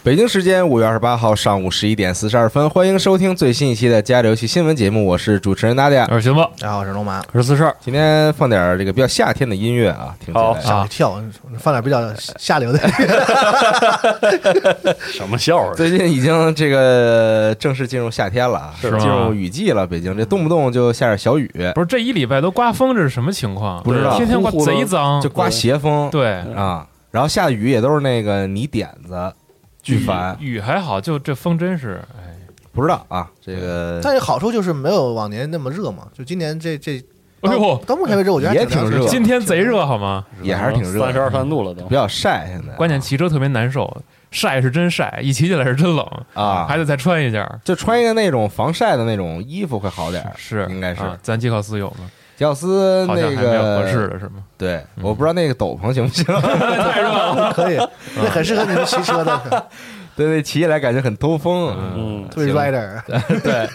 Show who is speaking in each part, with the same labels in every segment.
Speaker 1: 北京时间五月二十八号上午十一点四十二分，欢迎收听最新一期的《加流戏新闻》节目，我是主持人大 家。
Speaker 2: 二行吧，
Speaker 3: 然后是龙马，
Speaker 2: 二十四事儿，
Speaker 1: 今天放点这个比较夏天的音乐啊，听起
Speaker 2: 好
Speaker 1: 来
Speaker 3: 吓我一跳，放点比
Speaker 1: 哎
Speaker 3: 较下流的。
Speaker 2: 什么笑话？
Speaker 1: 最近已经这个正式进入夏天了啊，
Speaker 2: 是吗
Speaker 1: 进入雨季了。北京这动不动就下点小雨，
Speaker 4: 不是这一礼拜都刮风，这是什么情况？
Speaker 1: 不知道
Speaker 4: 天天刮
Speaker 1: 呼呼
Speaker 4: 贼脏，
Speaker 1: 就刮斜风，
Speaker 4: 嗯对
Speaker 1: 啊，然后下的雨也都是那个泥点子，巨烦，
Speaker 4: 雨雨还好，就这风真是，哎，
Speaker 1: 不知道啊，这个
Speaker 3: 但是好处就是没有往年那么热嘛，就今年这这
Speaker 4: 哎呦，
Speaker 3: 到目前为止我觉得
Speaker 1: 也
Speaker 3: 还
Speaker 1: 挺
Speaker 3: 凉
Speaker 1: 热哎
Speaker 3: 爽
Speaker 4: 今天贼热好吗？
Speaker 1: 也还是挺热
Speaker 2: 三十二
Speaker 1: 的，
Speaker 2: 三度了都
Speaker 1: 比。较晒现在，
Speaker 4: 关键骑车特别难受，晒是真晒，一骑起来是真冷，
Speaker 1: 啊
Speaker 4: 还，得再穿一件儿。
Speaker 1: 就穿一个那种防晒的那种衣服会好点儿。哎
Speaker 4: 是，
Speaker 1: 应该是
Speaker 4: 啊咱吉考斯有吗？
Speaker 1: 吉奥斯
Speaker 4: 好像
Speaker 1: 那
Speaker 4: 还没有合
Speaker 1: 个
Speaker 4: 适的，是吗？
Speaker 1: 对，我不知道那个斗篷行不行？
Speaker 4: 太热了，
Speaker 3: 可以，
Speaker 1: 嗯
Speaker 3: 那很适合你们骑 车的，
Speaker 1: 对对，骑起来感觉很兜风啊。
Speaker 2: 嗯，
Speaker 3: 对 rider。
Speaker 1: 哎对，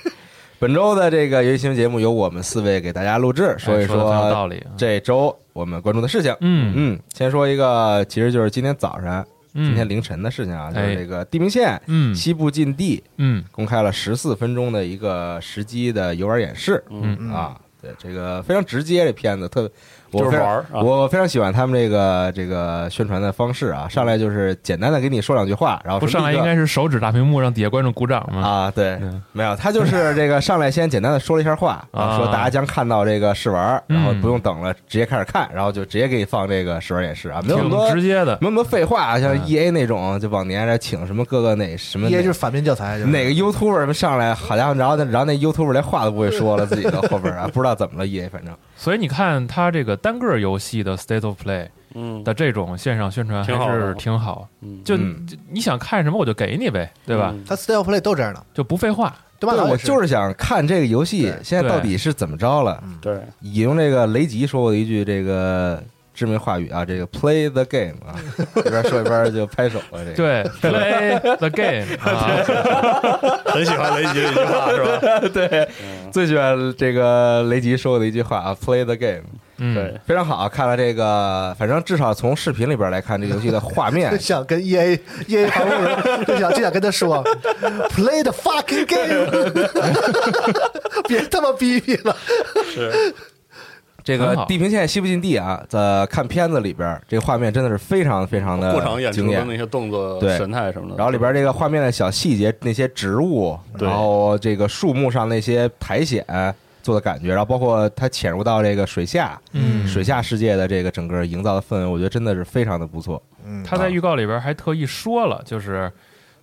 Speaker 1: 本周的这个游戏新闻节目由我们四位给大家录制，所以
Speaker 4: 哎说的很有
Speaker 1: 说
Speaker 4: 道理。
Speaker 1: 这周我们关注的事情。
Speaker 4: 嗯
Speaker 1: 嗯，先说一个，其实就是今天早上、今天
Speaker 4: 嗯
Speaker 1: 凌晨的事情啊，就
Speaker 4: 哎
Speaker 1: 是这个地平线
Speaker 4: 嗯
Speaker 1: 西部禁地
Speaker 4: 嗯
Speaker 1: 公开了十四分钟的一个实机的游玩演示
Speaker 2: 嗯
Speaker 1: 啊。对，这个非常直接，这片子特我
Speaker 2: 就是
Speaker 1: 非常
Speaker 2: 玩儿啊
Speaker 1: 我非常喜欢他们这个这个宣传的方式啊，上来就是简单的给你说两句话，然后
Speaker 4: 不
Speaker 1: 说
Speaker 4: 上来
Speaker 1: 立刻
Speaker 4: 应该是手指大屏幕让底下观众鼓掌吗？
Speaker 1: 啊，对
Speaker 4: 嗯，
Speaker 1: 没有，他就是这个上来先简单的说了一下话，
Speaker 4: 啊
Speaker 1: 说大家将看到这个试玩儿，然后
Speaker 4: 嗯
Speaker 1: 不用等了，直接开始看，然后就直接给你放这个试玩演示啊，没有那
Speaker 4: 挺
Speaker 1: 么多
Speaker 4: 直
Speaker 1: 没
Speaker 4: 接的，
Speaker 1: 有那么多废话啊，像
Speaker 4: 嗯 E
Speaker 1: E A 那种，就往年来请什么各个哪什么
Speaker 3: 也
Speaker 1: 哪
Speaker 3: E 就是反面教材，就是
Speaker 1: 哪个 YouTuber 什么上来，好家伙，然后那然后那 YouTuber 连话都不会说了，自己的后边啊，不知道怎么了 E A 反正
Speaker 4: 所以你看它这个单个游戏的 State of Play
Speaker 2: 嗯，
Speaker 4: 的这种线上宣传
Speaker 2: 挺好
Speaker 4: 还
Speaker 2: 的
Speaker 4: 是挺好，
Speaker 2: 嗯
Speaker 4: 就
Speaker 1: 嗯
Speaker 4: 就你想看什么我就给你呗，对吧？
Speaker 2: 嗯
Speaker 3: 他 style play 都这样的，
Speaker 4: 就不废话，
Speaker 3: 对吧？老
Speaker 1: 我
Speaker 3: 也
Speaker 1: 就是想看这个游戏
Speaker 3: 对
Speaker 1: 现在到底是怎么着了。
Speaker 2: 对，
Speaker 1: 引用这个雷吉说过的一句这个知名话语啊，这个 “play the game” 啊，一边说一边就拍手了。这个
Speaker 4: 对，play the game 啊，
Speaker 2: 很喜欢雷吉这句话是吧？
Speaker 1: 嗯最喜欢这个雷吉说过的一句话啊，“play the game”，
Speaker 4: 嗯，
Speaker 2: 对，
Speaker 1: 非常好。啊看了这个，反正至少从视频里边来看，这个游戏的画面
Speaker 3: 就想跟 E A E A 防务人 就想就想跟他说，play the fucking game，别他妈逼逼了，
Speaker 2: 是
Speaker 1: 这
Speaker 4: 很
Speaker 1: 个
Speaker 4: 好
Speaker 1: 《地平线：西部禁地》啊，在看片子里边，这个画面真的是非常非常
Speaker 2: 过场
Speaker 1: 的
Speaker 2: 演
Speaker 1: 惊
Speaker 2: 出的
Speaker 1: 艳。
Speaker 2: 那些动作、
Speaker 1: 对
Speaker 2: 神态什么的。
Speaker 1: 然后里边这个画面的小细节，那些植物，
Speaker 2: 对
Speaker 1: 然后这个树木上那些苔藓，做的感觉，然后包括它潜入到这个水下，
Speaker 4: 嗯
Speaker 1: 水下世界的这个整个营造的氛围，我觉得真的是非常的不错。
Speaker 3: 嗯，
Speaker 1: 啊
Speaker 4: 他在预告里边还特意说了，就是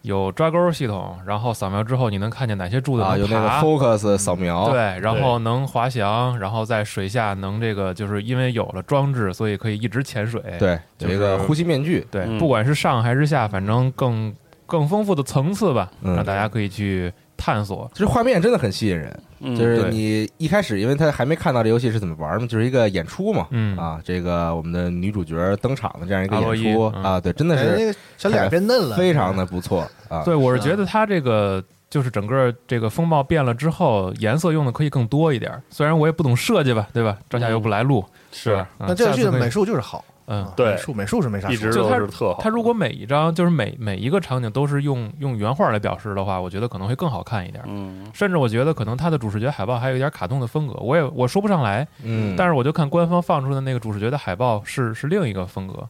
Speaker 4: 有抓钩系统，然后扫描之后你能看见哪些柱子
Speaker 1: 啊，有
Speaker 4: 能
Speaker 1: 那个啊
Speaker 4: 爬，嗯
Speaker 1: focus 扫描，
Speaker 4: 对，然后能滑翔，然后在水下能这个，就是因为有了装置，所以可以一直潜水。
Speaker 1: 对，
Speaker 4: 就
Speaker 1: 有一个
Speaker 4: 是
Speaker 1: 呼吸面具，
Speaker 4: 对，
Speaker 2: 嗯
Speaker 4: 不管是上还是下，反正更更丰富的层次吧，
Speaker 1: 嗯
Speaker 4: 让大家可以去探索。
Speaker 1: 其实画面真的很吸引人。
Speaker 2: 嗯
Speaker 1: 就是
Speaker 4: 对
Speaker 1: 你一开始，因为他还没看到这游戏是怎么玩嘛，就是一个演出嘛，
Speaker 4: 嗯
Speaker 1: 啊，这个我们的女主角登场的这样一个
Speaker 4: 阿洛
Speaker 1: 演出
Speaker 4: 伊嗯
Speaker 1: 啊，对，真的
Speaker 3: 哎
Speaker 1: 是
Speaker 3: 那个小脸变嫩了，
Speaker 1: 非常的不错啊，
Speaker 4: 对，我是
Speaker 3: 是
Speaker 4: 觉得它这个就是整个这个风貌变了之后，颜色用的可以更多一点。虽然我也不懂设计吧，对吧？赵夏又不来录，对
Speaker 2: 是
Speaker 4: 吧，
Speaker 3: 那
Speaker 4: 嗯
Speaker 3: 这游
Speaker 4: 下
Speaker 3: 戏
Speaker 4: 次
Speaker 3: 的
Speaker 4: 可以
Speaker 3: 美术就是好，
Speaker 4: 嗯
Speaker 3: 啊。
Speaker 2: 对
Speaker 3: 美术美术是没啥
Speaker 2: 一
Speaker 3: 说的，
Speaker 2: 直
Speaker 4: 就
Speaker 2: 都
Speaker 4: 它
Speaker 2: 是特好。
Speaker 4: 它如果每一张就是每每一个场景都是用用原画来表示的话，我觉得可能会更好看一点。
Speaker 2: 嗯
Speaker 4: 甚至我觉得可能它的主视觉海报还有一点卡通的风格，我也我说不上来，
Speaker 1: 嗯，
Speaker 4: 但是我就看官方放出的那个主视觉的海报是是另一个风格，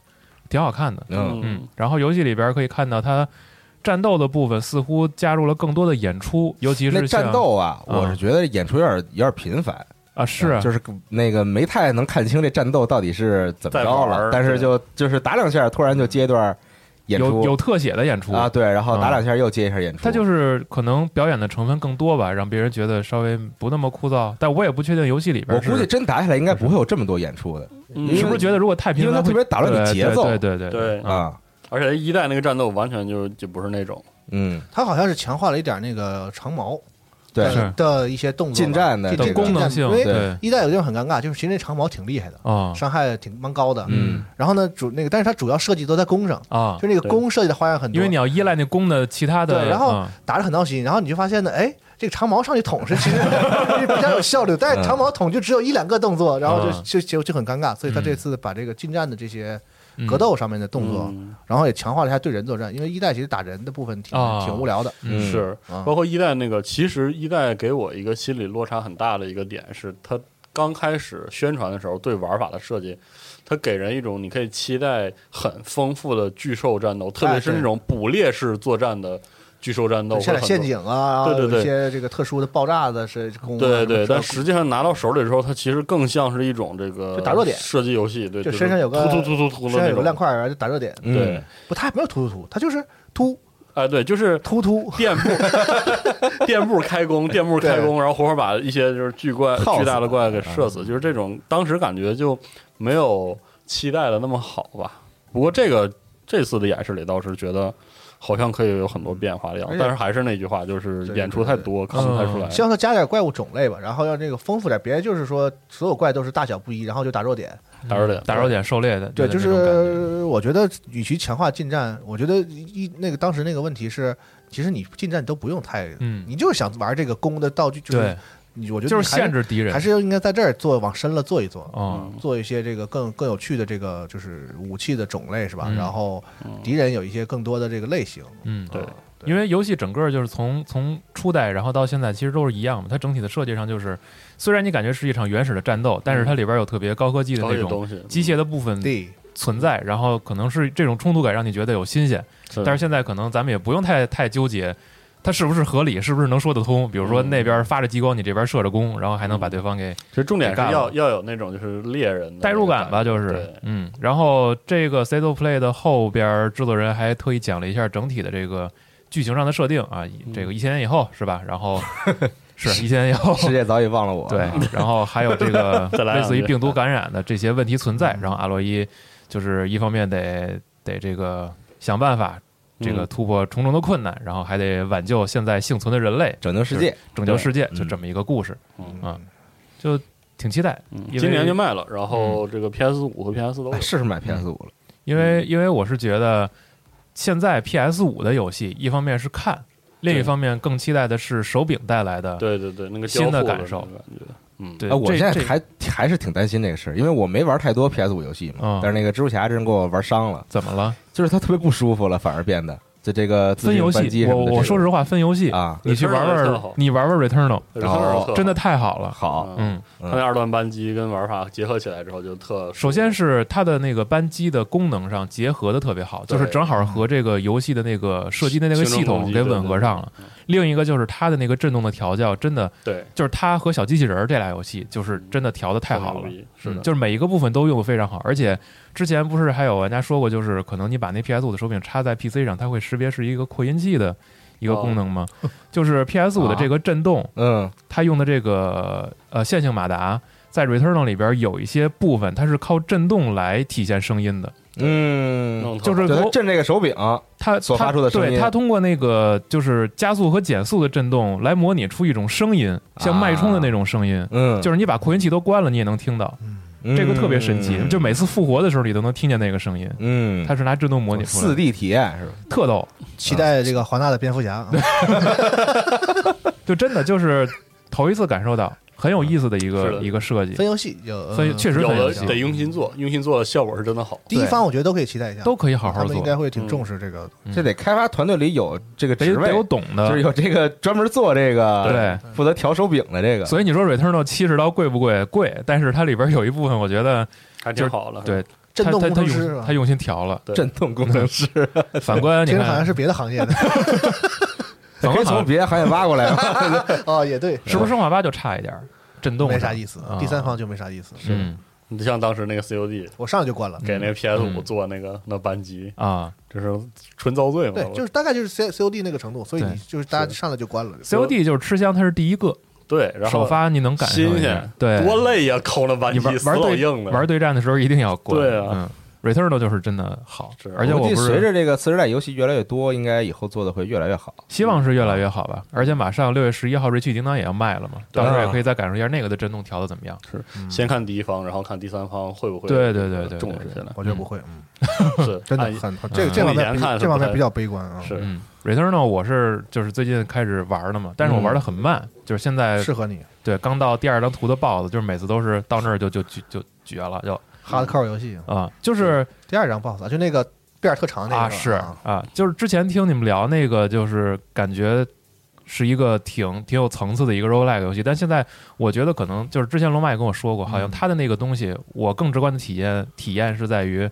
Speaker 4: 挺好看的。
Speaker 1: 嗯
Speaker 4: 嗯，然后游戏里边可以看到它战斗的部分似乎加入了更多的演出，尤其
Speaker 1: 那
Speaker 4: 是像
Speaker 1: 战斗啊，
Speaker 4: 嗯
Speaker 1: 我是觉得演出有点有点频繁，
Speaker 4: 啊是
Speaker 1: 就是那个没太能看清这战斗到底是怎么着
Speaker 2: 在玩
Speaker 1: 了
Speaker 2: 儿，
Speaker 1: 但是
Speaker 2: 对
Speaker 1: 就就是打两下，突然就接一段演
Speaker 4: 有有
Speaker 1: 出
Speaker 4: 特写的演出
Speaker 1: 啊，，对，然后打
Speaker 4: 嗯
Speaker 1: 两下又接一下演出，
Speaker 4: 它就是可能表演的成分更多吧，让别人觉得稍微不那么枯燥。但我也不确定游戏里
Speaker 1: 我
Speaker 4: 边是
Speaker 1: 估计真打下来应该不会有这么多演出的
Speaker 2: 嗯
Speaker 4: 是不是觉得如果太频
Speaker 1: 因为
Speaker 4: 繁
Speaker 1: 它
Speaker 4: 会
Speaker 1: 特别打乱你
Speaker 4: 对
Speaker 1: 节奏
Speaker 4: 对对对
Speaker 2: 对，
Speaker 1: 啊，
Speaker 2: 而且一代那个战斗完全就就不是那种，
Speaker 1: 嗯，
Speaker 3: 他好像是强化了一点那个长矛
Speaker 1: 对，
Speaker 4: 是
Speaker 3: 的的一些动作吧，
Speaker 1: 近战的
Speaker 3: 近
Speaker 1: 这
Speaker 4: 的
Speaker 1: 个
Speaker 4: 功能性
Speaker 3: 因为
Speaker 4: 对
Speaker 3: 一代有地方很尴尬，就是其实那长矛挺厉害的，
Speaker 4: 啊
Speaker 3: 伤害挺蛮高的。
Speaker 4: 嗯
Speaker 3: 然后呢，主那个，但是它主要设计都在弓上，
Speaker 4: 啊
Speaker 3: 就，那个弓设计的花样很多，
Speaker 4: 因为你要依赖那弓的其他的
Speaker 3: 对然后
Speaker 4: 嗯
Speaker 3: 打着很闹心，然后你就发现呢，哎，这个长矛上去捅是其 实比较有效率，但是长矛捅就只有一两个动作，然后就
Speaker 4: 嗯
Speaker 3: 就就就很尴尬，所以他
Speaker 4: 嗯
Speaker 3: 这次把这个近战的这些
Speaker 4: 嗯
Speaker 3: 格斗上面的动作，
Speaker 2: 嗯
Speaker 3: 然后也强化了一下对人作战，因为一代其实打人的部分挺
Speaker 4: 啊
Speaker 3: 挺无聊的，
Speaker 4: 嗯
Speaker 2: 是，
Speaker 3: 啊
Speaker 2: 包括一代那个，其实一代给我一个心理落差很大的一个点是，它刚开始宣传的时候对玩法的设计，它给人一种你可以期待很丰富的巨兽战斗，特别是啊
Speaker 3: 对
Speaker 2: 那种捕猎式作战的巨兽战斗，
Speaker 3: 下
Speaker 2: 会
Speaker 3: 载
Speaker 2: 很多
Speaker 3: 陷阱啊，
Speaker 2: 对对对
Speaker 3: 有一些这个特殊的爆炸的是攻啊，
Speaker 2: 对对，
Speaker 3: 什么
Speaker 2: 但实际上拿到手里之后，它其实更像是一种这个
Speaker 3: 就打弱点
Speaker 2: 射击游戏，对，
Speaker 3: 就是身上有个
Speaker 2: 突突突突突
Speaker 3: 身上
Speaker 2: 的
Speaker 3: 有个
Speaker 2: 那
Speaker 3: 亮
Speaker 2: 种，
Speaker 3: 块儿，然后啊就打热点，
Speaker 1: 嗯
Speaker 2: 对，
Speaker 3: 不，它也没有突突突，它就是突
Speaker 2: 哎对，就是
Speaker 3: 突突，
Speaker 2: 店铺店铺 开工，店铺开工，然后活活把一些就是巨怪
Speaker 1: 耗死
Speaker 2: 巨大的怪给射死，就是这种当时感觉就没有期待的那么好吧。不过这个这次的演示里倒是觉得好像可以有很多变化的样子
Speaker 3: 而，且
Speaker 2: 但是还是那句话，就是
Speaker 3: 对嗯
Speaker 2: 演出太多，
Speaker 4: 对对
Speaker 2: 看不太出来。
Speaker 3: 希望它加点怪物种类吧，然后要这个丰富点，别就是说所有怪都是大小不一，然后就打弱点。
Speaker 2: 打扰点，
Speaker 4: 打扰点狩猎的，
Speaker 3: 对，
Speaker 4: 的
Speaker 3: 就
Speaker 4: 那种感觉
Speaker 3: 是我觉得，与其强化近战，我觉得一那个当时那个问题是，其实你近战都不用太，
Speaker 4: 嗯
Speaker 3: 你就是想玩这个弓的道具，就是
Speaker 4: 对，
Speaker 3: 你我觉得
Speaker 4: 就是
Speaker 3: 你还
Speaker 4: 限，制敌人，
Speaker 3: 还是应该在这儿做往深了做一做，
Speaker 1: 嗯
Speaker 4: 哦，
Speaker 3: 做一些这个更更有趣的这个就是武器的种类是吧？
Speaker 4: 嗯
Speaker 3: 然后
Speaker 2: 嗯
Speaker 3: 敌人有一些更多的这个类型，
Speaker 4: 嗯，
Speaker 2: 对
Speaker 3: 啊
Speaker 4: 因为游戏整个就是从从初代，然后到现在，其实都是一样的。它整体的设计上就是，虽然你感觉是一场原始的战斗，但是它里边有特别高科技的
Speaker 2: 搞
Speaker 4: 那
Speaker 2: 点
Speaker 4: 种
Speaker 2: 东西，
Speaker 4: 机械的部分
Speaker 3: 对，
Speaker 4: 存在，然后可能是这种冲突感让你觉得有新鲜。
Speaker 2: 是
Speaker 4: 但是现在可能咱们也不用太太纠结，它是不是合理，是不是能说得通。比如说
Speaker 2: 嗯
Speaker 4: 那边发着激光，你这边射着弓，然后还能把对方给
Speaker 2: 其实重点是
Speaker 4: 干了
Speaker 2: 要要有那种就是猎人的
Speaker 4: 代入感吧，
Speaker 2: 那种
Speaker 4: 就是
Speaker 2: 对
Speaker 4: 嗯。然后这个 State of Play 的后边儿，制作人还特意讲了一下整体的这个剧情上的设定啊，
Speaker 2: 嗯
Speaker 4: 以这个一千年以后是吧？然 后是一千年以后。
Speaker 1: 世界早已忘了我，
Speaker 4: 对，然后还有这个
Speaker 2: 再来两
Speaker 4: 类
Speaker 2: 句嗯
Speaker 4: 似于病毒感染的这些问题存在，然后阿洛伊就是一方面得得这个想办法，这个
Speaker 2: 嗯
Speaker 4: 突破重重的困难，然后还得挽救现在幸存的人类，
Speaker 1: 拯救世界，
Speaker 4: 拯救
Speaker 2: 对
Speaker 4: 世界，
Speaker 1: 嗯
Speaker 4: 就这么一个故事，
Speaker 2: 嗯
Speaker 4: 啊，就挺期待。
Speaker 2: 嗯
Speaker 4: 因为嗯啊
Speaker 2: 今年就卖了，然后这个 PS 五和 PS 都有
Speaker 1: 哎，是不是买 PS 五了？
Speaker 4: 因为因为我是觉得现在 PS 五的游戏，一方面是看，另一
Speaker 2: 对
Speaker 4: 方面更期待的是手柄带来的。
Speaker 2: 对对对，那个交
Speaker 4: 新的
Speaker 2: 互
Speaker 4: 感
Speaker 2: 那种
Speaker 4: 受
Speaker 2: 感觉，嗯，
Speaker 4: 对，
Speaker 1: 哎，我
Speaker 4: 这
Speaker 1: 现在
Speaker 4: 这
Speaker 1: 还还是挺担心这个事儿，因为我没玩太多 PS 五游戏嘛
Speaker 4: 嗯。
Speaker 1: 但是那个蜘蛛侠真给我玩伤了，
Speaker 4: 怎么了？
Speaker 1: 就是它特别不舒服了，反而变得就这个自
Speaker 4: 分
Speaker 1: 制
Speaker 4: 游
Speaker 1: 扳机
Speaker 4: 戏，
Speaker 1: 什
Speaker 4: 我
Speaker 1: 么的这
Speaker 4: 我
Speaker 1: 种
Speaker 4: 说实话，分游戏，
Speaker 1: 啊，
Speaker 4: 你去玩
Speaker 2: Returnal 特
Speaker 4: 玩
Speaker 2: 好，
Speaker 4: 你玩玩 Returnal，
Speaker 2: 这是
Speaker 1: 哦
Speaker 2: 特好
Speaker 4: 真的太好了。
Speaker 1: 好，
Speaker 4: 嗯，
Speaker 2: 它那二段扳机跟玩法结合起来之后就特
Speaker 4: 首先是它的那个扳机的功能上结合的特别好，就是
Speaker 2: 对
Speaker 4: 正好和这个游戏的那个射击的那个系
Speaker 2: 轻重
Speaker 4: 统
Speaker 2: 攻击
Speaker 4: 给
Speaker 2: 对
Speaker 4: 吻合
Speaker 2: 对
Speaker 4: 上了
Speaker 2: 嗯。
Speaker 4: 另一个就是它的那个震动的调教，真的
Speaker 2: 对，
Speaker 4: 就是它和小机器人儿这俩游戏，就是真的调的太好
Speaker 2: 毫无
Speaker 4: 了
Speaker 2: 疑。义，是
Speaker 4: 嗯
Speaker 2: 的，
Speaker 4: 就是每一个部分都用的非常好，而且之前不是还有玩家说过，就是可能你把那 PS 五的手柄插在 PC 上，它会识别是一个扩音器的一个功能吗？
Speaker 1: 哦
Speaker 4: 就是 PS
Speaker 1: 啊
Speaker 4: 五的这个震动，
Speaker 1: 嗯
Speaker 4: 它用的这个呃线性马达，在 Returnal 里边有一些部分它是靠震动来体现声音的，
Speaker 1: 嗯，
Speaker 2: 弄
Speaker 4: 就
Speaker 2: 头
Speaker 4: 是
Speaker 1: 对，它
Speaker 4: 我
Speaker 1: 震这个手柄，
Speaker 4: 它
Speaker 1: 所发出的声音
Speaker 4: 对它通过那个就是加速和减速的震动来模拟出一种声音，像脉冲的那种声音，
Speaker 1: 啊嗯，
Speaker 4: 就是你把扩音器都关了，你也能听到。这个特别神奇，
Speaker 1: 嗯
Speaker 4: 就每次复活的时候，你都能听见那个声音。
Speaker 1: 嗯，
Speaker 4: 它是拿震动模拟出
Speaker 1: 四
Speaker 4: 来的，
Speaker 1: D 体验是吧？
Speaker 4: 特逗，
Speaker 3: 期待这个华纳的蝙蝠侠啊，
Speaker 4: 就真的就是头一次感受到很有意思的一
Speaker 2: 是
Speaker 4: 个
Speaker 2: 的
Speaker 4: 一个设计，
Speaker 3: 分游戏有
Speaker 4: 分
Speaker 3: 嗯
Speaker 4: 确实
Speaker 2: 有
Speaker 4: 分游
Speaker 2: 的
Speaker 4: 戏
Speaker 2: 得用心
Speaker 4: 嗯
Speaker 2: 做，用心做的效果是真的好。
Speaker 3: 第一
Speaker 4: 对
Speaker 3: 方我觉得都可以期待一下，
Speaker 4: 都可以好
Speaker 3: 他
Speaker 4: 好
Speaker 3: 们应
Speaker 4: 做，
Speaker 3: 该
Speaker 4: 得
Speaker 3: 会挺重视这个。
Speaker 4: 嗯
Speaker 1: 这得开发团队里有这个职
Speaker 4: 得有
Speaker 1: 位，
Speaker 4: 懂
Speaker 1: 就是
Speaker 4: 的，
Speaker 1: 有这个专门做这个，
Speaker 4: 对。
Speaker 1: 负责调手柄的这个。
Speaker 4: 所以你说 Returnal 七十刀贵不贵？贵，但是它里边有一部分，我觉得
Speaker 2: 还挺好了。
Speaker 4: 对
Speaker 3: 震
Speaker 4: 它
Speaker 3: 动
Speaker 4: 它它
Speaker 3: 工程师是
Speaker 4: 用
Speaker 3: 吧
Speaker 4: 它？用心调了。
Speaker 2: 对
Speaker 1: 震动工程师，
Speaker 4: 反观你
Speaker 3: 听着好像
Speaker 4: 看，
Speaker 3: 是别的行业 的
Speaker 4: 反
Speaker 1: 可以
Speaker 4: 观好
Speaker 1: 从
Speaker 4: 像
Speaker 1: 别的行业挖过来嘛。
Speaker 3: 哦，也对，
Speaker 4: 是不是生化八就差一点儿震动
Speaker 3: 没
Speaker 4: 上
Speaker 3: 啥意思
Speaker 4: 啊？
Speaker 3: 第三方就没啥意思。
Speaker 4: 嗯
Speaker 2: 你就像当时那个 COD
Speaker 3: 我上来就关了。
Speaker 2: 给那个 PS 五
Speaker 4: 嗯
Speaker 2: 做那个那扳机，
Speaker 4: 啊
Speaker 2: 这是纯遭罪嘛？
Speaker 3: 对，就是大概就是 C C O D 那个程度，所以
Speaker 4: 对嗯
Speaker 3: 你就是大家上来就关了。
Speaker 4: ，COD 就是吃香，它是第一个
Speaker 2: 对，然后
Speaker 4: 首发，你能感受
Speaker 2: 新
Speaker 4: 一下
Speaker 2: 鲜，，
Speaker 4: 对，
Speaker 2: 多累呀，抠那扳
Speaker 4: 你
Speaker 2: 机
Speaker 4: 玩，
Speaker 2: 死
Speaker 4: 玩
Speaker 2: 老
Speaker 4: 对
Speaker 2: 硬的，
Speaker 4: 玩对战的时候一定要关。
Speaker 2: 对啊
Speaker 4: 嗯，Returnal 就是真的好
Speaker 2: 是，
Speaker 4: 而且
Speaker 1: 估
Speaker 4: 我
Speaker 1: 计
Speaker 4: 不
Speaker 1: 随
Speaker 4: 是
Speaker 1: 着这个次时代游戏越来越多，应该以后做的会越来越好。
Speaker 4: 希望是越来越好吧。而且马上六月十一号，瑞奇叮当也要卖了嘛，
Speaker 2: 对
Speaker 4: 到
Speaker 1: 啊
Speaker 4: 时候也可以再感受一下那个的震动调的怎么样。
Speaker 2: 先看第一方，然后看第三方会不会
Speaker 4: 对对对对对
Speaker 2: 重视
Speaker 4: 对
Speaker 2: 起来，
Speaker 3: 我觉得不会，嗯，
Speaker 2: 是
Speaker 3: 真的
Speaker 2: 按
Speaker 3: 很很这
Speaker 4: 嗯
Speaker 3: 这方面
Speaker 2: 目前
Speaker 3: 比
Speaker 2: 看是
Speaker 3: 这
Speaker 2: 不
Speaker 3: 方面
Speaker 2: 太
Speaker 3: 比较悲观啊，
Speaker 2: 是
Speaker 4: 嗯，Returnal 我是就是最近开始玩了嘛，但是我玩的很慢，就是现在
Speaker 3: 适合你
Speaker 4: 对刚到第二张图的 BOSS，就是每次都是到那儿就就就就绝了，就
Speaker 3: hardcore 游戏。
Speaker 4: 啊，就是
Speaker 3: 第二张 boss 啊就那个辫儿特长那个
Speaker 4: 啊是啊，就是之前听你们聊那个，就是感觉是一个挺挺有层次的一个 roguelike 游戏，但现在我觉得可能就是之前龙马也跟我说过，好
Speaker 3: 嗯
Speaker 4: 像他的那个东西，我更直观的体验体验是在于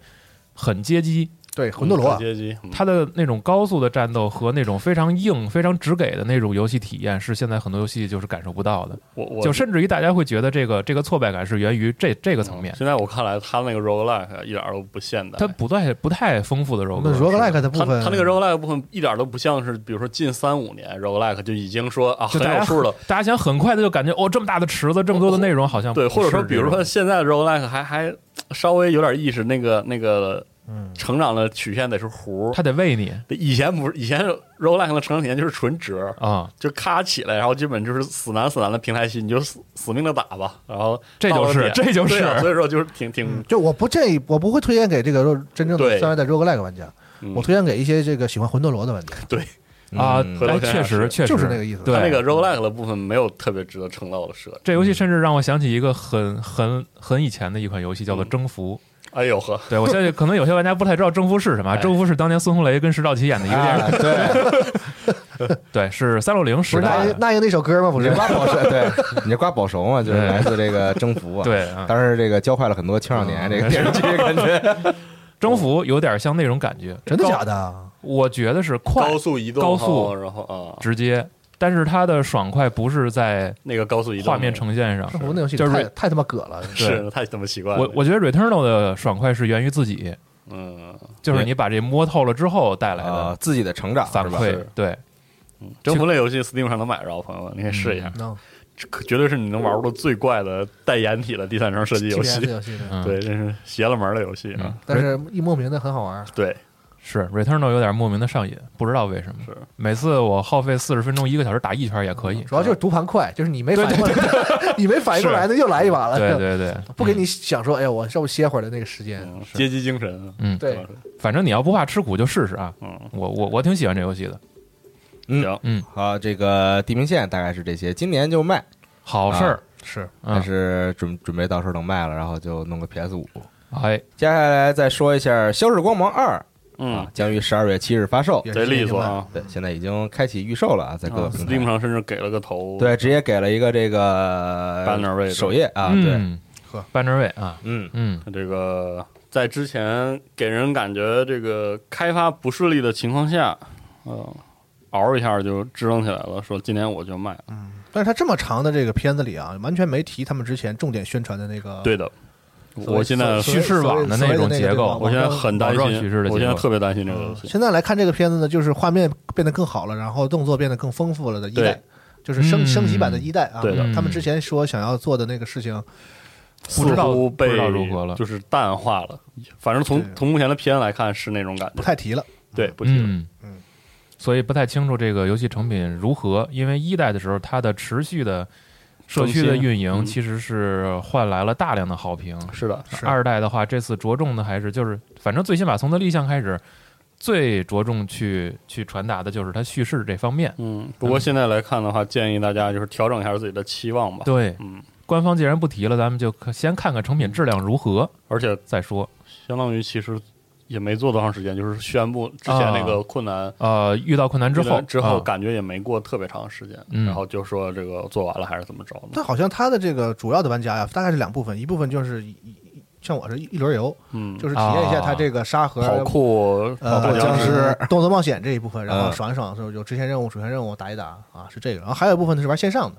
Speaker 4: 很接机，
Speaker 3: 对魂斗罗啊，
Speaker 2: 接机，嗯
Speaker 4: 它的那种高速的战斗和那种非常硬、非常直给的那种游戏体验，是现在很多游戏就是感受不到的，
Speaker 2: 我我
Speaker 4: 就甚至于大家会觉得这个这个挫败感是源于这这个层面
Speaker 3: 哦
Speaker 2: 嗯，现在我看来，他那个 roguelike 一点儿都不现代，
Speaker 4: 它不太不太丰富的 rogue，
Speaker 3: 那 roguelike 的部
Speaker 2: 他
Speaker 3: 分，
Speaker 2: 他那个 roguelike 部分一点都不像是，比如说近三五年 roguelike 就已经说啊
Speaker 4: 就
Speaker 2: 很
Speaker 4: 大家
Speaker 2: 有数了，
Speaker 4: 大家想很快的就感觉哦，这么大的池子，这么多的内容，好像
Speaker 2: 对，
Speaker 4: 不
Speaker 2: 或者
Speaker 4: 是
Speaker 2: 说比如
Speaker 4: 这
Speaker 2: 说
Speaker 4: 种
Speaker 2: 现在的 roguelike 还还稍微有点意识，那个那个
Speaker 3: 嗯，
Speaker 2: 成长的曲线得是弧，
Speaker 4: 他得喂你
Speaker 2: 以前不是以前 roguelike 的成长曲线就是纯直，
Speaker 4: 啊，
Speaker 2: 就咔起来，然后基本就是死难死难的平台期，你就死死命的打吧，然后
Speaker 4: 这
Speaker 2: 到了
Speaker 4: 就是
Speaker 2: 点
Speaker 4: 这就
Speaker 2: 对啊
Speaker 4: 是
Speaker 2: 所以说就是挺挺
Speaker 3: 嗯就我不建议，我不会推荐给这个肉真正的
Speaker 2: 对
Speaker 3: 三位的 roguelike 玩家，
Speaker 2: 嗯
Speaker 3: 我推荐给一些这个喜欢魂斗罗的玩家，
Speaker 4: 啊
Speaker 1: 嗯，
Speaker 2: 回头
Speaker 4: 哎，
Speaker 2: 想
Speaker 4: 确
Speaker 2: 想
Speaker 4: 实
Speaker 2: 是
Speaker 4: 确实
Speaker 3: 就是那个意思。
Speaker 4: 对
Speaker 2: 它那个 roguelike 的部分没有特别值得称道的设计。
Speaker 4: 这游戏甚至让我想起一个很很很以前的一款游戏，叫做《
Speaker 2: 嗯
Speaker 4: 征服》。
Speaker 2: 哎呦呵，
Speaker 4: 对我相信可能有些玩家不太知道《征服》是什 么，《
Speaker 2: 哎
Speaker 4: 征服》是当年孙红雷跟石兆琪演的一个电
Speaker 1: 啊
Speaker 4: 影，
Speaker 1: 对，
Speaker 4: 对，是三六零
Speaker 3: 不
Speaker 4: 时
Speaker 3: 是那
Speaker 4: 代
Speaker 3: 英
Speaker 4: 的，
Speaker 3: 那英那首歌吗？不
Speaker 1: 你这
Speaker 3: 是，
Speaker 1: 瓜保熟， 对，你这瓜保熟嘛，就是
Speaker 4: 对
Speaker 1: 来自这个征服啊。，
Speaker 4: 对嗯啊，《
Speaker 1: 当时这个教坏了很多青少年这个电视剧感 觉。
Speaker 4: 征服》有点像那种感觉，
Speaker 3: 真的
Speaker 4: 高
Speaker 3: 假？的？
Speaker 4: 我觉得是快
Speaker 2: 高速移动，
Speaker 4: 高速
Speaker 2: 然后啊，
Speaker 4: 直接，但是它的爽快不是在
Speaker 2: 那个高速移动
Speaker 4: 画面呈现上，
Speaker 3: 我那游戏
Speaker 4: 就是
Speaker 3: 太太他妈葛了，
Speaker 4: 对
Speaker 2: 是太他妈奇怪了。
Speaker 4: 我我觉得 Returnal 的爽快是源于自己，
Speaker 2: 嗯，
Speaker 4: 就是你把这摸透了之后带来
Speaker 1: 啊
Speaker 4: 的，
Speaker 1: 自己的成长
Speaker 4: 反
Speaker 1: 是吧？
Speaker 4: 馈
Speaker 2: 是。
Speaker 4: 对，
Speaker 2: 征服类游戏 Steam 上能买着，朋友们，你可以试一下，
Speaker 3: 能
Speaker 2: 这可绝对是你能玩过最怪的带掩体的第三人称射击游
Speaker 3: TPS
Speaker 2: 戏。
Speaker 3: 游戏对
Speaker 4: 嗯，
Speaker 2: 对，这是邪了门的游戏啊！
Speaker 3: 但是一莫名的很好玩。
Speaker 2: 对，
Speaker 4: 是 Returnal 有点莫名的上瘾，不知道为什么。
Speaker 2: 是
Speaker 4: 每次我耗费四十分钟一个小时打一圈也可以。
Speaker 3: 主要就是读盘快，就是你没反应过来， 你没反应过来的又来一把了，
Speaker 4: 对
Speaker 3: 就
Speaker 4: 对对，
Speaker 3: 不给你想说，哎呀，我稍微歇会儿的那个时间。
Speaker 2: 嗯街机精神啊，
Speaker 4: 嗯，
Speaker 3: 对，
Speaker 4: 反正你要不怕吃苦就试试啊。
Speaker 2: 嗯，
Speaker 4: 我我我挺喜欢这游戏的，
Speaker 1: 嗯
Speaker 2: 行，
Speaker 1: 好，这个地平线大概是这些，今年就卖，
Speaker 4: 好事儿。
Speaker 3: 是
Speaker 1: 但
Speaker 4: 嗯，
Speaker 1: 啊是准准备到时候能卖了，然后就弄个 PS 五。
Speaker 4: 哎，
Speaker 1: 接下来再说一下《消逝光芒二》啊
Speaker 2: 嗯，，
Speaker 1: 将于十二月七日发售。
Speaker 3: 也
Speaker 2: 贼
Speaker 3: 是
Speaker 2: 利索啊！
Speaker 1: 对，现在已经开启预售了啊，在各个
Speaker 2: 啊
Speaker 1: 平
Speaker 2: ，Steam
Speaker 1: 台。
Speaker 2: 上甚至给了个头，
Speaker 1: 对，直接给了一个这个
Speaker 2: Banner 位置
Speaker 1: 首页啊，对，
Speaker 4: 嗯
Speaker 3: 呵，
Speaker 4: 班正位啊，
Speaker 1: 嗯，
Speaker 4: 嗯，
Speaker 2: 这个在之前给人感觉这个开发不顺利的情况下，嗯、嗷一下就支棱起来了，说今年我就卖了。
Speaker 3: 但是他这么长的这个片子里啊，完全没提他们之前重点宣传的那个
Speaker 2: 对的，
Speaker 3: 啊所谓
Speaker 2: 我现在
Speaker 3: 所
Speaker 4: 叙事网的那种结构
Speaker 2: 我现在很担
Speaker 4: 网状
Speaker 2: 心
Speaker 4: 叙事的，结构
Speaker 2: 我现在特别担心这个
Speaker 3: 嗯
Speaker 2: 游戏。
Speaker 3: 现在来看这个片子呢，就是画面变得更好了，然后动作变得更丰富了的一代
Speaker 2: 对，
Speaker 3: 就是升
Speaker 4: 嗯
Speaker 3: 升级版的一代啊。
Speaker 2: 对的
Speaker 3: 他们之前说想要做的那个事情，
Speaker 4: 不知道
Speaker 2: 似乎被
Speaker 4: 不知道如何了
Speaker 2: 就是淡化了。反正从
Speaker 3: 对
Speaker 2: 从目前的片来看是那种感
Speaker 3: 不
Speaker 2: 觉，
Speaker 3: 太提了。
Speaker 2: 对，不提了。
Speaker 4: 嗯
Speaker 3: 嗯
Speaker 4: 所以不太清楚这个游戏成品如何，因为一代的时候它的持续的社区的
Speaker 2: 更新
Speaker 4: 运营
Speaker 2: 嗯
Speaker 4: 其实是换来了大量的好评，
Speaker 2: 是的，
Speaker 3: 是
Speaker 4: 二代的话，这次着重的还是就是，反正最起码从它立项开始，最着重去去传达的就是它叙事这方面。
Speaker 2: 嗯。不过现在来看的话，建议大家就是调整一下自己的期望吧。
Speaker 4: 对，
Speaker 2: 嗯，
Speaker 4: 官方既然不提了，咱们就可先看看成品质量如何
Speaker 2: 而且
Speaker 4: 再说。
Speaker 2: 相当于其实也没做多长时间，就是宣布之前那个困难。
Speaker 4: 呃，遇到困难啊之
Speaker 2: 遇到
Speaker 4: 后，
Speaker 2: 之后
Speaker 4: 啊
Speaker 2: 感觉也没过特别长时间，
Speaker 4: 嗯
Speaker 2: 然后就说这个做完了还是怎么着的，
Speaker 3: 但好像他的这个主要的玩家呀，大概是两部分，一部分就是一一像我是一轮游，
Speaker 2: 嗯，
Speaker 3: 就是体验一下
Speaker 4: 啊
Speaker 3: 他这个沙盒、
Speaker 2: 跑酷、跑
Speaker 3: 呃
Speaker 2: 酷
Speaker 1: 僵
Speaker 2: 僵
Speaker 1: 尸
Speaker 2: 尸，
Speaker 3: 动作冒险这一部分，然后
Speaker 1: 嗯
Speaker 3: 爽一爽，就有支线任务、主线任务打一打啊，是这个。然后还有一部分呢是玩线上的，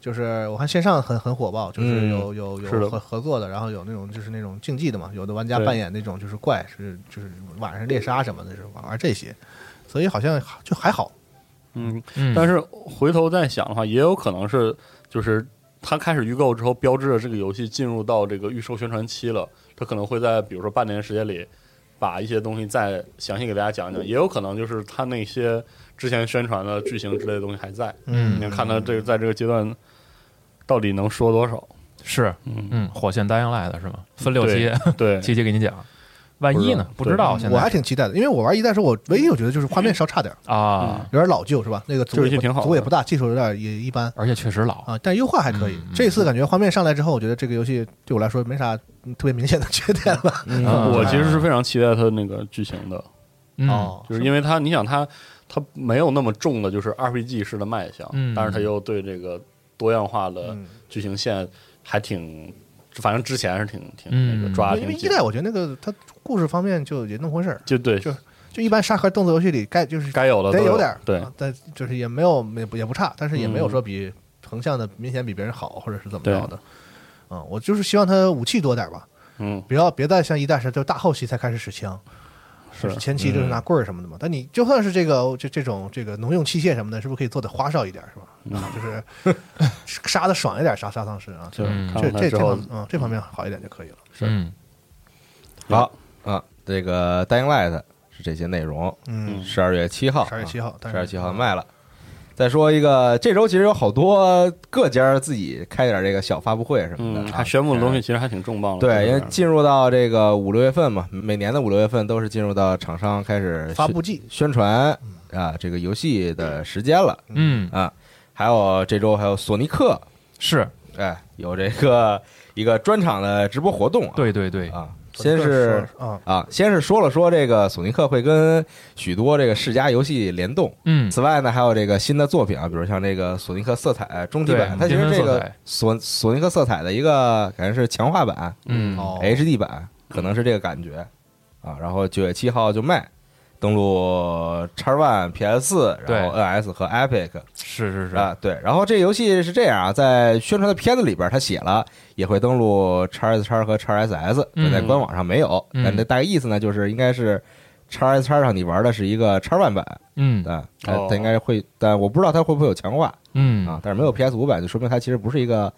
Speaker 3: 就是我看线上很很火爆，就是
Speaker 1: 嗯
Speaker 3: 有有有
Speaker 2: 是的
Speaker 3: 合合作的，然后有那种就是那种竞技的嘛，有的玩家
Speaker 2: 对
Speaker 3: 扮演那种就是怪，是就是晚上猎杀什么的，是玩玩这些，所以好像就还好。
Speaker 2: 嗯，
Speaker 4: 嗯，
Speaker 2: 但是回头再想的话，也有可能是就是它开始预购之后，标志着这个游戏进入到这个预售宣传期了。它可能会在比如说半年时间里，把一些东西再详细给大家讲讲。也有可能就是它那些之前宣传的剧情之类的东西还在。
Speaker 4: 嗯
Speaker 2: 你要看它这个在这个阶段到底能说多少？
Speaker 4: 是
Speaker 2: 嗯，
Speaker 4: 嗯，火线答应来的是吗？分六期
Speaker 2: 对，对，
Speaker 4: 期期给你讲。万一呢？不
Speaker 2: 不
Speaker 4: 知
Speaker 2: 知道
Speaker 4: 道现
Speaker 3: 我还
Speaker 4: 在
Speaker 3: 挺期待的，因为我玩一代的时候，我唯一我觉得就是画面稍差点儿，
Speaker 4: 啊，
Speaker 3: 有点老旧，是吧？那个
Speaker 2: 这
Speaker 3: 组
Speaker 2: 游
Speaker 3: 也
Speaker 2: 戏
Speaker 3: 不
Speaker 2: 挺好的
Speaker 3: 组也不大，技术有点也一般。
Speaker 4: 而且确实老，
Speaker 3: 啊，但优化还可以
Speaker 4: 嗯。嗯
Speaker 3: 这次感觉画面上来之后，我觉得这个游戏对我来说没啥嗯特别明显的 缺点了。
Speaker 1: 嗯
Speaker 4: 啊
Speaker 2: 我其实是非常期待它那个剧情的，
Speaker 4: 嗯
Speaker 3: 哦，
Speaker 2: 就是因为它，你想它，它没有那么重的，就是 RPG 式的卖相，
Speaker 4: 嗯
Speaker 2: 但是它又对这个多样化的
Speaker 3: 嗯
Speaker 2: 剧情线还挺，反正之前是挺挺
Speaker 4: 嗯
Speaker 2: 那个抓的
Speaker 3: 因
Speaker 2: 挺
Speaker 3: 为
Speaker 2: 紧
Speaker 3: 一代我觉得那个它故事方面就也那么回事儿，
Speaker 2: 就对，
Speaker 3: 就就一般沙盒动作游戏里该就是
Speaker 2: 该有的
Speaker 3: 得
Speaker 2: 都有
Speaker 3: 点儿
Speaker 2: 对
Speaker 3: 啊但就是也没有也不也不差，但是也没有
Speaker 2: 嗯
Speaker 3: 说比横向的明显比别人好或者是怎么
Speaker 2: 对
Speaker 3: 着的。嗯，我就是希望它武器多点儿吧，
Speaker 2: 嗯，
Speaker 3: 不要别再像一代似的，就大后期才开始使枪，
Speaker 2: 是
Speaker 3: 就是前期就是拿棍儿什么的嘛。但你就算是这个这这种这个农用器械什么的，是不是可以做的花哨一点，是吧？啊，就是 杀的爽一点，杀杀丧尸啊，
Speaker 2: 就
Speaker 4: 嗯
Speaker 2: 看
Speaker 3: 这
Speaker 2: 了它
Speaker 3: 这
Speaker 2: 之
Speaker 3: 这
Speaker 2: 后
Speaker 3: 方，嗯这方面好一点就可以了。
Speaker 2: 是
Speaker 4: 嗯，
Speaker 1: 好啊，这个《Dying Light》是这些内容，
Speaker 3: 嗯，
Speaker 1: 十二月七号，
Speaker 3: 十二月七
Speaker 1: 号，
Speaker 3: 号，但
Speaker 1: 啊十
Speaker 3: 是
Speaker 1: 二月七号卖了。再说一个，这周其实有好多呃各家自己开点这个小发布会什么的
Speaker 2: 嗯，
Speaker 1: 啊，
Speaker 2: 还宣布的东西其实还挺重磅的，
Speaker 1: 对，因为
Speaker 2: 这个
Speaker 1: 进入到这个五六月份嘛，每年的五六月份都是进入到厂商开始
Speaker 3: 发布季，
Speaker 1: 宣宣传啊这个游戏的时间了
Speaker 4: 嗯，
Speaker 1: 啊。还有这周还有索尼克，
Speaker 4: 是
Speaker 1: 哎，有这个一个专场的直播活动啊。
Speaker 4: 对对对，
Speaker 1: 啊，先是
Speaker 3: 啊，
Speaker 1: 啊，先是说了说这个索尼克会跟许多这个世家游戏联动。
Speaker 4: 嗯，
Speaker 1: 此外呢，还有这个新的作品啊，比如像这个索尼克色彩终极版，
Speaker 4: 对
Speaker 1: 它其实这
Speaker 4: 缤纷色
Speaker 1: 个
Speaker 4: 彩
Speaker 1: 索索尼克色彩的一个感觉是强化版，
Speaker 4: 嗯
Speaker 3: 哦
Speaker 1: HD 版，可能是这个感觉啊。然后九月七号就卖，登录 X One、PS 4
Speaker 4: 对
Speaker 1: 然后 NS 和 Epic
Speaker 4: 是是是，
Speaker 1: 啊，对。然后这游戏是这样啊，在宣传的片子里边，他写了也会登录 X S X 和 X S S，
Speaker 4: 嗯
Speaker 1: 在官网上没有，
Speaker 4: 嗯
Speaker 1: 但这大概意思呢，就是应该是 X S X 上你玩的是一个 X One 版，
Speaker 4: 嗯
Speaker 1: 啊，
Speaker 2: 哦
Speaker 1: 它它应该会，但我不知道它会不会有强化
Speaker 4: 嗯
Speaker 1: 啊，但是没有 PS 5版，就说明它其实不是一个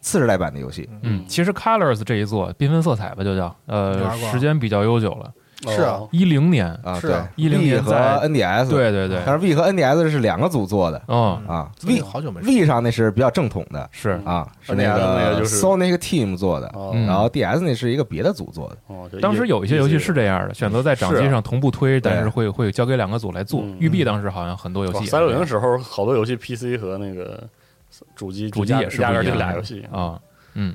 Speaker 1: 次世代版的游戏。
Speaker 4: 嗯，其实 Colors 这一座缤纷色彩吧，就叫
Speaker 3: 你
Speaker 4: 呃
Speaker 3: 玩过啊
Speaker 4: 时间比较悠久了，
Speaker 3: 是
Speaker 2: 哦
Speaker 3: 啊，
Speaker 4: 一零年，
Speaker 1: 啊，
Speaker 3: 是
Speaker 1: 对
Speaker 3: 啊
Speaker 4: 10
Speaker 1: B
Speaker 4: 年
Speaker 1: 和
Speaker 4: 在
Speaker 1: NDS，
Speaker 4: 对对对，
Speaker 1: 但是 V 和 NDS 是两个组做的
Speaker 4: 嗯
Speaker 1: 啊
Speaker 3: 那
Speaker 1: ，V
Speaker 3: 个好久没说
Speaker 1: V 上那是比较正统的
Speaker 4: 是
Speaker 1: 啊，是
Speaker 2: NDS 那
Speaker 1: 个
Speaker 2: 个就是
Speaker 1: Sonic Team 做的，
Speaker 2: 哦
Speaker 4: 嗯
Speaker 1: 然后 DS 那是一个别的组做的，
Speaker 2: 哦，就
Speaker 4: 当时
Speaker 2: 一
Speaker 4: 有一些游戏是这样的，选择在掌机上同步推，但是会会交给两个组来做
Speaker 2: 嗯。
Speaker 4: 育碧当时好像很多游戏也是啊这
Speaker 2: 三
Speaker 4: 样，
Speaker 2: 六零时候，好多游戏 PC 和那个主机
Speaker 4: 主机也是
Speaker 2: 压
Speaker 4: 不一
Speaker 2: 根儿就
Speaker 4: 样
Speaker 2: 俩游戏，
Speaker 4: 啊，嗯，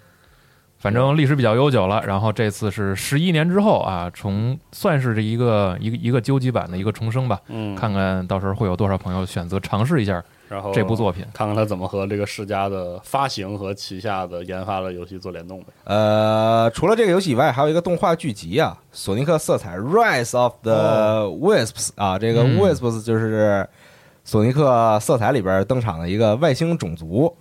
Speaker 4: 反正历史比较悠久了。然后这次是十一年之后啊，重算是这一个一个一个究极版的一个重生吧，
Speaker 2: 嗯，哦
Speaker 4: 看看到时候会有多少朋友选择尝试一下
Speaker 2: 然后
Speaker 4: 这部作品。
Speaker 2: 看看它怎么和这个世嘉的发行和旗下的研发的游戏做联动呗。
Speaker 1: 呃，除了这个游戏以外，还有一个动画剧集啊，《索尼克色彩 Rise of the Wisps》啊，这个
Speaker 4: 哦嗯
Speaker 1: Wisps 就是索尼克色彩里边登场的一个外星种族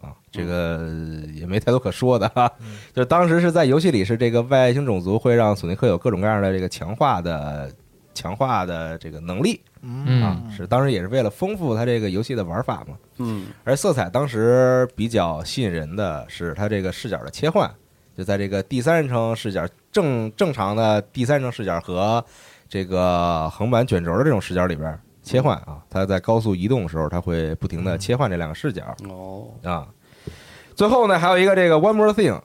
Speaker 1: 啊，这个
Speaker 4: 嗯
Speaker 1: 也没太多可说的哈、就是当时是在游戏里是这个外星种族会让索尼克有各种各样的这个强化的强化的这个能力啊，
Speaker 4: 嗯
Speaker 1: 是当时也是为了丰富它这个游戏的玩法嘛。
Speaker 2: 嗯
Speaker 1: 而色彩当时比较吸引人的是它这个视角的切换，就在这个第三人称视角正正常的第三人称视角和这个横版卷轴的这种视角里边儿切换啊，它在高速移动的时候，它会不停的切换这两个视角
Speaker 2: 哦，
Speaker 1: 啊。最后呢，还有一个这个 One More Thing，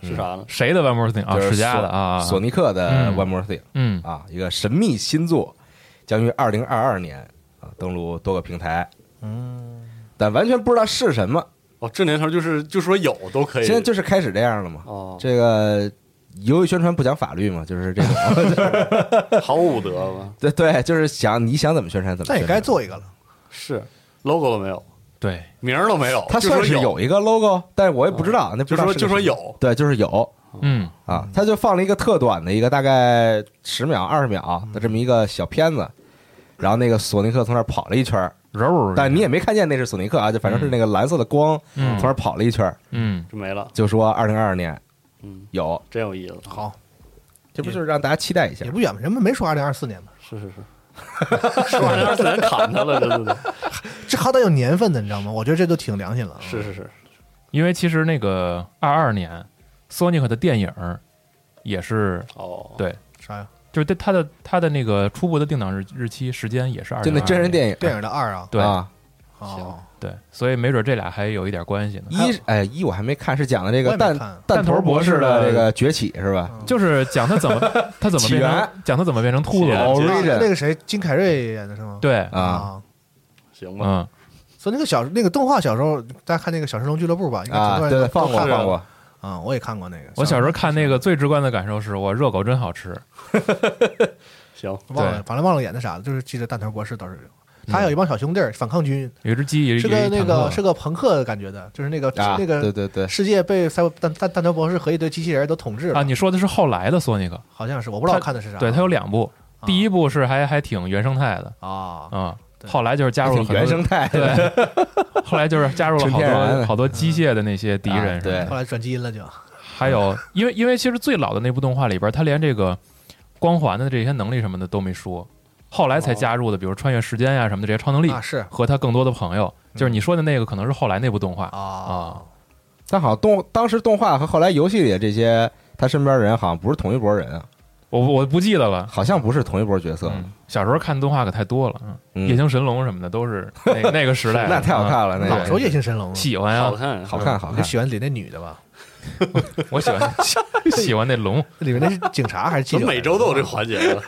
Speaker 2: 是啥呢？
Speaker 4: 谁的 One More Thing 啊？
Speaker 1: 就是
Speaker 4: 世嘉
Speaker 1: 索
Speaker 4: 的啊，
Speaker 1: 索尼克的
Speaker 4: 嗯
Speaker 1: One More Thing
Speaker 4: 嗯
Speaker 1: 啊，一个神秘新作，将于二零二二年啊登陆多个平台，
Speaker 3: 嗯，
Speaker 1: 但完全不知道是什么，
Speaker 2: 哦，这年头就是就说有都可以，
Speaker 1: 现在就是开始这样了嘛。
Speaker 2: 哦，
Speaker 1: 这个由于宣传不讲法律嘛，就是这种，
Speaker 2: 毫无武德吗？
Speaker 1: 对对，就是想你想怎么宣传怎么
Speaker 3: 但
Speaker 1: 宣传。
Speaker 3: 也该做一个了。
Speaker 2: 是 logo 都没有，
Speaker 4: 对，
Speaker 2: 名儿都没有，
Speaker 1: 它
Speaker 2: 就
Speaker 1: 算
Speaker 2: 说
Speaker 1: 是
Speaker 2: 有，
Speaker 1: 有一个 logo，但是我也不知道，那不知
Speaker 2: 就
Speaker 1: 道
Speaker 2: 说
Speaker 1: 是个
Speaker 2: 就说
Speaker 1: 什么，
Speaker 2: 有，
Speaker 1: 对，就是有
Speaker 2: 哦
Speaker 4: 嗯
Speaker 1: 啊，他就放了一个特短的一个大概十秒二十秒的这么一个小片子。然后那个索尼克从那儿跑了一圈儿，
Speaker 4: 柔，
Speaker 1: 但你也没看见那是索尼克啊，就反正是那个蓝色的光
Speaker 4: 嗯
Speaker 1: 从那儿跑了一圈儿，
Speaker 4: 嗯
Speaker 2: 就没了。
Speaker 1: 就说二零二二年
Speaker 2: 嗯，
Speaker 1: 有，
Speaker 2: 真有意思。
Speaker 3: 好，
Speaker 1: 这不就是让大家期待一下
Speaker 3: 也？不远嘛，人们没说二零二四年嘛，
Speaker 2: 是 是是，说完二次元砍他了，真的
Speaker 3: 嗯这好歹有年份的，你知道吗？我觉得这都挺良心了啊。
Speaker 2: 是是是，
Speaker 4: 因为其实那个二二年，Sonic 的电影儿也是，
Speaker 2: 哦，
Speaker 4: 对
Speaker 3: 啥呀？
Speaker 4: 就是对它的它的那个初步的定档日日期时间也是二，
Speaker 1: 就那真人电影，
Speaker 3: 电影的二啊？
Speaker 4: 对
Speaker 1: 啊，
Speaker 3: 哦，
Speaker 4: 对，所以没准这俩还有一点关系呢。
Speaker 1: 一是哎一我还没看，是讲的这
Speaker 3: 我
Speaker 1: 个
Speaker 3: 也没
Speaker 1: 弹
Speaker 3: 看啊
Speaker 1: 弹头博士
Speaker 4: 弹头博
Speaker 1: 的
Speaker 4: 士的
Speaker 1: 这个崛起是吧？
Speaker 4: 就是讲他怎 么他怎么
Speaker 1: 起
Speaker 4: 变
Speaker 1: 源
Speaker 4: 成讲他怎么变成秃
Speaker 2: 起
Speaker 4: 子
Speaker 2: 源
Speaker 4: 了，
Speaker 1: 哦
Speaker 3: 啊
Speaker 1: Origin
Speaker 3: 那个谁，金凯瑞演的是吗？
Speaker 4: 对，
Speaker 1: 啊，
Speaker 2: 行吧，
Speaker 4: 嗯，
Speaker 3: 所以那个小那个动画小时候，大家看那个《小神龙俱乐部》吧，应该
Speaker 1: 啊
Speaker 3: 很，多
Speaker 1: 对
Speaker 3: 人都
Speaker 1: 对，放过
Speaker 3: 都看
Speaker 1: 放过，
Speaker 3: 啊，我也看过那个。
Speaker 4: 我小时候看那个最直观的感受是我热狗真好吃，
Speaker 3: 嗯
Speaker 2: 行，
Speaker 3: 忘了，反正忘了演的啥，就是记得弹头博士倒是有，他有一帮小兄弟儿，反抗军，
Speaker 4: 有一只嗯鸡，有一
Speaker 3: 是
Speaker 4: 有一
Speaker 3: 个那
Speaker 4: 坦
Speaker 3: 个
Speaker 4: 克，
Speaker 3: 是个朋克的感觉的，就是那个
Speaker 1: 啊，
Speaker 3: 那
Speaker 1: 对
Speaker 3: 个
Speaker 1: 对对，
Speaker 3: 世界被赛博弹弹弹头博士和一堆机器人都统治
Speaker 4: 啊，
Speaker 3: 了，
Speaker 4: 你说的是后来的索尼克，
Speaker 3: 好像是，我不知道
Speaker 4: 他
Speaker 3: 看的是啥。
Speaker 4: 对，它有两部，
Speaker 3: 啊
Speaker 4: 第一部是还还挺原生态的
Speaker 3: 啊，
Speaker 4: 啊，
Speaker 3: 对
Speaker 4: 后来就是加入了
Speaker 1: 挺
Speaker 4: 很多
Speaker 1: 原生态的，
Speaker 4: 对，后来就是加入 了
Speaker 1: 纯
Speaker 4: 好
Speaker 1: 天然的
Speaker 4: 多好多机械的那些敌人
Speaker 1: 啊
Speaker 4: 什么的，
Speaker 1: 对
Speaker 3: 后来转基因了就，
Speaker 4: 还
Speaker 1: 嗯
Speaker 4: 有因为因为其实最老的那部动画里边，他连这个光环的这些能力什么的都没说，后来
Speaker 1: 哦
Speaker 4: 才加入的，比如穿越时间呀、什么的这些超能力
Speaker 3: 啊，是
Speaker 4: 和他更多的朋友，
Speaker 1: 嗯
Speaker 4: 就是你说的那个可能是后来那部动画
Speaker 3: 啊
Speaker 4: 啊，
Speaker 1: 但好像动当时动画和后来游戏里的这些他身边的人好像不是同一拨人啊，
Speaker 4: 我我不记 得了。
Speaker 1: 好像不是同一拨角色，
Speaker 4: 嗯，小时候看动画可太多了，嗯
Speaker 1: 嗯
Speaker 4: 夜行神龙什么的都是 那那个时代的，
Speaker 1: 那
Speaker 4: 啊
Speaker 1: 太好看了，那
Speaker 4: 嗯
Speaker 3: 老
Speaker 1: 个
Speaker 3: 说夜行神龙啊，
Speaker 4: 喜欢呀
Speaker 2: 好，看，
Speaker 1: 好看好
Speaker 3: 你
Speaker 4: 嗯
Speaker 1: 看，
Speaker 3: 喜欢里那女的吧？
Speaker 4: 我 喜欢喜欢那龙。
Speaker 3: 里面那是警察还是记
Speaker 2: 怎
Speaker 3: 者
Speaker 2: 么
Speaker 3: 来着？
Speaker 2: 每周都有这环节 啊？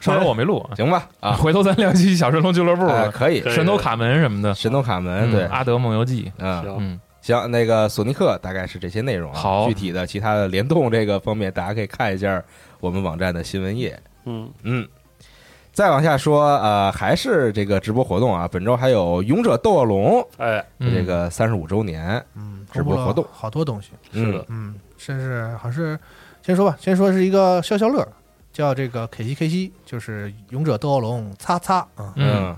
Speaker 4: 上周我没录啊，
Speaker 1: 行吧 啊，
Speaker 4: 回头咱聊起小神龙俱乐部
Speaker 1: 哎
Speaker 4: 吧、
Speaker 1: 可以
Speaker 2: 可，以
Speaker 4: 神偷卡门什么的，
Speaker 1: 神偷卡门
Speaker 4: 嗯
Speaker 1: 对，
Speaker 4: 阿德梦游记，
Speaker 1: 嗯。
Speaker 2: 行，
Speaker 4: 嗯，
Speaker 1: 行，那个索尼克大概是这些内容啊。
Speaker 4: 好
Speaker 1: 具体的其他的联动这个方面，大家可以看一下我们网站的新闻页。
Speaker 2: 嗯，
Speaker 1: 嗯，再往下说，呃，还是这个直播活动啊，本周还有《勇者斗恶龙》
Speaker 2: 哎，
Speaker 4: 嗯
Speaker 1: 这个三十五周年，
Speaker 3: 嗯，
Speaker 1: 直播活动
Speaker 3: 公布了好多东西，
Speaker 2: 是的，
Speaker 3: 嗯，甚至还是先说吧，先说是一个消消乐，叫这个 K 西 K 西，就是勇者斗恶龙擦擦啊，
Speaker 4: 嗯，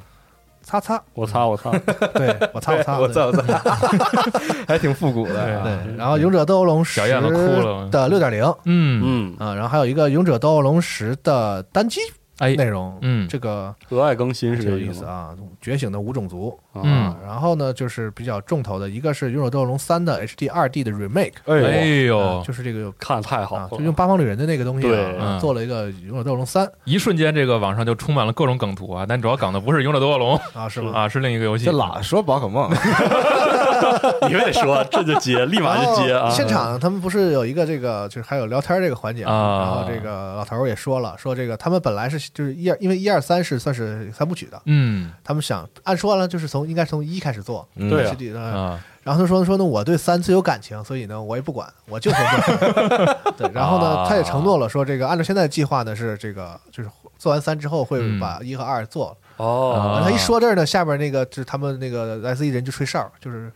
Speaker 3: 擦 擦，
Speaker 2: 我擦我擦，
Speaker 3: 对我擦我擦，
Speaker 1: 我
Speaker 3: 对
Speaker 1: 操我操，还挺复古的啊。
Speaker 3: 对，然后勇者斗恶龙十
Speaker 4: 小燕子哭了
Speaker 3: 的六点零
Speaker 4: 嗯，
Speaker 2: 嗯，
Speaker 3: 啊，然后还有一个勇者斗恶龙十的单机
Speaker 4: 哎，
Speaker 3: 内容，
Speaker 4: 嗯
Speaker 3: 这个
Speaker 2: 额外更新是
Speaker 3: 挺
Speaker 2: 这
Speaker 3: 有
Speaker 2: 个
Speaker 3: 意思
Speaker 2: 思，
Speaker 3: 啊，觉醒的五种族
Speaker 4: 嗯
Speaker 3: 啊，然后呢就是比较重头的一个是勇者斗恶龙三的 HD 二 D 的 remake，
Speaker 4: 哎
Speaker 3: 啊
Speaker 4: 呦，
Speaker 3: 就是这个
Speaker 2: 看太好
Speaker 3: 啊
Speaker 2: 了，，
Speaker 3: 就用八方旅人的那个东西啊
Speaker 2: 对
Speaker 3: 啊
Speaker 4: 嗯
Speaker 3: 做了一个勇者斗恶龙三
Speaker 4: 一瞬间这个网上就充满了各种梗图啊，但主要梗的不是《勇者斗恶龙
Speaker 3: 啊，是》吗？
Speaker 4: 啊，是另一个游戏
Speaker 1: 就老说宝可梦，
Speaker 2: 你非得说，这就接，立马
Speaker 3: 然
Speaker 2: 就
Speaker 3: 后
Speaker 2: 接啊！
Speaker 3: 哦现场他们不是有一个这个，就是还有聊天这个环节嘛
Speaker 4: 啊
Speaker 3: 然后这个老头儿也说了，说这个他们本来是就是一二，因为一二三是算是三部曲的，
Speaker 4: 嗯
Speaker 3: 他们想按说呢就是从应该从一开始做，
Speaker 1: 嗯
Speaker 2: 对啊
Speaker 3: 实际上
Speaker 4: 啊，
Speaker 3: 然后他说说呢，我对三最有感情，所以呢，我也不管，我就从这儿 对，然后呢
Speaker 4: 啊，
Speaker 3: 他也承诺了说，这个按照现在的计划呢，是这个就是做完三之后会
Speaker 4: 嗯
Speaker 3: 把一和二做了。
Speaker 2: 哦，
Speaker 4: 啊
Speaker 3: 然后他一说这儿呢，下边那个就是他们那个 S E 人就吹哨，就是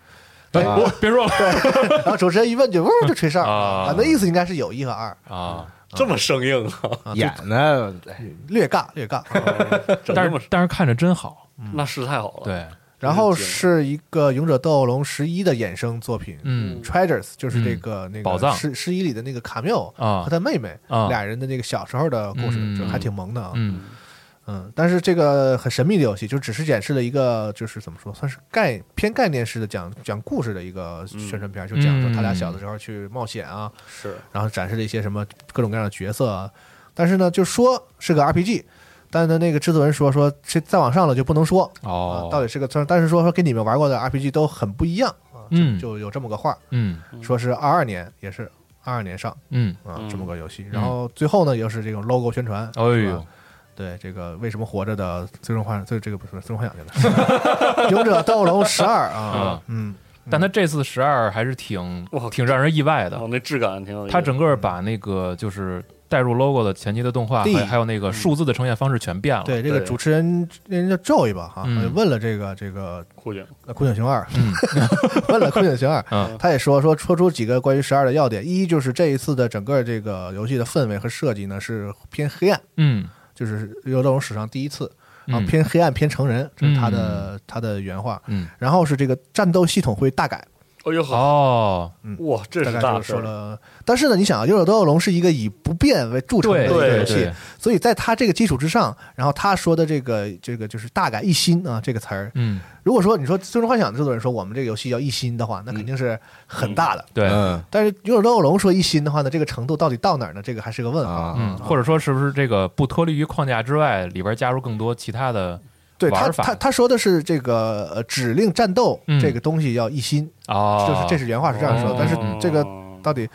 Speaker 4: 哎
Speaker 1: 啊
Speaker 4: 我别说了
Speaker 3: 然后主持人一问就嗡就吹哨
Speaker 4: 啊
Speaker 3: 啊，那意思应该是有一和二，
Speaker 4: 啊，
Speaker 2: 这么生硬啊！
Speaker 3: 啊
Speaker 1: 演呢，
Speaker 3: 略尬略尬。
Speaker 4: 啊
Speaker 2: 整
Speaker 4: 但
Speaker 2: 这么
Speaker 4: 是但是看着真好，
Speaker 3: 嗯
Speaker 2: 那是太好了。，
Speaker 4: 对，
Speaker 3: 然后是一个《勇者斗恶龙十一》的衍生作品，
Speaker 4: 嗯
Speaker 3: Treasures 就是这个、那个
Speaker 4: 宝藏
Speaker 3: 十十一里的那个卡缪
Speaker 4: 啊
Speaker 3: 和他妹妹、
Speaker 4: 啊
Speaker 3: 俩人的那个小时候的故事，
Speaker 4: 嗯
Speaker 3: 就还挺萌的啊。
Speaker 4: 嗯
Speaker 3: 嗯但是这个很神秘的游戏，就只是演示了一个就是怎么说，算是概偏概念式的讲讲故事的一个宣传片，就讲说他俩小的时候去冒险啊，
Speaker 2: 嗯是
Speaker 3: 然后展示了一些什么各种各样的角色啊。但是呢，就说是个 RPG，但是呢，那个制作人说说这再往上了就不能说。啊
Speaker 4: 哦，，
Speaker 3: 到底是个村，但是说说跟你们玩过的 RPG 都很不一样啊，就
Speaker 4: 嗯
Speaker 3: 就有这么个话，
Speaker 4: 嗯
Speaker 3: 说是二二年也是二二年上
Speaker 4: 嗯，
Speaker 3: 啊
Speaker 2: 嗯
Speaker 3: 这么个游戏，然后最后呢又是这种 logo 宣传，
Speaker 4: 哎
Speaker 3: 是
Speaker 4: 呦
Speaker 3: 吧，对这个为什么活着的最终幻最这个不是最终幻想去了，勇者斗龙十二啊
Speaker 4: 啊，
Speaker 3: 嗯，
Speaker 4: 但他这次十二还是挺
Speaker 2: 哇
Speaker 4: 挺让人意外的
Speaker 2: 然后，哦那质感挺有意思。
Speaker 4: 他整个把那个就是带入 logo 的前期的动画，
Speaker 3: 对
Speaker 4: 还还有那个数字的呈现方式全变了。
Speaker 3: 嗯对这个
Speaker 2: 对
Speaker 3: 主持人那人叫 Joey 吧哈，
Speaker 4: 嗯
Speaker 3: 问了这个这个
Speaker 2: 酷景，
Speaker 3: 呃酷犬熊二，问了酷犬熊二，
Speaker 4: 嗯
Speaker 3: 他也说说说出几个关于十二的要点，一就是这一次的整个这个游戏的氛围和设计呢是偏黑暗，
Speaker 4: 嗯，
Speaker 3: 就是《游斗龙》史上第一次，然后
Speaker 4: 嗯
Speaker 3: 偏黑暗偏成人，这是他的他的原话。
Speaker 4: 嗯
Speaker 3: 然后是这个战斗系统会大改，
Speaker 2: 哎呦呵，
Speaker 4: 哦，
Speaker 2: 哇，这
Speaker 3: 大
Speaker 2: 是
Speaker 3: 概
Speaker 2: 大
Speaker 3: 就
Speaker 2: 事
Speaker 3: 是
Speaker 2: 儿
Speaker 3: 说了。但是呢，你想啊，《游斗龙》是一个以不变为著称
Speaker 4: 对
Speaker 3: 的一个游
Speaker 4: 对
Speaker 3: 戏
Speaker 4: 对，，
Speaker 3: 所以在他这个基础之上，然后他说的这个这个就是大改一新啊这个词儿，
Speaker 4: 嗯
Speaker 3: 如果说你说《最终幻想》的制作人说我们这个游戏要一新的话，那肯定是很大的。
Speaker 4: 对，
Speaker 1: 嗯
Speaker 3: 但是《勇者斗恶龙》说一新的话呢，这个程度到底到哪儿呢？这个还是个问号。
Speaker 1: 啊，
Speaker 4: 嗯，或者说是不是这个不脱离于框架之外，里边加入更多其他的
Speaker 3: 对他，
Speaker 4: 玩法
Speaker 3: 他他说的是这个呃指令战斗
Speaker 4: 嗯
Speaker 3: 这个东西要一新，
Speaker 4: 哦，
Speaker 3: 就是这是原话是这样说
Speaker 4: 哦
Speaker 3: 的，但是
Speaker 2: 嗯
Speaker 3: 这个到底。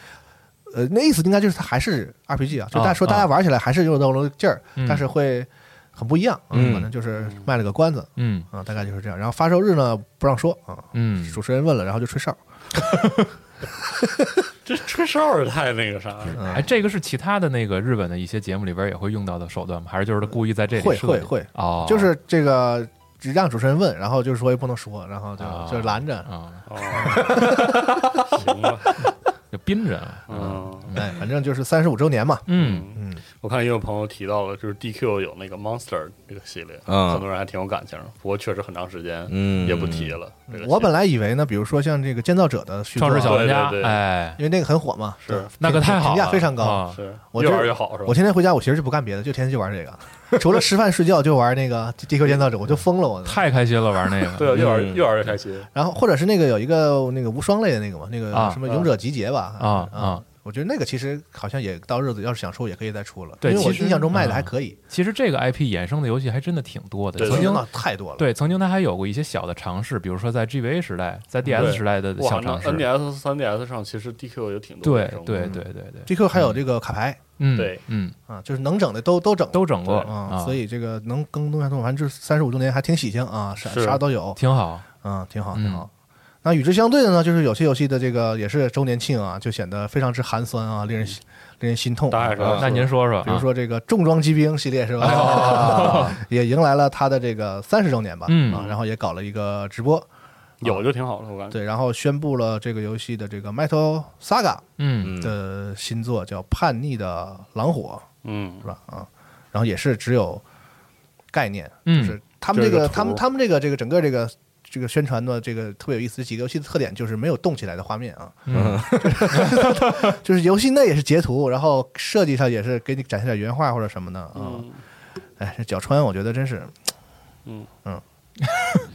Speaker 3: 呃，那意思应该就是它还是 RPG 啊，就大家说大家玩起来还是《勇者斗恶龙》的劲儿，
Speaker 4: 嗯
Speaker 3: 但是会很不一样。
Speaker 1: 嗯
Speaker 3: 反正就是卖了个关子
Speaker 4: 嗯
Speaker 3: 啊，大概就是这样。然后发售日呢不让说啊，
Speaker 4: 嗯，
Speaker 3: 主持人问了，然后就吹哨。
Speaker 2: 这吹哨儿太那个啥了。
Speaker 3: 嗯
Speaker 4: 哎，这个是其他的那个日本的一些节目里边也会用到的手段吗？还是就是他故意在这里
Speaker 3: 会
Speaker 4: 设计
Speaker 3: 会会
Speaker 4: 哦，
Speaker 3: 就是这个只让主持人问，然后就是说也不能说，然后就、
Speaker 4: 啊
Speaker 3: 就拦着，
Speaker 4: 啊，
Speaker 2: 哦， 行吧，
Speaker 4: 就憋着啊，
Speaker 2: 嗯。
Speaker 3: 哎，反正就是三十五周年嘛，
Speaker 4: 嗯
Speaker 3: 嗯，
Speaker 2: 我看也有朋友提到了，就是 DQ 有那个 Monster 这个系列，
Speaker 1: 嗯
Speaker 2: 很多人还挺有感情的。不过确实很长时间
Speaker 1: 嗯
Speaker 2: 也不提了。这个
Speaker 3: 我
Speaker 2: 系列
Speaker 3: 本来以为呢，比如说像这个建造者的续作
Speaker 4: 创
Speaker 3: 啊
Speaker 4: 世小玩家
Speaker 2: 对对，对
Speaker 4: 哎，
Speaker 3: 因为那个很火嘛，
Speaker 2: 是
Speaker 3: 对
Speaker 4: 那可太好了，
Speaker 3: 评价非常高。
Speaker 4: 啊
Speaker 2: 是
Speaker 3: 我
Speaker 2: 越
Speaker 3: 这
Speaker 2: 玩越好是吧？
Speaker 3: 我天天回家，我其实就不干别的，就天天就玩这个，除了吃饭睡觉就玩那个《地球建造者》，我就疯了我。
Speaker 4: 太开心了，玩那个，
Speaker 2: 对，啊越玩
Speaker 1: 嗯
Speaker 2: 越玩越开心。
Speaker 3: 然后或者是那个有一个那个无双类的那个嘛，那个
Speaker 4: 啊
Speaker 3: 什么勇者集结吧，
Speaker 4: 啊啊，
Speaker 3: 我觉得那个其实好像也到日子，要是想出也可以再出了，
Speaker 4: 对
Speaker 3: 因为我
Speaker 4: 其实
Speaker 3: 印象中卖的
Speaker 4: 嗯
Speaker 3: 还可以，
Speaker 4: 其实这个 IP 衍生的游戏还真的挺多的，
Speaker 2: 对
Speaker 4: 曾经
Speaker 3: 那太多了。
Speaker 4: 对曾经它还有过一些小的尝试，比如说在 GBA 时代，在 DS
Speaker 2: 对
Speaker 4: 时代的
Speaker 2: 哇，
Speaker 4: 小
Speaker 2: 那
Speaker 4: 尝试，
Speaker 2: NDS、3DS 上其实 DQ 有挺多
Speaker 4: 对
Speaker 2: 这种
Speaker 4: 对
Speaker 2: 的
Speaker 4: 对对对，
Speaker 3: DQ 还有这个卡牌
Speaker 4: 嗯
Speaker 2: 对
Speaker 4: 嗯
Speaker 3: 啊，就是能整的都都整了
Speaker 4: 都整过
Speaker 3: 啊，
Speaker 4: 啊，
Speaker 3: 所以这个能更动下动，反正就是三十五周年还挺喜庆啊，啥
Speaker 2: 是
Speaker 3: 啥都有，
Speaker 4: 挺好，
Speaker 3: 嗯，挺好
Speaker 4: 嗯
Speaker 3: 挺好。那与之相对的呢，就是有些游戏的这个也是周年庆啊，就显得非常之寒酸啊，令人心令人心痛啊。
Speaker 2: 大概是
Speaker 1: 啊
Speaker 4: 那您说说，
Speaker 3: 比如说这个重装机兵系列是吧？也迎来了它的这个三十周年吧，
Speaker 4: 嗯
Speaker 3: 啊，然后也搞了一个直播，
Speaker 2: 有就挺好的，我感觉。
Speaker 3: 对，然后宣布了这个游戏的这个 Metal Saga
Speaker 4: 嗯
Speaker 3: 的新作叫《叛逆的狼火》，
Speaker 2: 嗯
Speaker 3: 是，吧？啊，然后也是只有概念，
Speaker 4: 嗯
Speaker 3: 就是他们这
Speaker 2: 就是
Speaker 3: 个
Speaker 2: 个图
Speaker 3: 他们他们这个这个整个这个这个宣传的这个特别有意思，这几个游戏的特点就是没有动起来的画面啊，
Speaker 4: 嗯
Speaker 3: 就是游戏内也是截图，然后设计上也是给你展现点原画或者什么的啊。
Speaker 2: 嗯
Speaker 3: 哎，这角川我觉得真是，
Speaker 2: 嗯
Speaker 3: 嗯。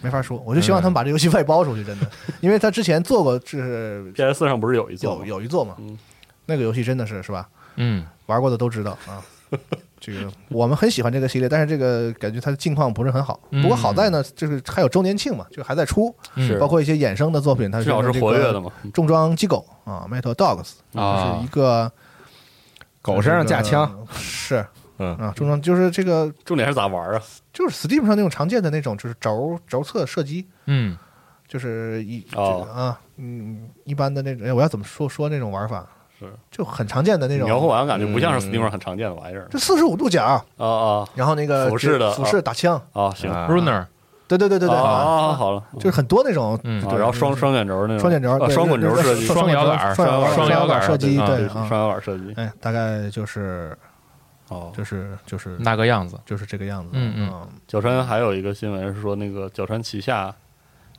Speaker 3: 没法说，我就希望他们把这游戏外包出去，真的，因为他之前做过，就是
Speaker 2: ，PS 上不是有一座
Speaker 3: 有
Speaker 2: 吗？
Speaker 3: 有一座嘛
Speaker 2: 嗯，
Speaker 3: 那个游戏真的是是吧？
Speaker 4: 嗯
Speaker 3: 玩过的都知道啊，这个我们很喜欢这个系列，但是这个感觉它的境况不是很好。
Speaker 4: 嗯
Speaker 3: 不过好在呢，就是还有周年庆嘛，就还在出，
Speaker 2: 是
Speaker 3: 嗯包括一些衍生的作品，它
Speaker 2: 至少是活跃的
Speaker 3: 嘛。
Speaker 2: 嘛。
Speaker 3: 重装机狗啊，Metal Dogs
Speaker 4: 啊
Speaker 3: 就是一个
Speaker 1: 狗身上架枪，
Speaker 3: 这个是，
Speaker 1: 嗯
Speaker 3: 啊，重装就是这个
Speaker 2: 重点是咋玩啊？
Speaker 3: 就是 Steam 上那种常见的那种，就是轴轴侧射击，
Speaker 4: 嗯
Speaker 3: 就是一
Speaker 2: 哦
Speaker 3: 这个啊，嗯，一般的那种，哎，我要怎么说说那种玩法？
Speaker 2: 是
Speaker 3: 就很常见的那
Speaker 2: 描绘
Speaker 3: 种，
Speaker 2: 完感觉不像是
Speaker 1: 嗯
Speaker 2: Steam 上很常见的玩意儿
Speaker 3: 就四十五度角，
Speaker 2: 啊啊
Speaker 3: 然后那个
Speaker 2: 俯视的
Speaker 3: 俯视打枪，
Speaker 2: 啊！行，
Speaker 1: 啊
Speaker 4: ，Runner，
Speaker 3: 对对对对对，
Speaker 2: 啊，好了，
Speaker 3: 就是很多那种
Speaker 4: 嗯
Speaker 2: 啊
Speaker 3: 对
Speaker 2: 然后双
Speaker 3: 对
Speaker 2: 双卷轴那种，
Speaker 3: 双卷轴、
Speaker 2: 啊
Speaker 3: 对
Speaker 2: 双滚轴
Speaker 3: 对
Speaker 2: 设计，
Speaker 4: 双
Speaker 3: 双
Speaker 4: 摇杆
Speaker 3: 双摇杆、
Speaker 4: 双摇
Speaker 3: 摇
Speaker 4: 杆
Speaker 3: 射击，
Speaker 4: 对
Speaker 3: 对
Speaker 2: 双
Speaker 3: 啊，
Speaker 2: 摇杆设计，
Speaker 3: 哎，大概就是
Speaker 2: 哦，
Speaker 3: 就是就是
Speaker 4: 那个样子，
Speaker 3: 就是这个样子，
Speaker 4: 嗯嗯
Speaker 3: 啊
Speaker 2: 角川还有一个新闻是说，那个角川旗下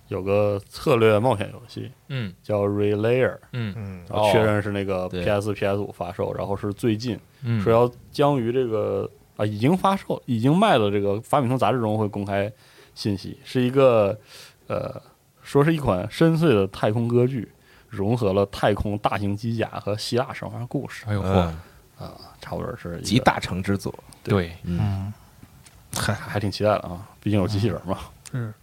Speaker 2: 有个策略冒险游戏
Speaker 4: 嗯
Speaker 2: 叫 Relayer，
Speaker 4: 嗯
Speaker 3: 嗯
Speaker 2: 然后确认是那个
Speaker 1: 对
Speaker 2: PS、PS 五发售，然后是最近
Speaker 4: 嗯，
Speaker 2: 说要将于这个啊已经发售、已经卖的这个《法米通》杂志中会公开信息，是一个呃说是一款深邃的太空歌剧，融合了太空大型机甲和希腊神话故事
Speaker 4: 哎呦嚯，
Speaker 1: 嗯，
Speaker 2: 啊，差不多是一个
Speaker 1: 集大成之作，
Speaker 4: 对，
Speaker 3: 嗯，嗨，
Speaker 2: 还挺期待的啊，毕竟有机器人嘛。
Speaker 3: 是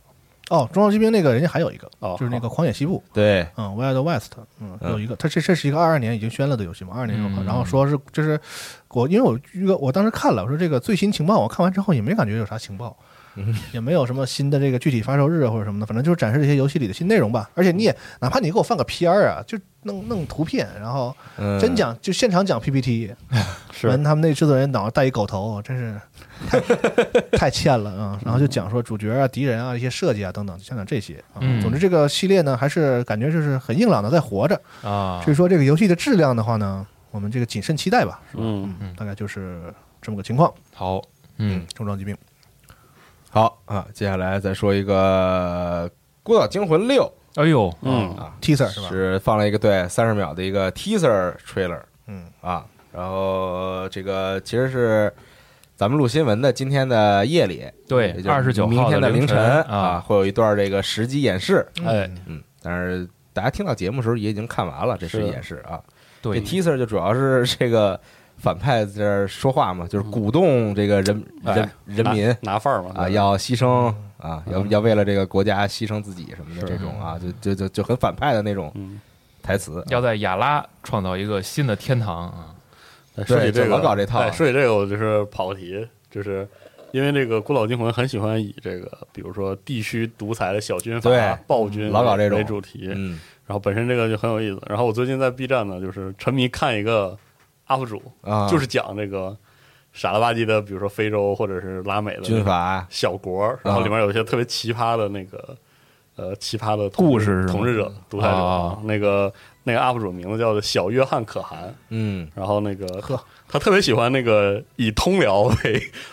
Speaker 3: 哦，中央机兵那个人家还有一个，
Speaker 2: 哦
Speaker 3: 嗯就是那个狂野西部，
Speaker 1: 对，
Speaker 3: 嗯，Wild West，嗯，
Speaker 1: 嗯
Speaker 3: 有一个，它这这是一个二二年已经宣了的游戏嘛，二二年有
Speaker 4: 嗯
Speaker 3: 款，然后说是就是我因为我预告，我当时看了，我说这个最新情报，我看完之后也没感觉有啥情报
Speaker 1: 嗯。
Speaker 3: 也没有什么新的这个具体发售日啊或者什么的，反正就是展示这些游戏里的新内容吧。而且你也哪怕你给我放个 PR 啊，就弄弄图片，然后
Speaker 1: 嗯
Speaker 3: 真讲就现场讲 PPT，
Speaker 2: 是
Speaker 3: 完他们那制作人脑袋带一狗头，真是太 太欠了啊、嗯！然后就讲说主角啊、敌人啊、一些设计啊等等，讲讲这些啊。
Speaker 4: 嗯
Speaker 3: 总之，这个系列呢，还是感觉就是很硬朗的在活着。
Speaker 4: 啊
Speaker 3: 所以说，这个游戏的质量的话呢，我们这个谨慎期待吧。
Speaker 2: 嗯，
Speaker 4: 嗯
Speaker 3: 大概就是这么个情况。
Speaker 4: 好，嗯
Speaker 3: 重装疾病，
Speaker 1: 好啊，接下来再说一个《孤岛惊魂六
Speaker 4: 哎呦，
Speaker 2: 嗯》
Speaker 1: 啊，
Speaker 3: ，teaser 是吧？
Speaker 1: 是放了一个对三十秒的一个 teaser trailer
Speaker 3: 嗯
Speaker 1: 啊，然后这个其实是咱们录新闻的今天的夜里，
Speaker 4: 对
Speaker 1: 也就
Speaker 4: 29
Speaker 1: 明天
Speaker 4: 号的
Speaker 1: 的
Speaker 4: 凌晨
Speaker 1: 晨
Speaker 4: 啊
Speaker 1: 会有一段这个实机演示，
Speaker 2: 哎，
Speaker 1: 嗯，但是大家听到节目的时候也已经看完了这实
Speaker 2: 是
Speaker 1: 际
Speaker 2: 的
Speaker 1: 演示啊，
Speaker 4: 对
Speaker 1: 这，teaser 就主要是这个反派在这儿说话嘛，就是鼓动这个人人
Speaker 2: 哎
Speaker 1: 人民
Speaker 2: 拿拿范儿嘛
Speaker 1: 啊，要牺牲啊，
Speaker 2: 嗯
Speaker 1: 要要为了这个国家牺牲自己什么的这种啊，就就就就很反派的那种
Speaker 2: 嗯，
Speaker 1: 台词。
Speaker 4: 要在雅拉创造一个新的天堂啊，
Speaker 2: 哎说起这
Speaker 1: 怎
Speaker 2: 个
Speaker 1: 么搞这套啊
Speaker 2: 哎说起这个我就是跑个题，就是因为这个《孤岛惊魂》很喜欢以这个比如说地区独裁的小军阀
Speaker 1: 对、
Speaker 2: 暴君
Speaker 1: 老搞这种
Speaker 2: 为主题，
Speaker 1: 嗯，
Speaker 2: 然后本身这个就很有意思。然后我最近在 B 站呢，就是沉迷看一个 UP 主，
Speaker 1: 啊，
Speaker 2: 就是讲这个傻了吧唧的，比如说非洲或者是拉美的
Speaker 1: 军阀，
Speaker 2: 小国，然
Speaker 4: 啊
Speaker 2: 后里面有一些特别奇葩的那个呃奇葩的
Speaker 4: 故事是吗
Speaker 2: 统治者、独裁者。
Speaker 4: 啊
Speaker 2: 那个那个 UP 主名字叫做小约翰可汗，
Speaker 1: 嗯，
Speaker 2: 然后那个
Speaker 3: 呵
Speaker 2: 他特别喜欢那个以通辽为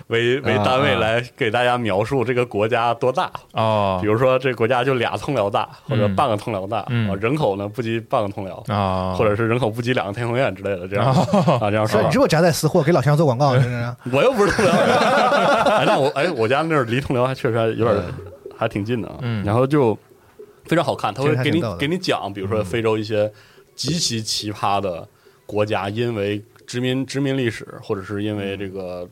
Speaker 2: 为为
Speaker 1: 啊
Speaker 2: 单位
Speaker 1: 啊
Speaker 2: 来给大家描述这个国家多大，
Speaker 4: 哦
Speaker 2: 比如说这国家就俩通辽大或者
Speaker 4: 嗯
Speaker 2: 半个通辽大，
Speaker 4: 嗯
Speaker 2: 啊人口呢不及半个通辽，
Speaker 4: 啊，
Speaker 2: 或者是人口不及两个天通苑之类的这样、啊这样说
Speaker 3: 是
Speaker 2: 法
Speaker 3: 你是。不是夹带私货给老乡做广告？真 是
Speaker 2: 我又不是通辽人， 哎，那我哎，我家那儿离通辽还确实还有点还挺近的啊。
Speaker 4: 嗯
Speaker 2: 然后就非常好看，他会
Speaker 3: 这还
Speaker 2: 给
Speaker 3: 挺
Speaker 2: 你
Speaker 3: 逗的
Speaker 2: 给你讲，比如说非洲一些极其奇葩的国家，因为殖民殖民历史，或者是因为这个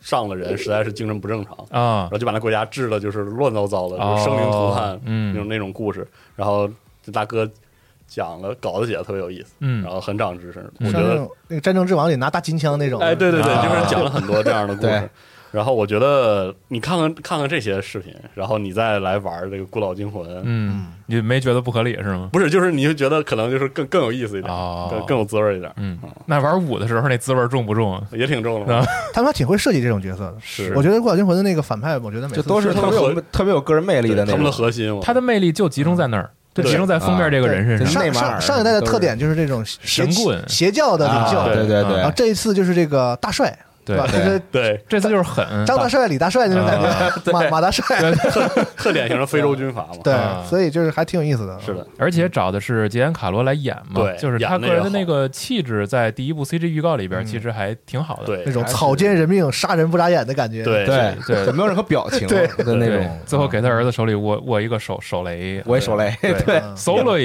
Speaker 2: 上了
Speaker 4: 嗯
Speaker 2: 人实在是精神不正常，
Speaker 4: 啊
Speaker 2: 然，后就把那国家治的就是乱糟糟的，就是生灵涂炭
Speaker 4: 哦
Speaker 2: 那种
Speaker 4: 嗯
Speaker 2: 那种故事。然后这大哥讲了，稿子写的特别有意思，然
Speaker 4: 嗯，
Speaker 2: 后很长知识，我
Speaker 4: 嗯
Speaker 2: 觉
Speaker 3: 像那
Speaker 2: 得
Speaker 3: 种那个《战争之王》里拿大金枪那种。
Speaker 2: 哎，对对对，
Speaker 4: 啊
Speaker 2: 就是讲了很多这样的故事
Speaker 1: 对。
Speaker 2: 然后我觉得你看看看看这些视频，然后你再来玩这个《孤岛惊魂》，
Speaker 4: 嗯，你没觉得不合理是吗？
Speaker 2: 不是就是你就觉得可能就是更更有意思一点，
Speaker 4: 哦
Speaker 2: 更更有滋味一点，
Speaker 4: 嗯，那玩五的时候那滋味儿重不重啊？
Speaker 2: 也挺重的
Speaker 1: 嗯
Speaker 2: 嘛。
Speaker 3: 他们还挺会设计这种角色的。
Speaker 2: 是
Speaker 3: 我觉得《孤岛惊魂》的那个反派，我觉得每
Speaker 1: 这
Speaker 3: 次
Speaker 1: 都是
Speaker 2: 他
Speaker 1: 特
Speaker 2: 们
Speaker 1: 别有
Speaker 2: 和
Speaker 1: 特别有个人魅力
Speaker 2: 对
Speaker 1: 的那
Speaker 2: 他们的
Speaker 1: 种。
Speaker 2: 核心嘛，
Speaker 4: 它的魅力就集中在那儿，就集中在封面这个人身
Speaker 1: 对
Speaker 4: 上。
Speaker 1: 内
Speaker 3: 上
Speaker 1: 马尔
Speaker 3: 上上一代的特点就是这种
Speaker 4: 神棍
Speaker 3: 邪邪教的领袖，
Speaker 1: 啊
Speaker 2: 对
Speaker 1: 对对
Speaker 4: 嗯
Speaker 3: 然后
Speaker 1: 对，
Speaker 3: 这一次就是这个大帅，
Speaker 4: 对嗯啊
Speaker 3: 吧？，就是
Speaker 2: 对
Speaker 4: 这次就是狠，
Speaker 3: 张大帅、李大帅那种感觉，马马大帅，
Speaker 2: 特典型的非洲军阀
Speaker 4: 啊
Speaker 2: 嘛。
Speaker 3: 对，所以就是还挺有意思的。
Speaker 2: 是的，
Speaker 4: 而且找的是杰安卡罗来演嘛，
Speaker 2: 对
Speaker 4: 就是他个人的
Speaker 2: 演得
Speaker 4: 那
Speaker 2: 也好
Speaker 4: 个气质，在第一部 CG 预告里边
Speaker 3: 嗯
Speaker 4: 其实还挺好的。
Speaker 2: 对
Speaker 3: 那种草菅人命、杀人不眨眼的感觉。
Speaker 2: 对
Speaker 1: 对
Speaker 4: 对
Speaker 1: 就没有任何表情
Speaker 3: 对
Speaker 1: 的那
Speaker 4: 对
Speaker 1: 种。嗯
Speaker 4: 最后给他儿子手里握握一个手手雷，
Speaker 1: 我也手雷，
Speaker 4: 对
Speaker 3: 嗯
Speaker 4: ，solo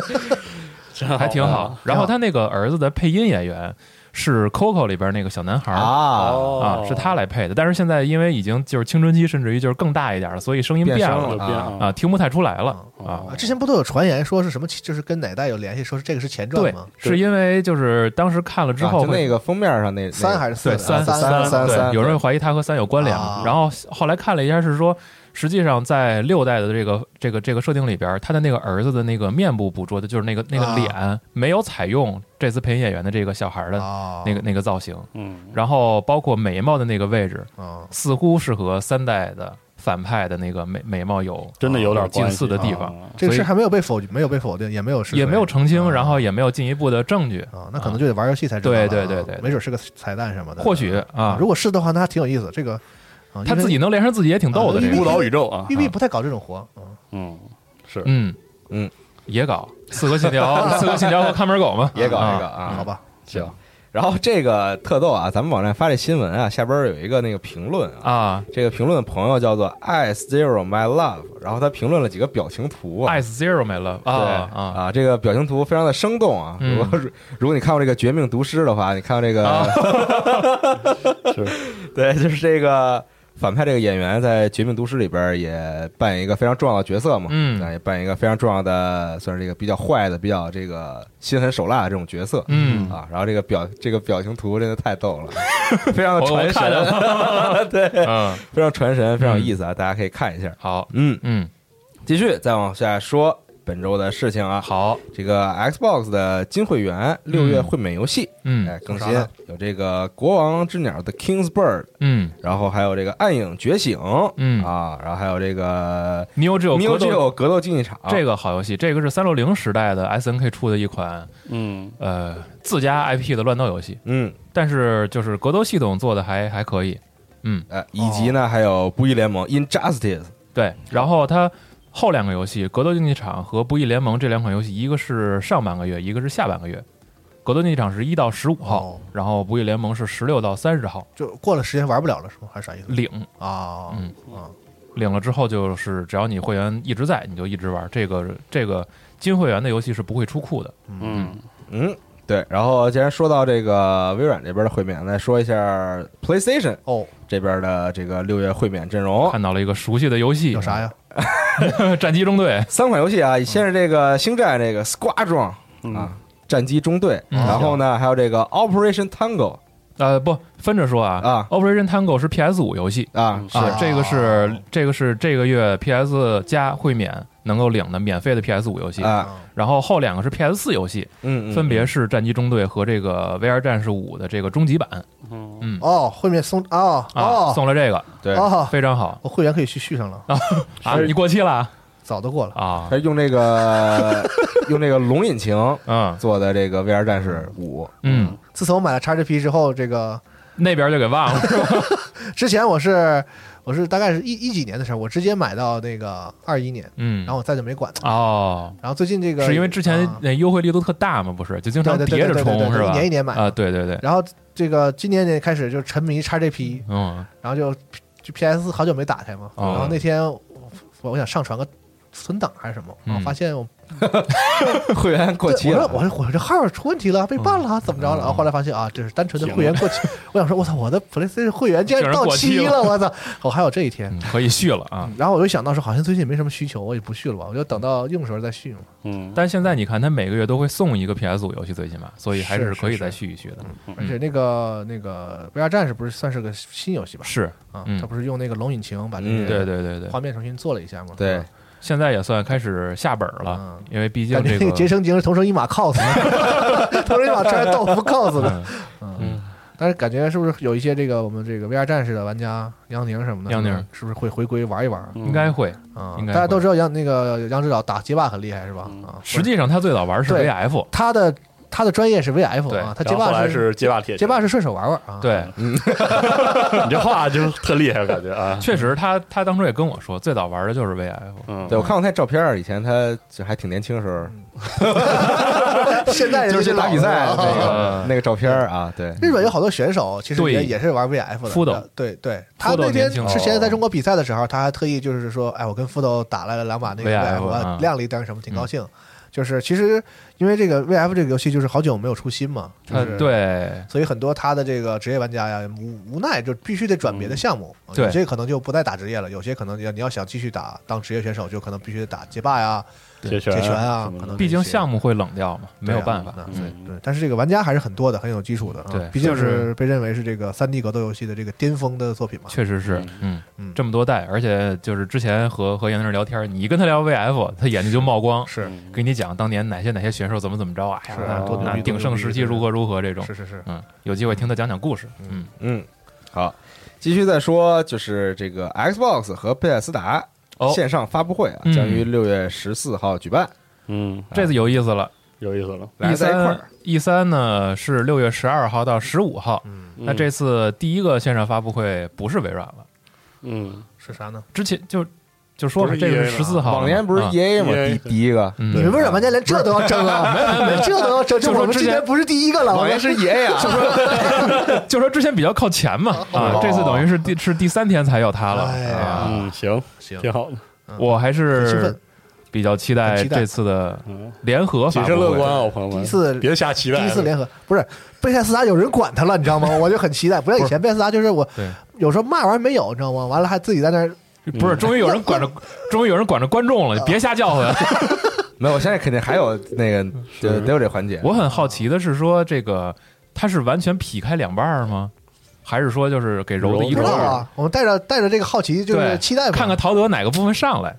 Speaker 2: 真好
Speaker 4: 还挺好。然后他那个儿子的配音演员是 Coco 里边那个小男孩儿
Speaker 1: 啊，
Speaker 2: 哦
Speaker 4: 啊，是他来配的。但是现在因为已经就是青春期，甚至于就是更大一点了，所以声音变
Speaker 1: 变声
Speaker 2: 有
Speaker 4: 了
Speaker 1: 了
Speaker 2: 变啊
Speaker 4: 啊，听不太出来了啊。
Speaker 3: 啊之前不都有传言说是什么，就是跟哪代有联系，说是这个是前传
Speaker 4: 对
Speaker 3: 吗？，
Speaker 4: 是因为就是当时看了之后
Speaker 1: 啊就
Speaker 4: 会
Speaker 1: 那个封面上那
Speaker 3: 三还
Speaker 1: 是
Speaker 3: 是四
Speaker 4: 对
Speaker 3: 呢？
Speaker 4: 三
Speaker 3: 三
Speaker 1: 三三
Speaker 4: 对，有人
Speaker 1: 对
Speaker 4: 会怀疑它和三有关联嘛
Speaker 3: 啊。
Speaker 4: 然后后来看了一下，是说实际上在六代的这个这个这个设定里边，他的那个儿子的那个面部捕捉的就是那个那个
Speaker 3: 啊
Speaker 4: 脸没有采用这次配音演员的这个小孩的
Speaker 3: 哦，
Speaker 4: 那个那个造型，
Speaker 2: 嗯，
Speaker 4: 然后包括眉毛的那个位置，
Speaker 3: 哦
Speaker 4: 似乎是和三代的反派的那个眉眉毛有
Speaker 2: 真的有点
Speaker 4: 近
Speaker 2: 关系
Speaker 4: 似的地方，
Speaker 2: 啊
Speaker 3: 这个
Speaker 4: 所以
Speaker 3: 事还没有被否，没有被否定，也没有是
Speaker 4: 也没有澄清，
Speaker 3: 啊
Speaker 4: 然后也没有进一步的证据，
Speaker 3: 啊，那可能就得玩游戏才知道了啊。
Speaker 4: 对对对对对
Speaker 3: 没准是个彩蛋什么的。
Speaker 4: 或许
Speaker 3: 啊
Speaker 4: 啊，
Speaker 3: 如果是的话，那还挺有意思。这个啊
Speaker 4: 他自己能连上自己也挺逗的，
Speaker 3: 啊
Speaker 4: 这
Speaker 3: 因为
Speaker 4: 个
Speaker 2: 孤岛宇宙啊，
Speaker 3: 因为 BB 不太搞这种活，嗯
Speaker 2: 嗯，是
Speaker 4: 嗯
Speaker 1: 嗯，
Speaker 4: 也搞四个 信条，四个信条和看门狗嘛，
Speaker 1: 也搞
Speaker 4: 啊
Speaker 1: 这个啊，
Speaker 3: 好吧，
Speaker 1: 行。然后这个特逗啊，咱们网站发这新闻啊，下边儿有一个那个评论啊，
Speaker 4: 啊
Speaker 1: 这个评论的朋友叫做 i zero my love，然后他评论了几个表情图啊。
Speaker 4: ，Ice Zero 没了
Speaker 1: 对
Speaker 4: 啊
Speaker 1: 啊，这个表情图非常的生动啊！
Speaker 4: 嗯
Speaker 1: 如果如果你看过这个《绝命毒师》的话，你看过这个，
Speaker 4: 啊啊
Speaker 2: 是，
Speaker 1: 对，就是这个反派这个演员在《绝命毒师》里边也扮演一个非常重要的角色嘛，
Speaker 4: 嗯
Speaker 1: 那也扮演一个非常重要的，算是这个比较坏的、比较这个心狠手辣的这种角色，
Speaker 4: 嗯
Speaker 1: 啊，然后这个表这个表情图真的太逗了， 非常的
Speaker 4: 我我
Speaker 1: 传神，
Speaker 4: 看了，
Speaker 1: 对，
Speaker 4: 嗯，
Speaker 1: 非常传神，非常有意思啊，大家可以看一下。
Speaker 4: 好，
Speaker 1: 嗯，
Speaker 4: 嗯
Speaker 1: 继续再往下说本周的事情啊，
Speaker 4: 好，
Speaker 1: 这个 Xbox 的金会员六月会免游戏，哎
Speaker 4: 嗯，
Speaker 1: 更新
Speaker 3: 有啥呢
Speaker 1: 有这个《国王之鸟》的 King's Bird，
Speaker 4: 嗯
Speaker 1: 然后还有这个《暗影觉醒》
Speaker 4: 嗯
Speaker 1: 啊，然后还有这个
Speaker 4: ，Neo
Speaker 1: 《
Speaker 4: Geo 格
Speaker 1: Neo
Speaker 4: 斗
Speaker 1: Geo 格斗竞技场》
Speaker 4: 这个好游戏，这个是三六零时代的 SNK 出的一款
Speaker 2: 嗯
Speaker 4: 呃自家 IP 的乱斗游戏，
Speaker 1: 嗯，
Speaker 4: 但是就是格斗系统做的还还可以，嗯，
Speaker 1: 哎，以及呢还有《不义联盟》Injustice，
Speaker 4: 对，然后它。后两个游戏《格斗竞技场》和《不义联盟》这两款游戏，一个是上半个月，一个是下半个月。格斗竞技场是一到十五号，
Speaker 3: 哦
Speaker 4: 然后《不义联盟》是十六到三十号
Speaker 3: 就过了时间玩不了了，是吗？还是啥意思？
Speaker 4: 领，
Speaker 3: 啊
Speaker 4: 嗯
Speaker 3: 啊，
Speaker 4: 领了之后就是只要你会员一直在，你就一直玩。这个这个金会员的游戏是不会出库的。
Speaker 2: 嗯
Speaker 1: 嗯。对，然后既然说到这个微软这边的会免，再说一下 PlayStation
Speaker 3: 哦，
Speaker 1: 这边的这个六月会免阵容。
Speaker 4: 看到了一个熟悉的游戏，
Speaker 3: 有啥？呀？
Speaker 4: 战机中队，
Speaker 1: 三款游戏啊，先是这个《星战》这个 Squadron
Speaker 2: 嗯
Speaker 1: 啊，战机中队，
Speaker 4: 嗯
Speaker 1: 然后呢还有这个 Operation Tango
Speaker 4: 呃，不分着说啊。
Speaker 1: 啊
Speaker 4: Operation Tango 是 PS 五游戏
Speaker 1: 啊，
Speaker 2: 是
Speaker 4: 啊，这个是
Speaker 3: 哦
Speaker 4: 这个是这个月 PS 加会免能够领的免费的 PS 五游戏，
Speaker 1: 啊，
Speaker 3: 啊
Speaker 4: 然后后两个是 PS 四游戏，
Speaker 1: 嗯，嗯
Speaker 4: 分别是《战机中队》和这个《VR 战士五》的这个终极版
Speaker 2: 嗯
Speaker 4: 嗯
Speaker 3: 哦，会面送啊
Speaker 4: 啊，
Speaker 3: 哦
Speaker 4: 送了这个
Speaker 1: 对，
Speaker 3: 哦，
Speaker 4: 非常好
Speaker 3: 我会员可以去续上了，
Speaker 4: 啊，你过期了啊
Speaker 3: 早都过了。
Speaker 4: 啊
Speaker 1: 他用这 个用这个龙引擎
Speaker 4: 嗯
Speaker 1: 做的这个 VR 战士五，
Speaker 4: 嗯，
Speaker 3: 自从我买了 XGP 之后，这个
Speaker 4: 那边就给忘了
Speaker 3: 之前我是我是大概是一一几年的时候，我直接买到那个二一年，
Speaker 4: 嗯
Speaker 3: 然后我再就没管它。
Speaker 4: 哦，
Speaker 3: 然后最近这个
Speaker 4: 是因为之前
Speaker 3: 啊
Speaker 4: 那优惠力度特大嘛，不是就经常
Speaker 3: 对对
Speaker 4: 叠着
Speaker 3: 对对对对
Speaker 4: 充
Speaker 3: 对
Speaker 4: 是吧？
Speaker 3: 一年一年买
Speaker 4: 啊，对对对，
Speaker 3: 然后这个今年也开始就沉迷 XGP，
Speaker 4: 嗯
Speaker 3: 然后就就 PS 好久没打开嘛，
Speaker 4: 哦
Speaker 3: 然后那天我我想上传个存档还是什么，
Speaker 4: 嗯
Speaker 3: 然后发现我
Speaker 1: 会员过期
Speaker 3: 对
Speaker 1: 了
Speaker 3: 我说我说我这号出问题了，被
Speaker 4: 嗯
Speaker 3: 办了，怎么着了？然后后来发现啊，这是单纯的会员过期。我想说，我操，我的 PlayStation 会员竟
Speaker 4: 竟
Speaker 3: 然
Speaker 4: 然
Speaker 3: 到
Speaker 4: 过期
Speaker 3: 期
Speaker 4: 了
Speaker 3: 了，我操！我还有这一天。
Speaker 4: 嗯，可以续了啊。
Speaker 3: 然后我就想到说，好像最近也没什么需求，我也不续了吧，我就等到用的时候再续嘛。
Speaker 2: 嗯，
Speaker 4: 但现在你看，它每个月都会送一个 PS 五游戏，最起码，所以还
Speaker 3: 是是
Speaker 4: 可以再续一续的。
Speaker 3: 而且那个那个 VR 战士不是算是个新游戏吧？
Speaker 4: 是，
Speaker 3: 啊
Speaker 4: 嗯，
Speaker 3: 它不是用那个龙引擎把这
Speaker 1: 嗯
Speaker 4: 对
Speaker 3: 个
Speaker 4: 对对对，
Speaker 3: 画面重新做了一下吗？
Speaker 1: 对
Speaker 3: 是吧，
Speaker 4: 现在也算开始下本了，
Speaker 3: 嗯，
Speaker 4: 因为毕竟
Speaker 3: 感觉
Speaker 4: 这
Speaker 3: 那个
Speaker 4: 个
Speaker 3: 杰生精是同生一马 cos 的，同生一马穿着豆腐 cos 的。嗯，但是感觉是不是有一些这个我们这个 VR 战士的玩家杨宁什么的，
Speaker 4: 杨宁
Speaker 3: 是不是会回归玩一玩
Speaker 4: 应该会。
Speaker 3: 啊
Speaker 4: 应？该
Speaker 3: 大
Speaker 4: 会
Speaker 3: 家都知道杨那个杨指导打街霸很厉害是吧？啊，
Speaker 4: 实际上，他最早玩是
Speaker 3: 对
Speaker 4: VF，
Speaker 3: 他的他的专业是 VF
Speaker 4: 对
Speaker 3: 啊，他
Speaker 2: 然
Speaker 3: 街
Speaker 2: 后
Speaker 3: 霸
Speaker 2: 后来是街霸铁拳，
Speaker 3: 街霸是顺手玩玩啊。，
Speaker 4: 对，
Speaker 2: 你 这话就是特厉害，感觉啊，
Speaker 4: 确实他，他当初也跟我说，最早玩的就是 VF。
Speaker 2: 嗯，
Speaker 1: 对我看过他照片儿，以前他就还挺年轻的时候，
Speaker 3: 现在人家
Speaker 1: 就是去打比赛
Speaker 3: 哎老
Speaker 1: 那
Speaker 3: 了啊
Speaker 4: 嗯
Speaker 1: 个那个照片儿啊， 对，
Speaker 3: 日本有好多选手，其实
Speaker 4: 对
Speaker 3: 也也是玩 VF 的。
Speaker 4: Fudo
Speaker 3: 呃对对，他
Speaker 4: 斗
Speaker 3: 那
Speaker 4: 年
Speaker 3: 天
Speaker 4: 轻
Speaker 3: 之前
Speaker 1: 哦
Speaker 3: 在中国比赛的时候，他还特意就是说，哎，我跟副斗打了两把那个
Speaker 4: VF
Speaker 3: 我
Speaker 4: 啊
Speaker 3: 亮了一灯什么，挺高兴。就是其实因为这个 VF 这个游戏就是好久没有出新嘛，就
Speaker 4: 他
Speaker 3: 是，
Speaker 4: 对
Speaker 3: 所以很多他的这个职业玩家呀，无无奈就必须得转别的项目，啊
Speaker 4: 嗯对
Speaker 3: 有些可能就不再打职业了，有些可能要你要想继续打当职业选手，就可能必须得打街霸呀、
Speaker 2: 铁
Speaker 3: 铁
Speaker 2: 拳
Speaker 3: 拳啊
Speaker 2: 什，么
Speaker 3: 可
Speaker 2: 的
Speaker 3: 能
Speaker 4: 毕竟
Speaker 3: 这些
Speaker 4: 项目会冷掉嘛，没有办法
Speaker 3: 对。啊
Speaker 2: 嗯
Speaker 3: 那对对，但是这个玩家还是很多的，很有基础的啊，
Speaker 4: 对
Speaker 3: 毕竟
Speaker 4: 就是
Speaker 3: 被认为是这个三 D 格斗游戏的这个巅峰的作品嘛，
Speaker 4: 确实是，嗯
Speaker 3: 嗯
Speaker 4: 这么多代，而且就是之前和和严老师聊天，你一跟他聊 VF，他眼睛就冒光，
Speaker 3: 是
Speaker 2: 嗯
Speaker 4: 给你讲当年哪些哪些选手怎么怎么着啊，哎呀
Speaker 3: 是
Speaker 4: 那
Speaker 3: 多牛
Speaker 4: 那
Speaker 3: 逼
Speaker 4: 鼎盛时期如何如何这种
Speaker 3: 是，是是，
Speaker 4: 嗯，有机会听他讲讲故事，嗯，
Speaker 1: 嗯，好，继续再说，就是这个 Xbox 和贝塞斯达
Speaker 4: 哦
Speaker 1: 线上发布会啊，
Speaker 4: 嗯
Speaker 1: 将于六月十四号举办，
Speaker 2: 嗯，
Speaker 4: 这次有意思了。
Speaker 2: 有意思了。
Speaker 1: 来
Speaker 4: E
Speaker 1: 在一块
Speaker 4: 三
Speaker 1: 儿。
Speaker 4: E 三呢是六月十二号到十五号，
Speaker 3: 嗯
Speaker 4: 那这次第一个线上发布会不是微软了，
Speaker 2: 嗯，
Speaker 3: 是啥呢？
Speaker 4: 之前就就说
Speaker 2: 不
Speaker 4: 了
Speaker 2: 是
Speaker 4: 这个
Speaker 2: EA
Speaker 4: 十四号了嘛，
Speaker 1: 往年不是 E
Speaker 4: 啊
Speaker 1: EA 吗？
Speaker 2: EA
Speaker 1: 第第一个，
Speaker 4: 嗯
Speaker 3: 你们微软玩家连这都要争啊？连这都要争，
Speaker 4: 就
Speaker 3: 就
Speaker 4: 说
Speaker 3: 我们
Speaker 4: 之
Speaker 3: 今
Speaker 4: 前
Speaker 3: 天不是第一个了，我
Speaker 1: 往
Speaker 3: 们
Speaker 1: 年是爷
Speaker 4: 啊
Speaker 1: 呀，
Speaker 4: 就说之前比较靠前嘛，
Speaker 1: 哦
Speaker 4: 啊，这次等于是第是第三天才有它了。
Speaker 3: 哎呀
Speaker 4: 啊，
Speaker 2: 嗯，行，
Speaker 3: 行
Speaker 2: 挺好的。
Speaker 4: 我还
Speaker 3: 很兴
Speaker 4: 是
Speaker 3: 奋
Speaker 4: 比较期
Speaker 3: 很
Speaker 4: 待
Speaker 3: 期待
Speaker 4: 这次的
Speaker 2: 嗯，
Speaker 4: 联合
Speaker 2: 谨
Speaker 4: 发
Speaker 2: 慎
Speaker 4: 布
Speaker 2: 乐
Speaker 4: 会
Speaker 2: 观。啊，朋友们，
Speaker 3: 第一次
Speaker 2: 别瞎期待
Speaker 3: 第
Speaker 2: 了。
Speaker 3: 一次联合不是贝塞斯达有人管他了，你知道吗？我就很期待，不像以前贝塞斯达就是我
Speaker 4: 对
Speaker 3: 有时候骂完没有，你知道吗？完了还自己在那儿
Speaker 4: 不是，终于有人管着，终于有人管着观众了，你别瞎叫唤。
Speaker 1: 没有，我现在肯定还有那个得得有这环节。
Speaker 4: 我很好奇的是说，这个它是完全劈开两半儿吗？还是说就是给揉的一
Speaker 3: 不
Speaker 4: 揉
Speaker 3: 知
Speaker 2: 揉
Speaker 3: 道
Speaker 4: 儿？
Speaker 3: 啊。我们带着带着这个好奇，就是
Speaker 4: 对
Speaker 3: 期待嘛
Speaker 4: 看看陶德哪个部分上来？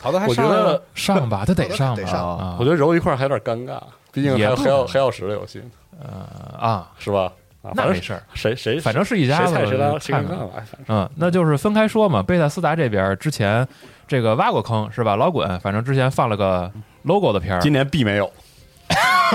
Speaker 1: 好多还
Speaker 2: 我觉
Speaker 1: 上来了
Speaker 2: 得，
Speaker 4: 上吧，他得上吧，
Speaker 3: 得上
Speaker 4: 啊
Speaker 2: 我觉得揉一块儿还有点尴尬，毕竟还
Speaker 4: 也
Speaker 2: 有
Speaker 4: 不
Speaker 2: 还有还有十的游戏呢，
Speaker 4: 啊，
Speaker 2: 是吧？啊，
Speaker 4: 那
Speaker 2: 反
Speaker 4: 没
Speaker 2: 正
Speaker 4: 事儿。
Speaker 2: 谁谁
Speaker 4: 反正是一家
Speaker 2: 谁
Speaker 4: 子
Speaker 2: 菜谁拉谁
Speaker 4: 看
Speaker 2: 尴
Speaker 4: 看
Speaker 2: 尬吧， 反正
Speaker 4: 嗯，那就是分开说嘛。贝塞斯达这边之前这个挖过坑是吧？老滚，反正之前放了个 logo 的片儿，
Speaker 2: 今年必没有，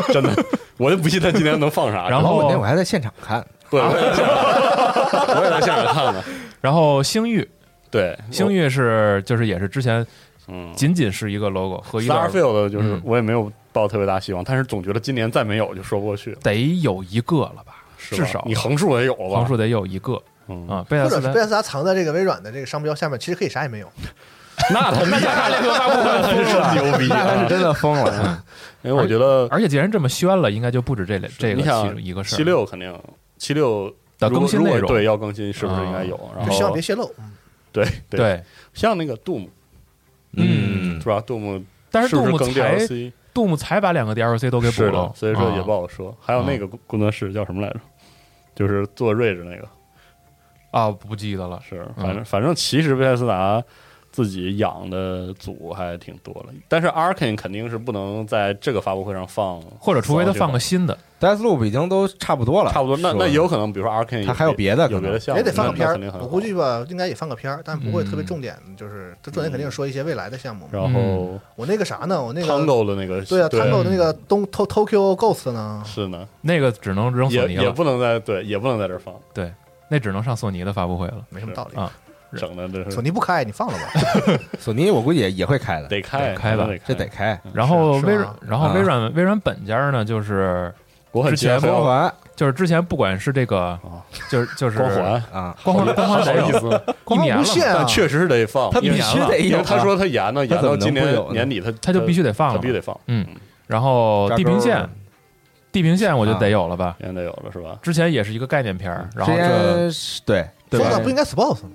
Speaker 2: 真的，我就不信他今年能放啥。
Speaker 4: 然
Speaker 1: 老
Speaker 4: 后
Speaker 1: 稳定，我还在现场看，
Speaker 2: 对， 我也在我也在现场看了。
Speaker 4: 然后星域，
Speaker 2: 对，
Speaker 4: 星
Speaker 2: 宇，
Speaker 4: 域是就是也是之前
Speaker 2: 嗯
Speaker 4: 仅仅是一个 logo 和一段
Speaker 2: Starfield 就是
Speaker 4: 嗯
Speaker 2: 我也没有抱特别大希望，但是总觉得今年再没有就说不过去了，
Speaker 4: 得有一个了吧，
Speaker 2: 是
Speaker 4: 至
Speaker 2: 吧
Speaker 4: 少
Speaker 2: 你横竖也有了吧？
Speaker 4: 横竖得有一个
Speaker 2: 嗯，
Speaker 4: 啊。贝
Speaker 3: 或
Speaker 4: 塞斯
Speaker 3: 者是
Speaker 4: 达
Speaker 3: 贝塞斯达藏在这个微软的这个商标下面，其实可以啥也没有。
Speaker 2: 那 他那他联合发布会他是牛逼
Speaker 1: 那他是
Speaker 2: 啊！
Speaker 1: 真的疯了。
Speaker 2: 因为我觉得
Speaker 4: 而且既然这么宣了，应该就不止这类这个
Speaker 2: 你
Speaker 4: 其
Speaker 2: 想
Speaker 4: 中一个事儿。
Speaker 2: 七六肯定七六
Speaker 4: 的更新
Speaker 2: 如果
Speaker 4: 内容
Speaker 2: 对要更新是不是应该有？然
Speaker 3: 就希望
Speaker 4: 哦
Speaker 2: 后
Speaker 3: 别泄露。嗯
Speaker 2: 对对，
Speaker 4: 对，
Speaker 2: 像那个 Doom
Speaker 4: 嗯
Speaker 2: 是吧？Doom
Speaker 4: 但
Speaker 2: 是
Speaker 4: 是
Speaker 2: 不
Speaker 4: 杜
Speaker 2: 是
Speaker 4: 牧
Speaker 2: 更
Speaker 4: 才
Speaker 2: DLC
Speaker 4: 杜牧才把两个 DLC 都给补
Speaker 2: 是
Speaker 4: 了
Speaker 2: 的，，所以说也
Speaker 4: 啊
Speaker 2: 不好说。还有那个工工作室叫什么来着？就是做睿智那个，
Speaker 4: 啊，不记得了。
Speaker 2: 是
Speaker 4: 嗯
Speaker 2: 反正反正其实贝塞斯达自己养的组还挺多了，但是 Arkane 肯定是不能在这个发布会上放，
Speaker 4: 或者除非他放个
Speaker 2: 新
Speaker 4: 新的，
Speaker 1: Deathloop 已经都差不多了，
Speaker 2: 差不多，那
Speaker 1: 是吧
Speaker 2: 那也有可能，比如说 Arkane
Speaker 1: 他还有别的可
Speaker 2: 有
Speaker 1: 能
Speaker 2: 别的项目，
Speaker 3: 也得放个
Speaker 2: 那
Speaker 3: 片
Speaker 2: 那
Speaker 3: 儿
Speaker 2: 肯定，很
Speaker 3: 我
Speaker 2: 好
Speaker 3: 估计吧，应该也放个片儿，但不会
Speaker 4: 嗯
Speaker 3: 特别重点，就是这重点肯定是说一些未来的项目嘛。
Speaker 2: 然后
Speaker 3: 我那个啥呢？我那个
Speaker 2: Tango 的那个
Speaker 3: 对啊，Tango 的那个东 To- Tokyo Ghost 呢？
Speaker 2: 是呢，
Speaker 4: 那个只能扔索
Speaker 2: 也
Speaker 4: 尼
Speaker 2: 也
Speaker 4: 了，
Speaker 2: 不能在对，也不能在这儿放，
Speaker 4: 那只能上索尼的发布会了。
Speaker 3: 没什么道
Speaker 4: 是
Speaker 3: 理
Speaker 4: 啊。
Speaker 2: 整的这
Speaker 3: 索
Speaker 2: 是
Speaker 3: 尼不开，你放了吧。
Speaker 1: 索尼我估计也也会开的，
Speaker 4: 得
Speaker 2: 得开
Speaker 4: 开吧
Speaker 2: 得
Speaker 1: 这得开。
Speaker 4: 然后
Speaker 3: 是是
Speaker 4: 微
Speaker 3: 吗
Speaker 4: 软，然
Speaker 1: 嗯
Speaker 4: 后
Speaker 1: 啊
Speaker 4: 微软微软本家呢，就是
Speaker 2: 我很
Speaker 4: 之前
Speaker 2: 期待
Speaker 1: 光环
Speaker 4: 就是之前不管是这个
Speaker 2: 啊，
Speaker 4: 就是就是
Speaker 2: 光环。
Speaker 1: 啊，
Speaker 4: 光环光环
Speaker 2: 好
Speaker 4: 得
Speaker 2: 意
Speaker 4: 有
Speaker 2: 思，
Speaker 4: 一年
Speaker 3: 无限
Speaker 4: 了，
Speaker 3: 啊
Speaker 2: 但，确实是得放，
Speaker 1: 他
Speaker 2: 因
Speaker 1: 必
Speaker 2: 为
Speaker 1: 须得
Speaker 2: 因
Speaker 1: 有
Speaker 2: 为
Speaker 1: 啊。
Speaker 2: 他说他延呢，
Speaker 1: 怎
Speaker 2: 延到
Speaker 1: 么能
Speaker 2: 今
Speaker 1: 不
Speaker 2: 年
Speaker 1: 有呢
Speaker 2: 年底，他
Speaker 4: 他就必须得放
Speaker 2: 他
Speaker 4: 了
Speaker 2: 必。须得放，
Speaker 4: 然后地平线，地平线我就得有了吧？
Speaker 2: 现在有了是吧？
Speaker 4: 之前也是一个概念片儿，
Speaker 1: 啊之
Speaker 4: 然后这
Speaker 1: 前是对对
Speaker 3: 说
Speaker 1: 吧
Speaker 3: 的？不应该 Sports 吗？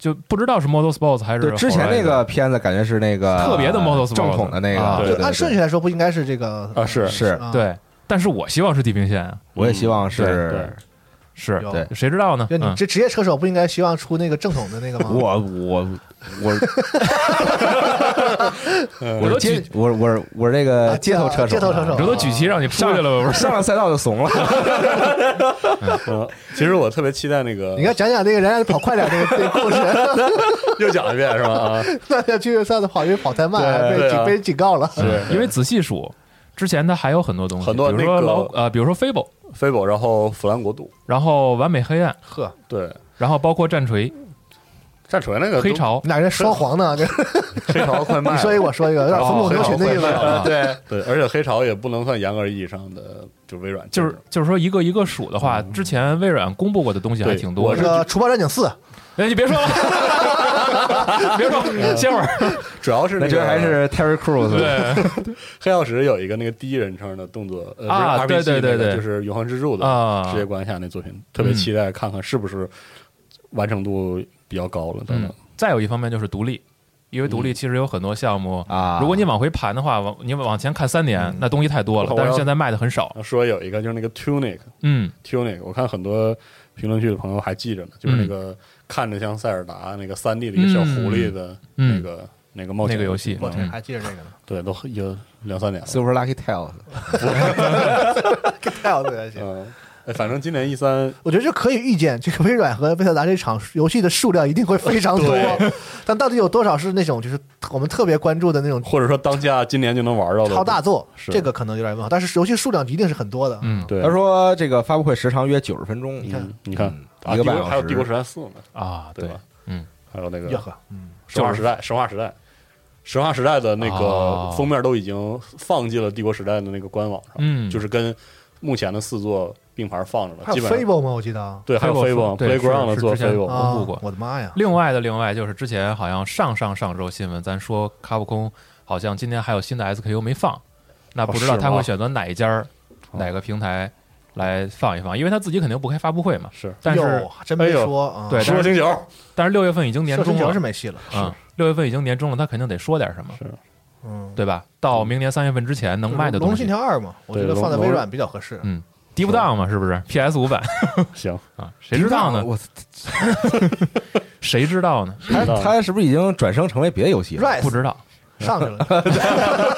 Speaker 4: 就不知道是 Model Sports 还是
Speaker 1: 对，之前那
Speaker 4: Horizon
Speaker 1: 个片子感觉是那个
Speaker 4: 特别的 Motorsport
Speaker 1: 正统的那个，
Speaker 4: 啊
Speaker 2: 对
Speaker 1: 对
Speaker 3: 就
Speaker 1: 对
Speaker 3: 按
Speaker 1: 对
Speaker 3: 顺序来说，不应该是这个
Speaker 2: 啊是
Speaker 1: 是
Speaker 3: 啊
Speaker 4: 对，但是我希望是地平线啊，
Speaker 1: 我也希望
Speaker 2: 对
Speaker 1: 是
Speaker 2: 对。
Speaker 4: 是
Speaker 3: 有
Speaker 1: 对
Speaker 4: 谁知道呢？
Speaker 3: 就你
Speaker 4: 嗯
Speaker 3: 这职业车手不应该希望出那个正统的那个吗？
Speaker 1: 我我我我
Speaker 2: 呃
Speaker 4: 我都
Speaker 1: 是街我我我是这
Speaker 3: 啊
Speaker 1: 个街头车手，
Speaker 3: 街头车手
Speaker 4: 这都举旗让你出去了吧？不是，
Speaker 1: 上了赛道就怂了。
Speaker 2: 嗯，其实我特别期待那个
Speaker 3: 你，看讲讲那个人家跑快点那个那个故事，
Speaker 2: 又讲一遍是吧？啊，
Speaker 3: 那天去上次跑，因为跑太慢，
Speaker 2: 对
Speaker 3: 被
Speaker 2: 对啊
Speaker 3: 警被人警告了。
Speaker 2: 是
Speaker 4: 嗯因为仔细数，之前它还有很多东西，
Speaker 2: 很多
Speaker 4: 比如说
Speaker 2: 那个
Speaker 4: 老呃，比如说 Fable，
Speaker 2: 飞博，然后弗兰国度，
Speaker 4: 然后完美黑暗，
Speaker 3: 呵，
Speaker 2: 对，
Speaker 4: 然后包括战锤、
Speaker 2: 战锤那个
Speaker 4: 黑
Speaker 2: 呃都嗯
Speaker 4: 潮，
Speaker 3: 俩人双黄呢，这
Speaker 2: 黑潮 快卖
Speaker 3: 你
Speaker 2: 了，
Speaker 3: 说一个我说一个，有点
Speaker 2: 哦
Speaker 3: 分不
Speaker 2: 黑
Speaker 3: 合
Speaker 2: 潮
Speaker 3: 群的意思
Speaker 2: 快卖了
Speaker 1: 哦
Speaker 3: 啊。
Speaker 2: 对对，而且黑潮也不能算严格意义上的就微软
Speaker 4: 就
Speaker 2: 建
Speaker 4: 是
Speaker 2: 制，
Speaker 4: 就是说一个一个数的话，之前微软公布过的东西还
Speaker 2: 嗯对
Speaker 4: 挺多
Speaker 2: 我
Speaker 3: 这
Speaker 4: 的。
Speaker 3: 个《除暴战警四》
Speaker 4: 哎，你别说了，别说，
Speaker 2: 嗯
Speaker 4: 歇会儿。
Speaker 2: 主要是
Speaker 1: 那
Speaker 2: 那
Speaker 1: 这
Speaker 2: 个
Speaker 1: 还是 Terry Crews
Speaker 4: 对
Speaker 2: 黑曜石有一个那个第一人称的动作呃
Speaker 4: 啊
Speaker 2: 不是 RPG
Speaker 4: 对对对
Speaker 2: 那个
Speaker 4: 对
Speaker 2: 就是永恒之柱的
Speaker 4: 啊
Speaker 2: 世界观下那作品，特别
Speaker 4: 嗯
Speaker 2: 期待看看是不是完成度比较高了等等
Speaker 4: 嗯。，再有一方面就是独立，因为独
Speaker 2: 嗯
Speaker 4: 立其实有很多项目。
Speaker 1: 啊，
Speaker 4: 如果你往回盘的话，往你往前看三年，那东西太多了
Speaker 2: 嗯我，
Speaker 4: 但是
Speaker 2: 要
Speaker 4: 现在卖的很少
Speaker 2: 然。后说有一个就是那个 Tunic
Speaker 4: 嗯
Speaker 2: Tunic，我看很多评论区的朋友还记着呢，就是
Speaker 4: 嗯
Speaker 2: 那个看着像塞尔达那个三 D 里小狐狸的
Speaker 4: 嗯
Speaker 2: 那个那个冒
Speaker 4: 那
Speaker 2: 险
Speaker 4: 个游戏
Speaker 3: 我
Speaker 4: 冒
Speaker 2: 嗯
Speaker 4: 险
Speaker 3: 还记着这个呢，
Speaker 2: 对，都有两三年了。
Speaker 1: Super Lucky Tales
Speaker 3: 太好了，行。
Speaker 2: 嗯，哎反正今年 E 三
Speaker 3: 我觉得这可以预见，这个微软和贝塞达这场游戏的数量一定会非常多
Speaker 2: 对，
Speaker 3: 但到底有多少是那种就是我们特别关注的那种
Speaker 2: 或者说当下今年就能玩到的
Speaker 3: 超大作，
Speaker 2: 是
Speaker 3: 这个可能有点问号。但是游戏数量一定是很多的，
Speaker 4: 嗯
Speaker 2: 对
Speaker 1: 他，说这个发布会时长约九十分钟，
Speaker 3: 你看
Speaker 2: 嗯，你看
Speaker 1: 嗯
Speaker 2: 啊
Speaker 1: 一个
Speaker 2: 帝
Speaker 1: 半
Speaker 2: 国还有
Speaker 1: 小时
Speaker 2: 帝国时代四呢，
Speaker 4: 啊，
Speaker 2: 对
Speaker 4: 对
Speaker 2: 吧，？
Speaker 4: 嗯，
Speaker 2: 还有那个
Speaker 3: 哟呵，嗯，
Speaker 2: 神话时代，神话时代，神话时代的那个
Speaker 4: 哦
Speaker 2: 封面都已经放进了帝国时代的那个官网上，
Speaker 4: 嗯
Speaker 2: 就是跟目前的四座并排放着了，
Speaker 3: 还
Speaker 2: 基
Speaker 3: 有
Speaker 2: 本上
Speaker 3: Fable 吗？我记得啊，
Speaker 2: 对，还有
Speaker 4: Fable，
Speaker 2: Fable
Speaker 4: 对是
Speaker 2: Playground 的
Speaker 4: 是
Speaker 2: 做
Speaker 4: 之前
Speaker 2: Fable，
Speaker 4: 啊公布过
Speaker 3: 我的妈呀，
Speaker 4: 另外的另外就是之前好像上上上周新闻，咱说卡普空好像今年还有新的 SKU 没放，那不知道
Speaker 2: 哦是
Speaker 4: 他
Speaker 2: 吗
Speaker 4: 会选择哪一家儿、
Speaker 2: 哦
Speaker 4: 哪个平台来放一放，因为他自己肯定不开发布会嘛。
Speaker 2: 是
Speaker 4: 但是
Speaker 3: 哟真没
Speaker 2: 哎呦
Speaker 3: 说啊，
Speaker 4: 对
Speaker 2: 《失落星球》
Speaker 4: 但是六月份已经年
Speaker 3: 射
Speaker 4: 终
Speaker 3: 程
Speaker 4: 了
Speaker 3: 是，没戏了，
Speaker 4: 嗯，六月份已经年终了，他肯定得说点什么，
Speaker 3: 嗯，
Speaker 4: 对吧？到明年三月份之前能卖的东
Speaker 3: 龙龙信
Speaker 4: 西，
Speaker 3: 条二》嘛，我觉得
Speaker 2: 对
Speaker 3: 放在
Speaker 2: 龙
Speaker 3: 微软比较合适。
Speaker 4: 嗯，Deep Down 嘛，是不是？PS 五版
Speaker 2: 行，
Speaker 4: 啊，谁知道呢？
Speaker 1: 我
Speaker 4: 谁知道呢？
Speaker 1: 他
Speaker 2: 知道
Speaker 1: 他是不是已经转生成为别的游戏了？
Speaker 4: 不
Speaker 3: Rise
Speaker 4: 知 道。
Speaker 3: 上去了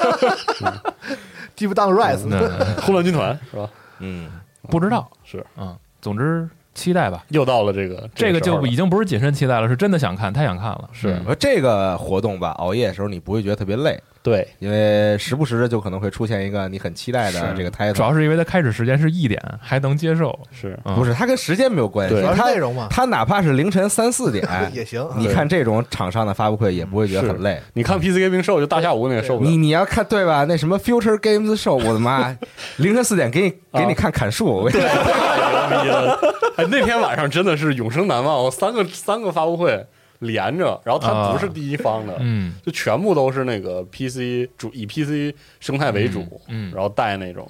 Speaker 3: ，Deep Down Rise，
Speaker 4: 那
Speaker 2: 混乱军团是吧？
Speaker 1: 嗯，
Speaker 4: 嗯不知道
Speaker 2: 是，
Speaker 4: 嗯，总之期待吧。
Speaker 2: 又到了这个
Speaker 4: 这个
Speaker 2: 时候
Speaker 4: 就
Speaker 2: 了
Speaker 4: 已经不是谨慎期待了，是真的想看，太想看了。嗯
Speaker 2: 是
Speaker 1: 我说这个活动吧，熬夜的时候你不会觉得特别累，
Speaker 2: 对
Speaker 1: 因为时不时的就可能会出现一个你很期待的
Speaker 2: 是
Speaker 1: 这个
Speaker 4: 主
Speaker 1: title，
Speaker 4: 要是因为它开始时间是一点，还能接受。
Speaker 2: 是
Speaker 4: 嗯
Speaker 1: 不是它跟时间没有关系，
Speaker 2: 对
Speaker 3: 主要是
Speaker 1: 它
Speaker 3: 内容嘛，
Speaker 1: 它哪怕是凌晨三四点
Speaker 3: 也行。
Speaker 1: 哎你看这种厂商的发布会也不会觉得很累。
Speaker 2: 你看
Speaker 4: 嗯
Speaker 2: PC Gaming Show 就大下午那个受不
Speaker 1: 你
Speaker 2: 了，
Speaker 1: 你要看对 吧？那什么 Future Games Show，我的妈， 凌晨四点给你给你
Speaker 2: 啊
Speaker 1: 看砍树，我跟你
Speaker 2: 太牛逼了！哎，那天晚上真的是永生难忘，我三个三个发布会连着，然后它不是第一方的，
Speaker 4: 啊嗯，
Speaker 2: 就全部都是那个 PC 主以 PC 生态为主，
Speaker 4: 嗯嗯
Speaker 2: 然后带那种，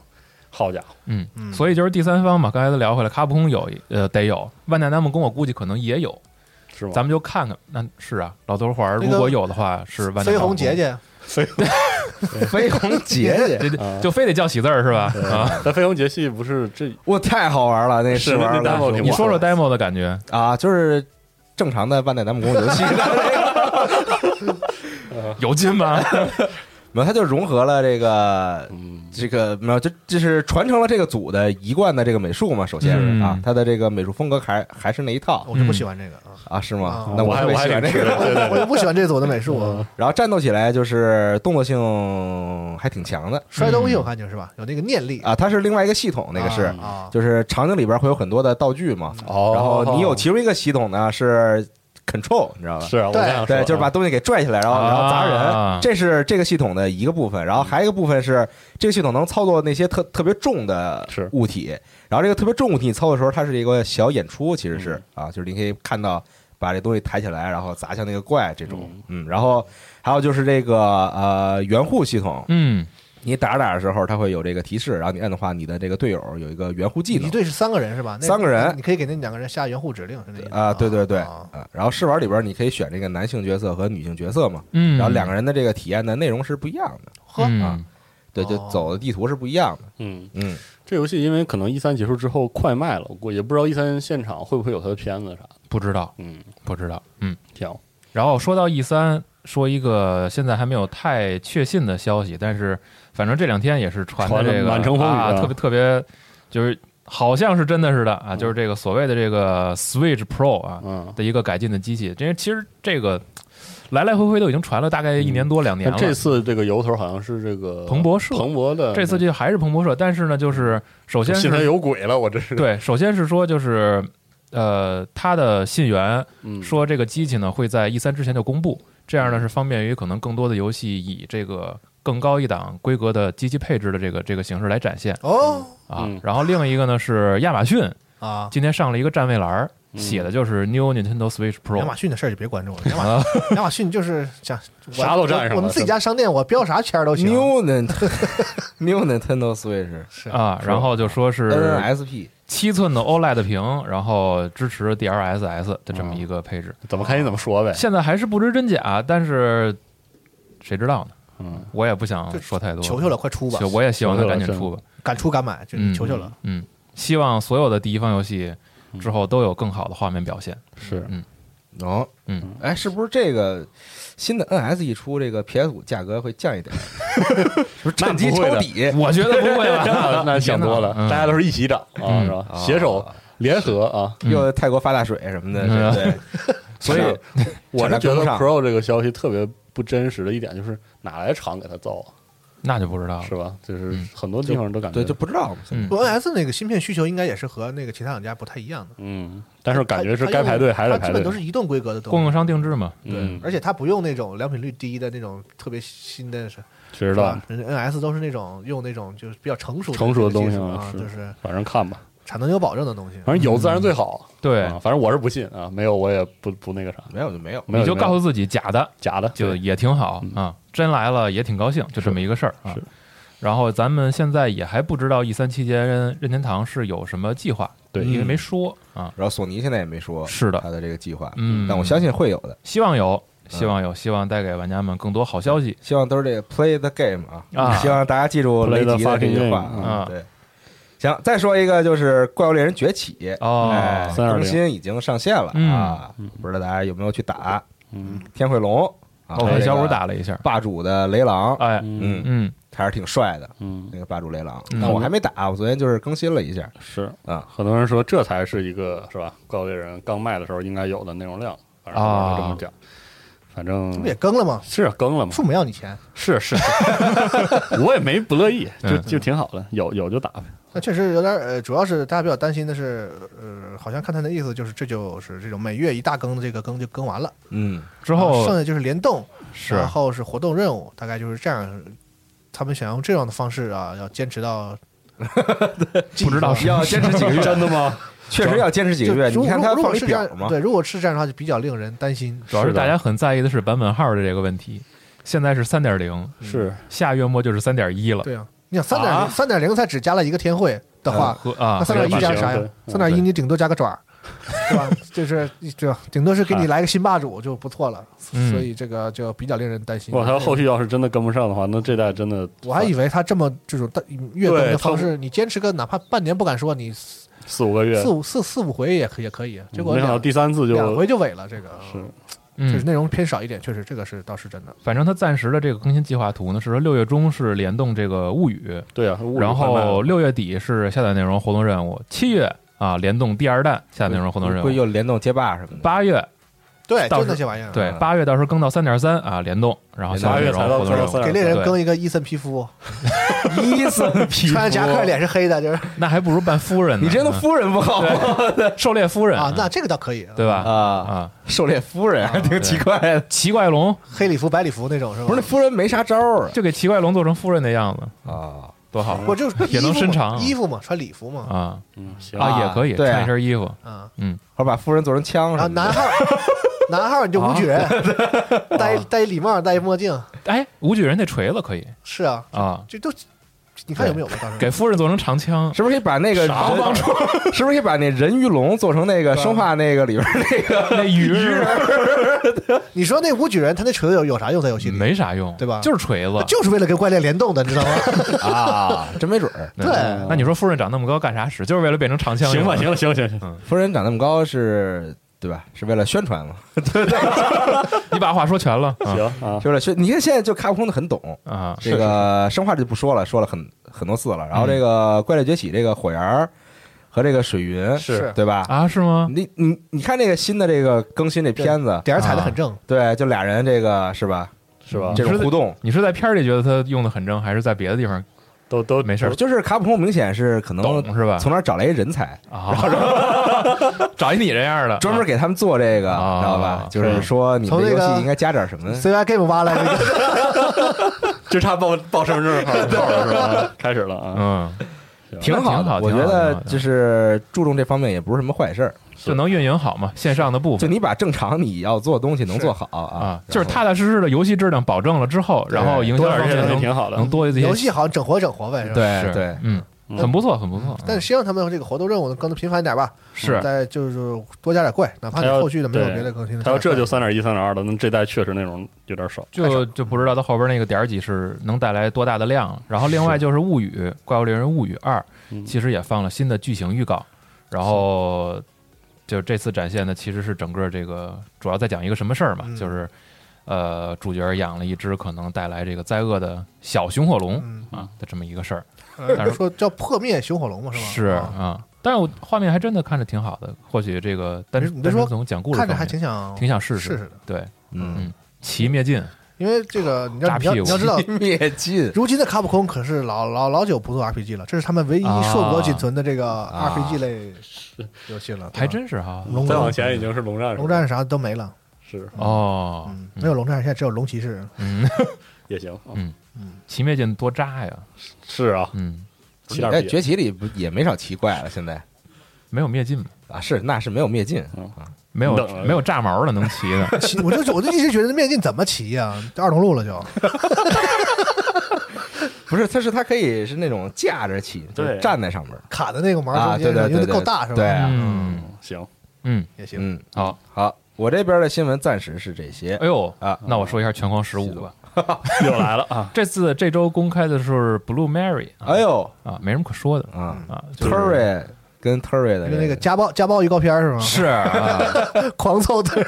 Speaker 2: 好家伙，
Speaker 4: 嗯，所以就是第三方嘛，刚才都聊回来，卡普空有，呃，得有，万代南梦宫我估计可能也有，
Speaker 2: 是吗？
Speaker 4: 咱们就看看。那是啊，老头环儿
Speaker 3: 那
Speaker 4: 如
Speaker 3: 个
Speaker 4: 果有的话是万代南梦宫。
Speaker 3: 飞鸿姐姐，
Speaker 1: 飞鸿 姐姐，
Speaker 4: 对，对，就非得叫喜字儿是吧？啊，
Speaker 2: 咱飞鸿节系不是这
Speaker 1: 我太好玩了，那
Speaker 2: 是
Speaker 1: 试玩
Speaker 2: 那那
Speaker 1: 了
Speaker 2: demo 挺
Speaker 4: 你说说 demo 的感觉，
Speaker 1: 啊，就是正常的万代南梦宫游 戏，
Speaker 4: 有劲吗？
Speaker 1: 没有，它就融合了这个
Speaker 2: 嗯
Speaker 1: 这个没有，这这是传承了这个组的一贯的这个美术嘛，首先是、
Speaker 4: 嗯
Speaker 1: 啊，它的这个美术风格还还是那一套
Speaker 3: 我就不喜欢这个啊，
Speaker 1: 啊，是吗？
Speaker 3: 啊
Speaker 1: 那
Speaker 2: 我还
Speaker 1: 特别
Speaker 2: 我还
Speaker 1: 喜欢这
Speaker 2: 挺
Speaker 1: 个。
Speaker 2: 对对
Speaker 3: 我就不喜欢这组的美术啊，
Speaker 1: 然后战斗起来就是动作性还挺强的
Speaker 3: 摔东西我感觉是吧？有那个念力，
Speaker 1: 嗯啊，它是另外一个系统，那个是、
Speaker 3: 啊，
Speaker 1: 就是场景里边会有很多的道具嘛，
Speaker 2: 哦
Speaker 1: 然后你有其中一个系统呢是 control，你知道吧？
Speaker 2: 是啊，我
Speaker 3: 对
Speaker 2: 这样
Speaker 1: 对，
Speaker 2: 说
Speaker 1: 就是把东西给拽起来，然后然后砸
Speaker 4: 啊
Speaker 1: 人，这是这个系统的一个部分。
Speaker 2: 嗯
Speaker 1: 然后还有一个部分是这个系统能操作那些特特别重的
Speaker 2: 是
Speaker 1: 物体，然后这个特别重物体你操作的时候，它是一个小演出，其实是
Speaker 2: 嗯
Speaker 1: 啊，就是你可以看到把这东西抬起来，然后砸向那个怪这种，嗯，然后还有就是这个呃援护系统，
Speaker 4: 嗯，
Speaker 1: 你打着打着的时候它会有这个提示，然后你按的话，你的这个队友有一个援护技能
Speaker 3: 一。队是三个人是吧？那
Speaker 1: 三个人
Speaker 3: 你可以给那两个人下援护指令，是那意思
Speaker 1: 啊，对对对，
Speaker 3: 啊
Speaker 1: 啊，然后试玩里边你可以选这个男性角色和女性角色嘛，
Speaker 4: 嗯，
Speaker 1: 然后两个人的这个体验的内容是不一样的，
Speaker 3: 呵
Speaker 4: 嗯
Speaker 1: 啊，对，就
Speaker 3: 哦
Speaker 1: 走的地图是不一样的。
Speaker 2: 嗯，
Speaker 1: 嗯，
Speaker 2: 这游戏因为可能 E 三结束之后快卖了，我也不知道 E 三现场会不会有它的片子啥的，
Speaker 4: 不知道，
Speaker 2: 嗯，
Speaker 4: 不知道，嗯。
Speaker 2: 挺好，
Speaker 4: 然后说到 E 三，说一个现在还没有太确信的消息，但是反正这两天也是传的
Speaker 2: 传得
Speaker 4: 这个
Speaker 2: 满城风雨啊
Speaker 4: 啊，特别特别，就是好像是真的似的啊，
Speaker 2: 嗯
Speaker 4: 就是这个所谓的这个 Switch Pro 啊
Speaker 2: 嗯。
Speaker 4: 的一个改进的机器，因为其实这个来来回回都已经传了大概一年多两年
Speaker 2: 嗯但
Speaker 4: 了。
Speaker 2: 这次这个由头好像是这个
Speaker 4: 彭博社
Speaker 2: 彭博的
Speaker 4: 这次就还是彭博社，但是呢，就是首先
Speaker 2: 信他
Speaker 4: 是
Speaker 2: 有鬼了，我这是
Speaker 4: 对，首先是说就是呃，它的信源
Speaker 2: 嗯
Speaker 4: 说这个机器呢会在 E 三之前就公布，这样呢是方便于可能更多的游戏以这个更高一档规格的机器配置的这个这个形式来展现
Speaker 3: 哦
Speaker 4: 啊
Speaker 2: 嗯。
Speaker 4: 然后另一个呢是亚马逊
Speaker 3: 啊
Speaker 4: 今天上了一个站位栏儿，
Speaker 2: 嗯
Speaker 4: 写的就是 New Nintendo Switch
Speaker 3: 亚
Speaker 4: Pro
Speaker 3: 马。逊的事儿就别关注了， 亚马
Speaker 4: 啊，
Speaker 3: 亚马逊就是想我
Speaker 2: 啥都占上了
Speaker 3: 我我们自己家商店，我标啥签儿都行。
Speaker 1: New Nintendo New Nintendo Switch
Speaker 3: 是
Speaker 4: 啊，然后就说是
Speaker 1: NSP
Speaker 4: 七寸的 OLED 屏，然后支持 DLSS 的这么一个配置。
Speaker 2: 怎么看你怎么说呗。
Speaker 4: 现在还是不知真假，但是谁知道呢？
Speaker 2: 嗯，
Speaker 4: 我也不想说太多。
Speaker 3: 求求了，，快出吧
Speaker 4: 就，我也希望它
Speaker 2: 求求了
Speaker 4: 赶紧出吧。
Speaker 3: 敢出敢买，就
Speaker 4: 嗯，
Speaker 3: 求求了。
Speaker 4: 嗯。嗯，希望所有的第一方游戏
Speaker 2: 嗯
Speaker 4: 之后都有更好的画面表现。
Speaker 2: 是
Speaker 1: 哦，
Speaker 4: 嗯，
Speaker 1: 哎，是不是这个新的 NS 一出，这个 PS 五价格会降一点？ 是不是趁机
Speaker 2: 那不会
Speaker 1: 抄
Speaker 2: 的
Speaker 1: 底？
Speaker 4: 我觉得不会吧
Speaker 2: 那？那想多了，
Speaker 4: 嗯
Speaker 2: 大家都是一起涨啊，
Speaker 4: 嗯
Speaker 2: 是吧？携手
Speaker 1: 啊
Speaker 2: 联合啊，
Speaker 4: 嗯
Speaker 1: 又泰国发大水什么的，
Speaker 4: 嗯
Speaker 1: 对，
Speaker 2: 所以
Speaker 1: 是
Speaker 2: 我是觉
Speaker 1: 跟不
Speaker 2: 得
Speaker 1: 上
Speaker 2: Pro 这个消息特别不真实的一点就是哪来厂给它造
Speaker 4: 那就不知道
Speaker 2: 啊，
Speaker 4: 了
Speaker 2: 是。吧？就是
Speaker 4: 嗯
Speaker 2: 很多地方都感觉
Speaker 1: 对，就不知道嘛。
Speaker 4: 嗯，
Speaker 3: NS 那个芯片需求应该也是和那个其他两家不太一样的，
Speaker 2: 嗯，但是感觉是
Speaker 3: 它
Speaker 2: 该排队还得
Speaker 3: 它
Speaker 2: 排
Speaker 3: 基本
Speaker 2: 队
Speaker 3: 都，是移动规格的
Speaker 4: 供
Speaker 3: 东
Speaker 4: 应
Speaker 3: 西。
Speaker 4: 商定制嘛。
Speaker 2: 嗯，
Speaker 3: 而且它不用那种良品率低的那种特别新的，是
Speaker 2: 谁
Speaker 3: 是
Speaker 2: 知道
Speaker 3: 吧？？人家 NS 都是那种用那种就是比较成熟
Speaker 2: 成熟的
Speaker 3: 的这个技
Speaker 2: 东西
Speaker 3: 术啊，
Speaker 2: 啊是
Speaker 3: 就是
Speaker 2: 反正看吧，
Speaker 3: 产能有保证的东西。
Speaker 2: 反正有自然最好。
Speaker 4: 对，
Speaker 2: 啊，反正我是不信啊，没有我也不不那个啥，
Speaker 1: 没有就没有，
Speaker 2: 没有
Speaker 4: 你就
Speaker 2: 没
Speaker 4: 告
Speaker 2: 有
Speaker 4: 诉自己假的
Speaker 2: 假的，
Speaker 4: 就
Speaker 2: 对嗯
Speaker 4: 也挺好啊，真来了也挺高兴，就这么一个事儿啊
Speaker 2: 是。
Speaker 4: 然后咱们现在也还不知道 E 三期间任天堂是有什么计划，
Speaker 2: 对
Speaker 4: 因为没说啊。
Speaker 1: 然后索尼现在也没说
Speaker 4: 是的
Speaker 1: 他的这个计划，
Speaker 4: 嗯，
Speaker 1: 但我相信会有的，
Speaker 4: 希望有，希望有，希望带给玩家们更多好消息。
Speaker 1: 希望都是这个 play the game 啊，
Speaker 4: 啊
Speaker 1: 希望大家记住
Speaker 2: Play
Speaker 1: 雷
Speaker 2: the
Speaker 1: 迪的这
Speaker 2: fucking
Speaker 1: 句
Speaker 2: game，
Speaker 1: 话啊
Speaker 4: 嗯
Speaker 1: 对，行，再说一个就是《怪物猎人崛起》
Speaker 4: 哦
Speaker 1: 哎
Speaker 2: 320
Speaker 1: 更新已经上线了
Speaker 4: 嗯
Speaker 1: 啊，不知道大家有没有去打
Speaker 2: 嗯
Speaker 1: 天会龙？啊
Speaker 4: 我和哦小五。
Speaker 1: 这个
Speaker 4: 打了一下，
Speaker 1: 霸主的雷狼，
Speaker 4: 哎，
Speaker 2: 嗯
Speaker 1: 嗯，
Speaker 4: 嗯，
Speaker 1: 还是挺帅的。
Speaker 2: 嗯
Speaker 1: 那个霸主雷狼，
Speaker 4: 嗯
Speaker 1: 但我还没打，我昨天就是更新了一下
Speaker 2: 是
Speaker 1: 啊。
Speaker 2: 很多人说这才是一个是吧？怪物猎人刚卖的时候应该有的内容量，反正
Speaker 4: 啊
Speaker 2: 我这么讲，反
Speaker 3: 这不也
Speaker 2: 正
Speaker 3: 更了吗？
Speaker 2: 是啊更了嘛，
Speaker 3: 父母要你钱，
Speaker 2: 是是， 我也没不乐意，就
Speaker 4: 嗯
Speaker 2: 就挺好的，有有就打呗，
Speaker 3: 那确实有点儿呃，主要是大家比较担心的是，呃，好像看他的意思就是这就是这种每月一大更的这个更就更完了，
Speaker 1: 嗯，
Speaker 4: 之
Speaker 3: 啊剩
Speaker 4: 后
Speaker 3: 下就是联动，
Speaker 4: 是
Speaker 3: 然后是活动任务，大概就是这样。他们想用这样的方式啊，要坚持到
Speaker 4: 不知道
Speaker 3: 是
Speaker 4: 是
Speaker 1: 要坚持几 个月，
Speaker 2: 真的吗？
Speaker 1: 确实要坚持几个月。
Speaker 3: 就
Speaker 1: 你看他
Speaker 3: 如
Speaker 1: 放
Speaker 3: 果
Speaker 1: 一
Speaker 3: 是这
Speaker 1: 表
Speaker 3: 样，
Speaker 1: 嘛，
Speaker 3: 对，如果是这样的话，就比较令人担心。
Speaker 4: 主要是
Speaker 2: 是的
Speaker 4: 大家很在意的是版本号的这个问题。现在是三点零，
Speaker 2: 是
Speaker 4: 下月末就是三点一了。
Speaker 3: 对啊，你想三点零，三点零才只加了一个天会的话，
Speaker 4: 和啊
Speaker 3: 那，三点一加啥
Speaker 2: 还有
Speaker 3: 呀
Speaker 2: 版？
Speaker 3: 三
Speaker 2: 型
Speaker 3: 点
Speaker 2: 对
Speaker 3: 一你顶多加个爪儿，是吧？ 就是对吧？顶多是给你来个新霸主就不错了，
Speaker 4: 嗯
Speaker 3: 所以这个就比较令人担心。
Speaker 2: 哇，他后续要是真的跟不上的话，那这代真的
Speaker 3: 我还以为他这么这种大月更的方式，你坚持个哪怕半年不敢说，你四
Speaker 2: 四五个月，
Speaker 3: 五四四五回也可也可以。啊结果
Speaker 2: 没想到
Speaker 3: 两
Speaker 2: 第三次就
Speaker 3: 两回就萎了，这个啊
Speaker 2: 是
Speaker 3: 就
Speaker 4: 嗯
Speaker 3: 是，内容偏少一点，确实这个是倒是真的。
Speaker 4: 反正它暂时的这个更新计划图呢，是说六月中是联动这个物语，
Speaker 2: 对啊，物理
Speaker 4: 然
Speaker 2: 快慢
Speaker 4: 后六月底是下载内容活动任务，七月啊联动第二弹下载内容活动任
Speaker 1: 会
Speaker 4: 务，
Speaker 1: 又联动街霸什么的。
Speaker 4: 八月
Speaker 3: 对，
Speaker 4: 倒
Speaker 3: 就是那些玩意儿。
Speaker 4: 对八月到时候更到三点三啊联动，然后下
Speaker 2: 八
Speaker 4: 载内
Speaker 2: 月
Speaker 4: 容
Speaker 2: 才到
Speaker 4: 活动
Speaker 2: 才到
Speaker 4: 任务，
Speaker 2: 三
Speaker 3: 给
Speaker 2: 点
Speaker 3: 猎
Speaker 2: 四
Speaker 3: 人
Speaker 4: 对
Speaker 3: 更一个伊森皮肤，
Speaker 1: 伊森皮肤
Speaker 3: 穿着夹克，脸是黑的，就是
Speaker 4: 那还不如扮夫人呢，
Speaker 1: 你真的夫人不好
Speaker 4: 嗯狩猎夫人
Speaker 3: 啊，那这个倒可以，
Speaker 4: 对吧？
Speaker 1: 啊！
Speaker 4: 啊，
Speaker 1: 狩猎夫人还挺奇怪的，
Speaker 4: 奇怪龙
Speaker 3: 黑礼服、白礼服那种是吧？
Speaker 1: 不是那夫人没啥招儿
Speaker 4: 就给奇怪龙做成夫人的样子，
Speaker 1: 啊啊！
Speaker 4: 多好
Speaker 3: 我就是
Speaker 4: 也能
Speaker 3: 衣服嘛
Speaker 4: 伸长
Speaker 3: 衣服嘛，穿礼服嘛
Speaker 4: 啊
Speaker 2: 嗯，行
Speaker 4: 啊也可以
Speaker 1: 对啊
Speaker 4: 穿一身衣服，
Speaker 3: 啊。
Speaker 1: 或者把夫人做成枪
Speaker 3: 然后
Speaker 1: 什么的
Speaker 3: 男号，男号你就
Speaker 4: 啊
Speaker 3: 武举人，戴一戴一礼帽，戴一墨镜，
Speaker 4: 哎，武举人那锤子可以
Speaker 3: 是啊，
Speaker 4: 啊，
Speaker 3: 这都你看有没有吧？当时
Speaker 4: 给夫人做成长枪，
Speaker 1: 是不是可以把那个
Speaker 4: 啥帮助
Speaker 1: 是不是可以把那人鱼龙做成那个
Speaker 3: 对
Speaker 1: 生化那个里边 那个
Speaker 4: 那鱼人
Speaker 3: 你说那武举人他那锤子有有啥用在游戏里？
Speaker 4: 没啥用，
Speaker 3: 对吧
Speaker 4: 就是锤
Speaker 3: 他
Speaker 4: 子，
Speaker 3: 就是为了跟怪猎联动的，你知道吗？
Speaker 1: 啊？真没准儿，
Speaker 3: 对
Speaker 4: 那你说夫人长那么高干啥使？就是为了变成长枪？
Speaker 2: 行吧，行了，行了，行了行了，
Speaker 1: 夫人长那么高是。对吧？是为了宣传嘛？
Speaker 4: 你把话说 全了。啊
Speaker 2: 行啊
Speaker 1: 是，为了宣。你看现在就卡普空的很懂，
Speaker 4: 啊，
Speaker 1: 这个生化就不说了，说了很很多次了。然后
Speaker 4: 嗯
Speaker 1: 这个《怪猎崛起》这个火焰儿和这个水云，
Speaker 3: 是
Speaker 1: 对吧？
Speaker 4: 啊，是吗？
Speaker 1: 你你你看这个新的这个更新这片子，
Speaker 3: 点儿踩的很
Speaker 4: 啊
Speaker 3: 正，
Speaker 1: 对，就俩人这个是吧？
Speaker 2: 是吧
Speaker 4: 你？
Speaker 1: 这种互动，
Speaker 4: 你是在片儿里觉得他用的很正，还是在别的地方
Speaker 2: 都都
Speaker 4: 没事儿
Speaker 1: 就是卡普空明显是可能
Speaker 4: 懂是吧？
Speaker 1: 从哪儿找来一人才，
Speaker 4: 啊， 找一你这样的，
Speaker 1: 专门给他们做这个，
Speaker 4: 啊嗯
Speaker 1: 知道吧
Speaker 4: 啊？
Speaker 1: 就是说你们
Speaker 3: 从
Speaker 1: 这
Speaker 3: 那
Speaker 1: 游
Speaker 3: 个
Speaker 1: 戏应该加点什么
Speaker 3: C Y Game 挖来那个，
Speaker 2: 就差报报身份证号了是吧？开始了啊，
Speaker 4: 啊嗯，
Speaker 1: 挺好
Speaker 4: 挺好
Speaker 1: 我觉
Speaker 4: 挺好
Speaker 1: 得
Speaker 4: 挺好
Speaker 1: 就是注重这方面也不是什么坏事儿。
Speaker 4: 就能运营好嘛，线上的部
Speaker 1: 就
Speaker 4: 分
Speaker 1: 你把正常你要做的东西能做好啊
Speaker 4: 啊，，就是踏踏实实的游戏质量保证了之后，然后营销
Speaker 2: 多
Speaker 4: 方
Speaker 2: 点这
Speaker 4: 面
Speaker 2: 东西
Speaker 4: 能
Speaker 2: 挺好的
Speaker 4: 能。多一些
Speaker 3: 游戏好像整活整活呗，是吧？
Speaker 1: 对
Speaker 4: 是
Speaker 1: 对，
Speaker 4: 嗯，
Speaker 2: 嗯
Speaker 4: 很不错，很不错，
Speaker 3: 但是希望他们这个活动任务能更频繁一点吧，
Speaker 4: 是
Speaker 3: 再就是多加点怪，哪怕你
Speaker 2: 他要
Speaker 3: 后续的没有
Speaker 2: 对
Speaker 3: 别的更新的。
Speaker 2: 他要这就三点一、三点二了，那这代确实内容有点少。
Speaker 4: 就就不知道它后边那个点儿几是能带来多大的量了。然后另外就是《物语》《怪物猎人物语二
Speaker 2: 嗯》，
Speaker 4: 其实也放了新的剧情预告，然后就这次展现的其实是整个这个主要在讲一个什么事儿嘛，
Speaker 3: 嗯
Speaker 4: 就是呃主角养了一只可能带来这个灾厄的小熊火龙
Speaker 3: 嗯，
Speaker 4: 啊的这么一个事儿，但
Speaker 3: 呃
Speaker 4: 是
Speaker 3: 说叫破灭熊火龙嘛，是吧？
Speaker 4: 是
Speaker 3: 啊
Speaker 4: 啊。但是我画面还真的看着挺好的，或许这个，但是
Speaker 3: 你别
Speaker 4: 但是
Speaker 3: 说
Speaker 4: 从讲故事
Speaker 3: 看
Speaker 4: 方
Speaker 3: 着还
Speaker 4: 面
Speaker 3: 挺想
Speaker 4: 挺想试
Speaker 3: 试试的，
Speaker 4: 对，
Speaker 1: 嗯，
Speaker 4: 奇灭尽，
Speaker 3: 因为这个你知道
Speaker 4: 扎
Speaker 3: 你要
Speaker 4: 屁
Speaker 3: 你
Speaker 4: 股
Speaker 3: 要 知道，
Speaker 1: 灭尽
Speaker 3: 如今的卡普空可是老老老久不做 RPG 了，这是他们唯一
Speaker 4: 啊
Speaker 3: 硕果仅存的这个
Speaker 1: 啊
Speaker 3: RPG 类游戏了，对吧
Speaker 4: 还真啊是哈，
Speaker 3: 龙
Speaker 2: 再往前已经是龙战士了，
Speaker 3: 龙战士啥都没了，
Speaker 2: 是
Speaker 4: 哦，
Speaker 3: 嗯，没有龙战士，现在只有龙骑士，
Speaker 4: 嗯，
Speaker 2: 也行，
Speaker 4: 嗯奇灭尽多渣呀，
Speaker 2: 是啊，
Speaker 4: 嗯，
Speaker 2: 七点
Speaker 1: 在
Speaker 3: 哎
Speaker 2: 比
Speaker 1: 哎崛起里不也没少奇怪了，现在
Speaker 4: 没有灭尽嘛，
Speaker 1: 啊是那是没有灭尽，
Speaker 4: 没有
Speaker 2: 你
Speaker 3: 嗯
Speaker 2: 等着
Speaker 4: 没有炸毛的能骑的，
Speaker 3: 骑 我就我就一直觉得面镜怎么骑呀、二龙路了就，
Speaker 1: 不是它是它可以是那种架着骑，就是
Speaker 2: 对
Speaker 1: 站在上面儿
Speaker 3: 卡在那个毛中
Speaker 1: 啊
Speaker 3: 间上，
Speaker 1: 对对对
Speaker 3: 因为它
Speaker 1: 对
Speaker 3: 够大是吧？
Speaker 1: 对啊
Speaker 4: 嗯
Speaker 2: 行，
Speaker 4: 嗯，
Speaker 3: 也行。
Speaker 1: 嗯，
Speaker 4: 好，
Speaker 1: 好，我这边的新闻暂时是这些
Speaker 4: 哎呦
Speaker 1: 啊
Speaker 4: 那我说一下拳皇十五吧，
Speaker 2: 又来了 啊！
Speaker 4: 这次这周公开的是 Blue Mary，啊
Speaker 1: 哎呦
Speaker 4: 啊，没什么可说的
Speaker 1: 啊
Speaker 4: 啊，就是
Speaker 1: ，Terry 跟 Terry 的嗯
Speaker 3: 就那
Speaker 1: 这
Speaker 3: 个家暴家暴预告片是吗？
Speaker 4: 是啊，
Speaker 3: 狂凑腿，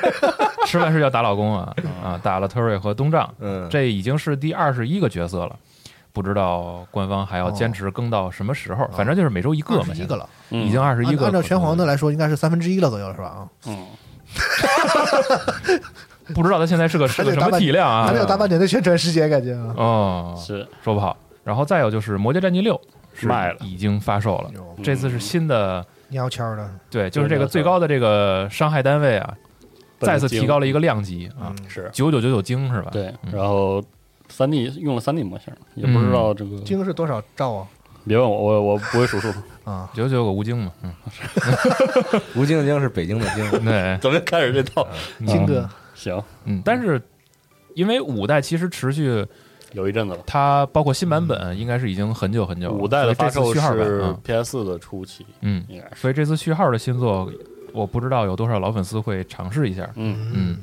Speaker 4: 吃饭是要打老公啊啊，打了 Terry 和东丈，
Speaker 1: 嗯
Speaker 4: 这已经是第二十一个角色了。不知道官方
Speaker 3: 哦
Speaker 4: 还要坚持更到什么时候，反正就是每周一个嘛，
Speaker 3: 一个了，嗯
Speaker 4: 现在已经二十一
Speaker 3: 按
Speaker 4: 个了。
Speaker 3: 按照拳皇的来说，应该是三分之一了左右是吧？啊，
Speaker 2: 嗯，
Speaker 4: 不知道他现在是个是
Speaker 3: 还得
Speaker 4: 个什
Speaker 3: 打
Speaker 4: 么
Speaker 3: 扮
Speaker 4: 体量啊？
Speaker 3: 还得有大半年的宣传时间感觉啊。
Speaker 4: 哦，
Speaker 2: 嗯是
Speaker 4: 说不好。然后再有就是《魔界战记六》是
Speaker 2: 卖了嗯
Speaker 4: 已经发售了，
Speaker 3: 哟
Speaker 4: 这次是新的，
Speaker 3: 鸟悄的，
Speaker 4: 对，就是这个最高的这个伤害单位啊，
Speaker 2: 本
Speaker 4: 再
Speaker 2: 来
Speaker 4: 次
Speaker 2: 精
Speaker 4: 提高了一个量级啊，
Speaker 3: 嗯
Speaker 2: 是啊
Speaker 4: 九九九九精是吧？，
Speaker 2: 对，
Speaker 4: 嗯
Speaker 2: 然后三 D 用了三 D 模型，也不知道这个，
Speaker 3: 精是多少兆啊？
Speaker 2: 别问我，我我不会数 数，
Speaker 3: 啊，
Speaker 4: 九九九个无精嘛， 嗯，
Speaker 1: 吴京的京是北京的京，
Speaker 4: 对，
Speaker 2: 咱们开始这套，
Speaker 3: 金哥，
Speaker 2: 行，
Speaker 4: 嗯，但是因为五代其实持续，
Speaker 2: 有一阵子了。
Speaker 4: 它包括新版本应该是已经很久很久了，
Speaker 2: 嗯五代的
Speaker 4: 所以
Speaker 2: 发
Speaker 4: 这次
Speaker 2: 售
Speaker 4: 序号版，
Speaker 2: 是啊
Speaker 4: 嗯
Speaker 2: PS 四的初期，
Speaker 4: 嗯，
Speaker 2: 应该是，
Speaker 4: 所以这次序号的新作，我不知道有多少老粉丝会尝试一下，
Speaker 2: 嗯。
Speaker 4: 嗯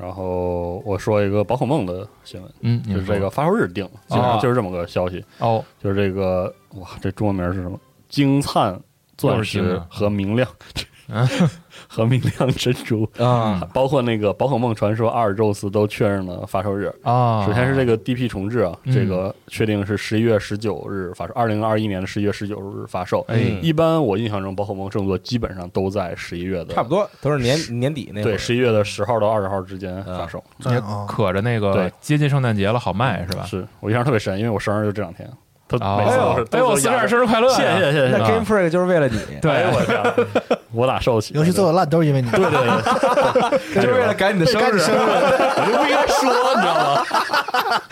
Speaker 2: 然后我说一个宝可梦的新闻，
Speaker 4: 嗯，你
Speaker 2: 就是
Speaker 4: 们说啊
Speaker 2: 这个发售日定，基本上就是这么个消息，
Speaker 4: 哦，
Speaker 2: 就是这个哇，这中文名是什么？金灿钻
Speaker 4: 又是
Speaker 2: 石
Speaker 4: 金啊
Speaker 2: 和明 亮
Speaker 4: 嗯，
Speaker 2: 和明亮珍珠
Speaker 1: 啊，
Speaker 2: 包括那个宝可梦传说阿尔宙斯都确认了发售日。
Speaker 4: 啊，
Speaker 2: 首先是这个 DP 重置啊，
Speaker 4: 嗯
Speaker 2: 这个确定是十一月十九日发售，二零二一年的十一月十九日发售。嗯
Speaker 4: 哎
Speaker 1: 嗯
Speaker 2: 一般我印象中宝可梦正作基本上都在十一月的
Speaker 1: 差不多都是年年底那会儿
Speaker 2: 对十一月的十号到二十号之间发售。
Speaker 3: 赞啊，
Speaker 4: 可着那个
Speaker 2: 对
Speaker 4: 接近圣诞节了，好卖是吧？
Speaker 2: 是我印象特别深，因为我生日就这两天，他每次都
Speaker 4: 哎
Speaker 2: 是
Speaker 4: 呦，哎呦，四十二生
Speaker 2: 日，
Speaker 4: 日快乐呀！
Speaker 2: 谢谢谢
Speaker 1: 那
Speaker 2: 谢。
Speaker 1: Game Freak 就是为了你，
Speaker 4: 啊对
Speaker 2: 哎呦我天，我哪受得起？
Speaker 3: 游戏做的烂都是因为你。
Speaker 2: 对对 对，
Speaker 1: 就是为了赶你的生
Speaker 3: 该你
Speaker 1: 日啊
Speaker 3: 生。日，
Speaker 2: 我就不应该说，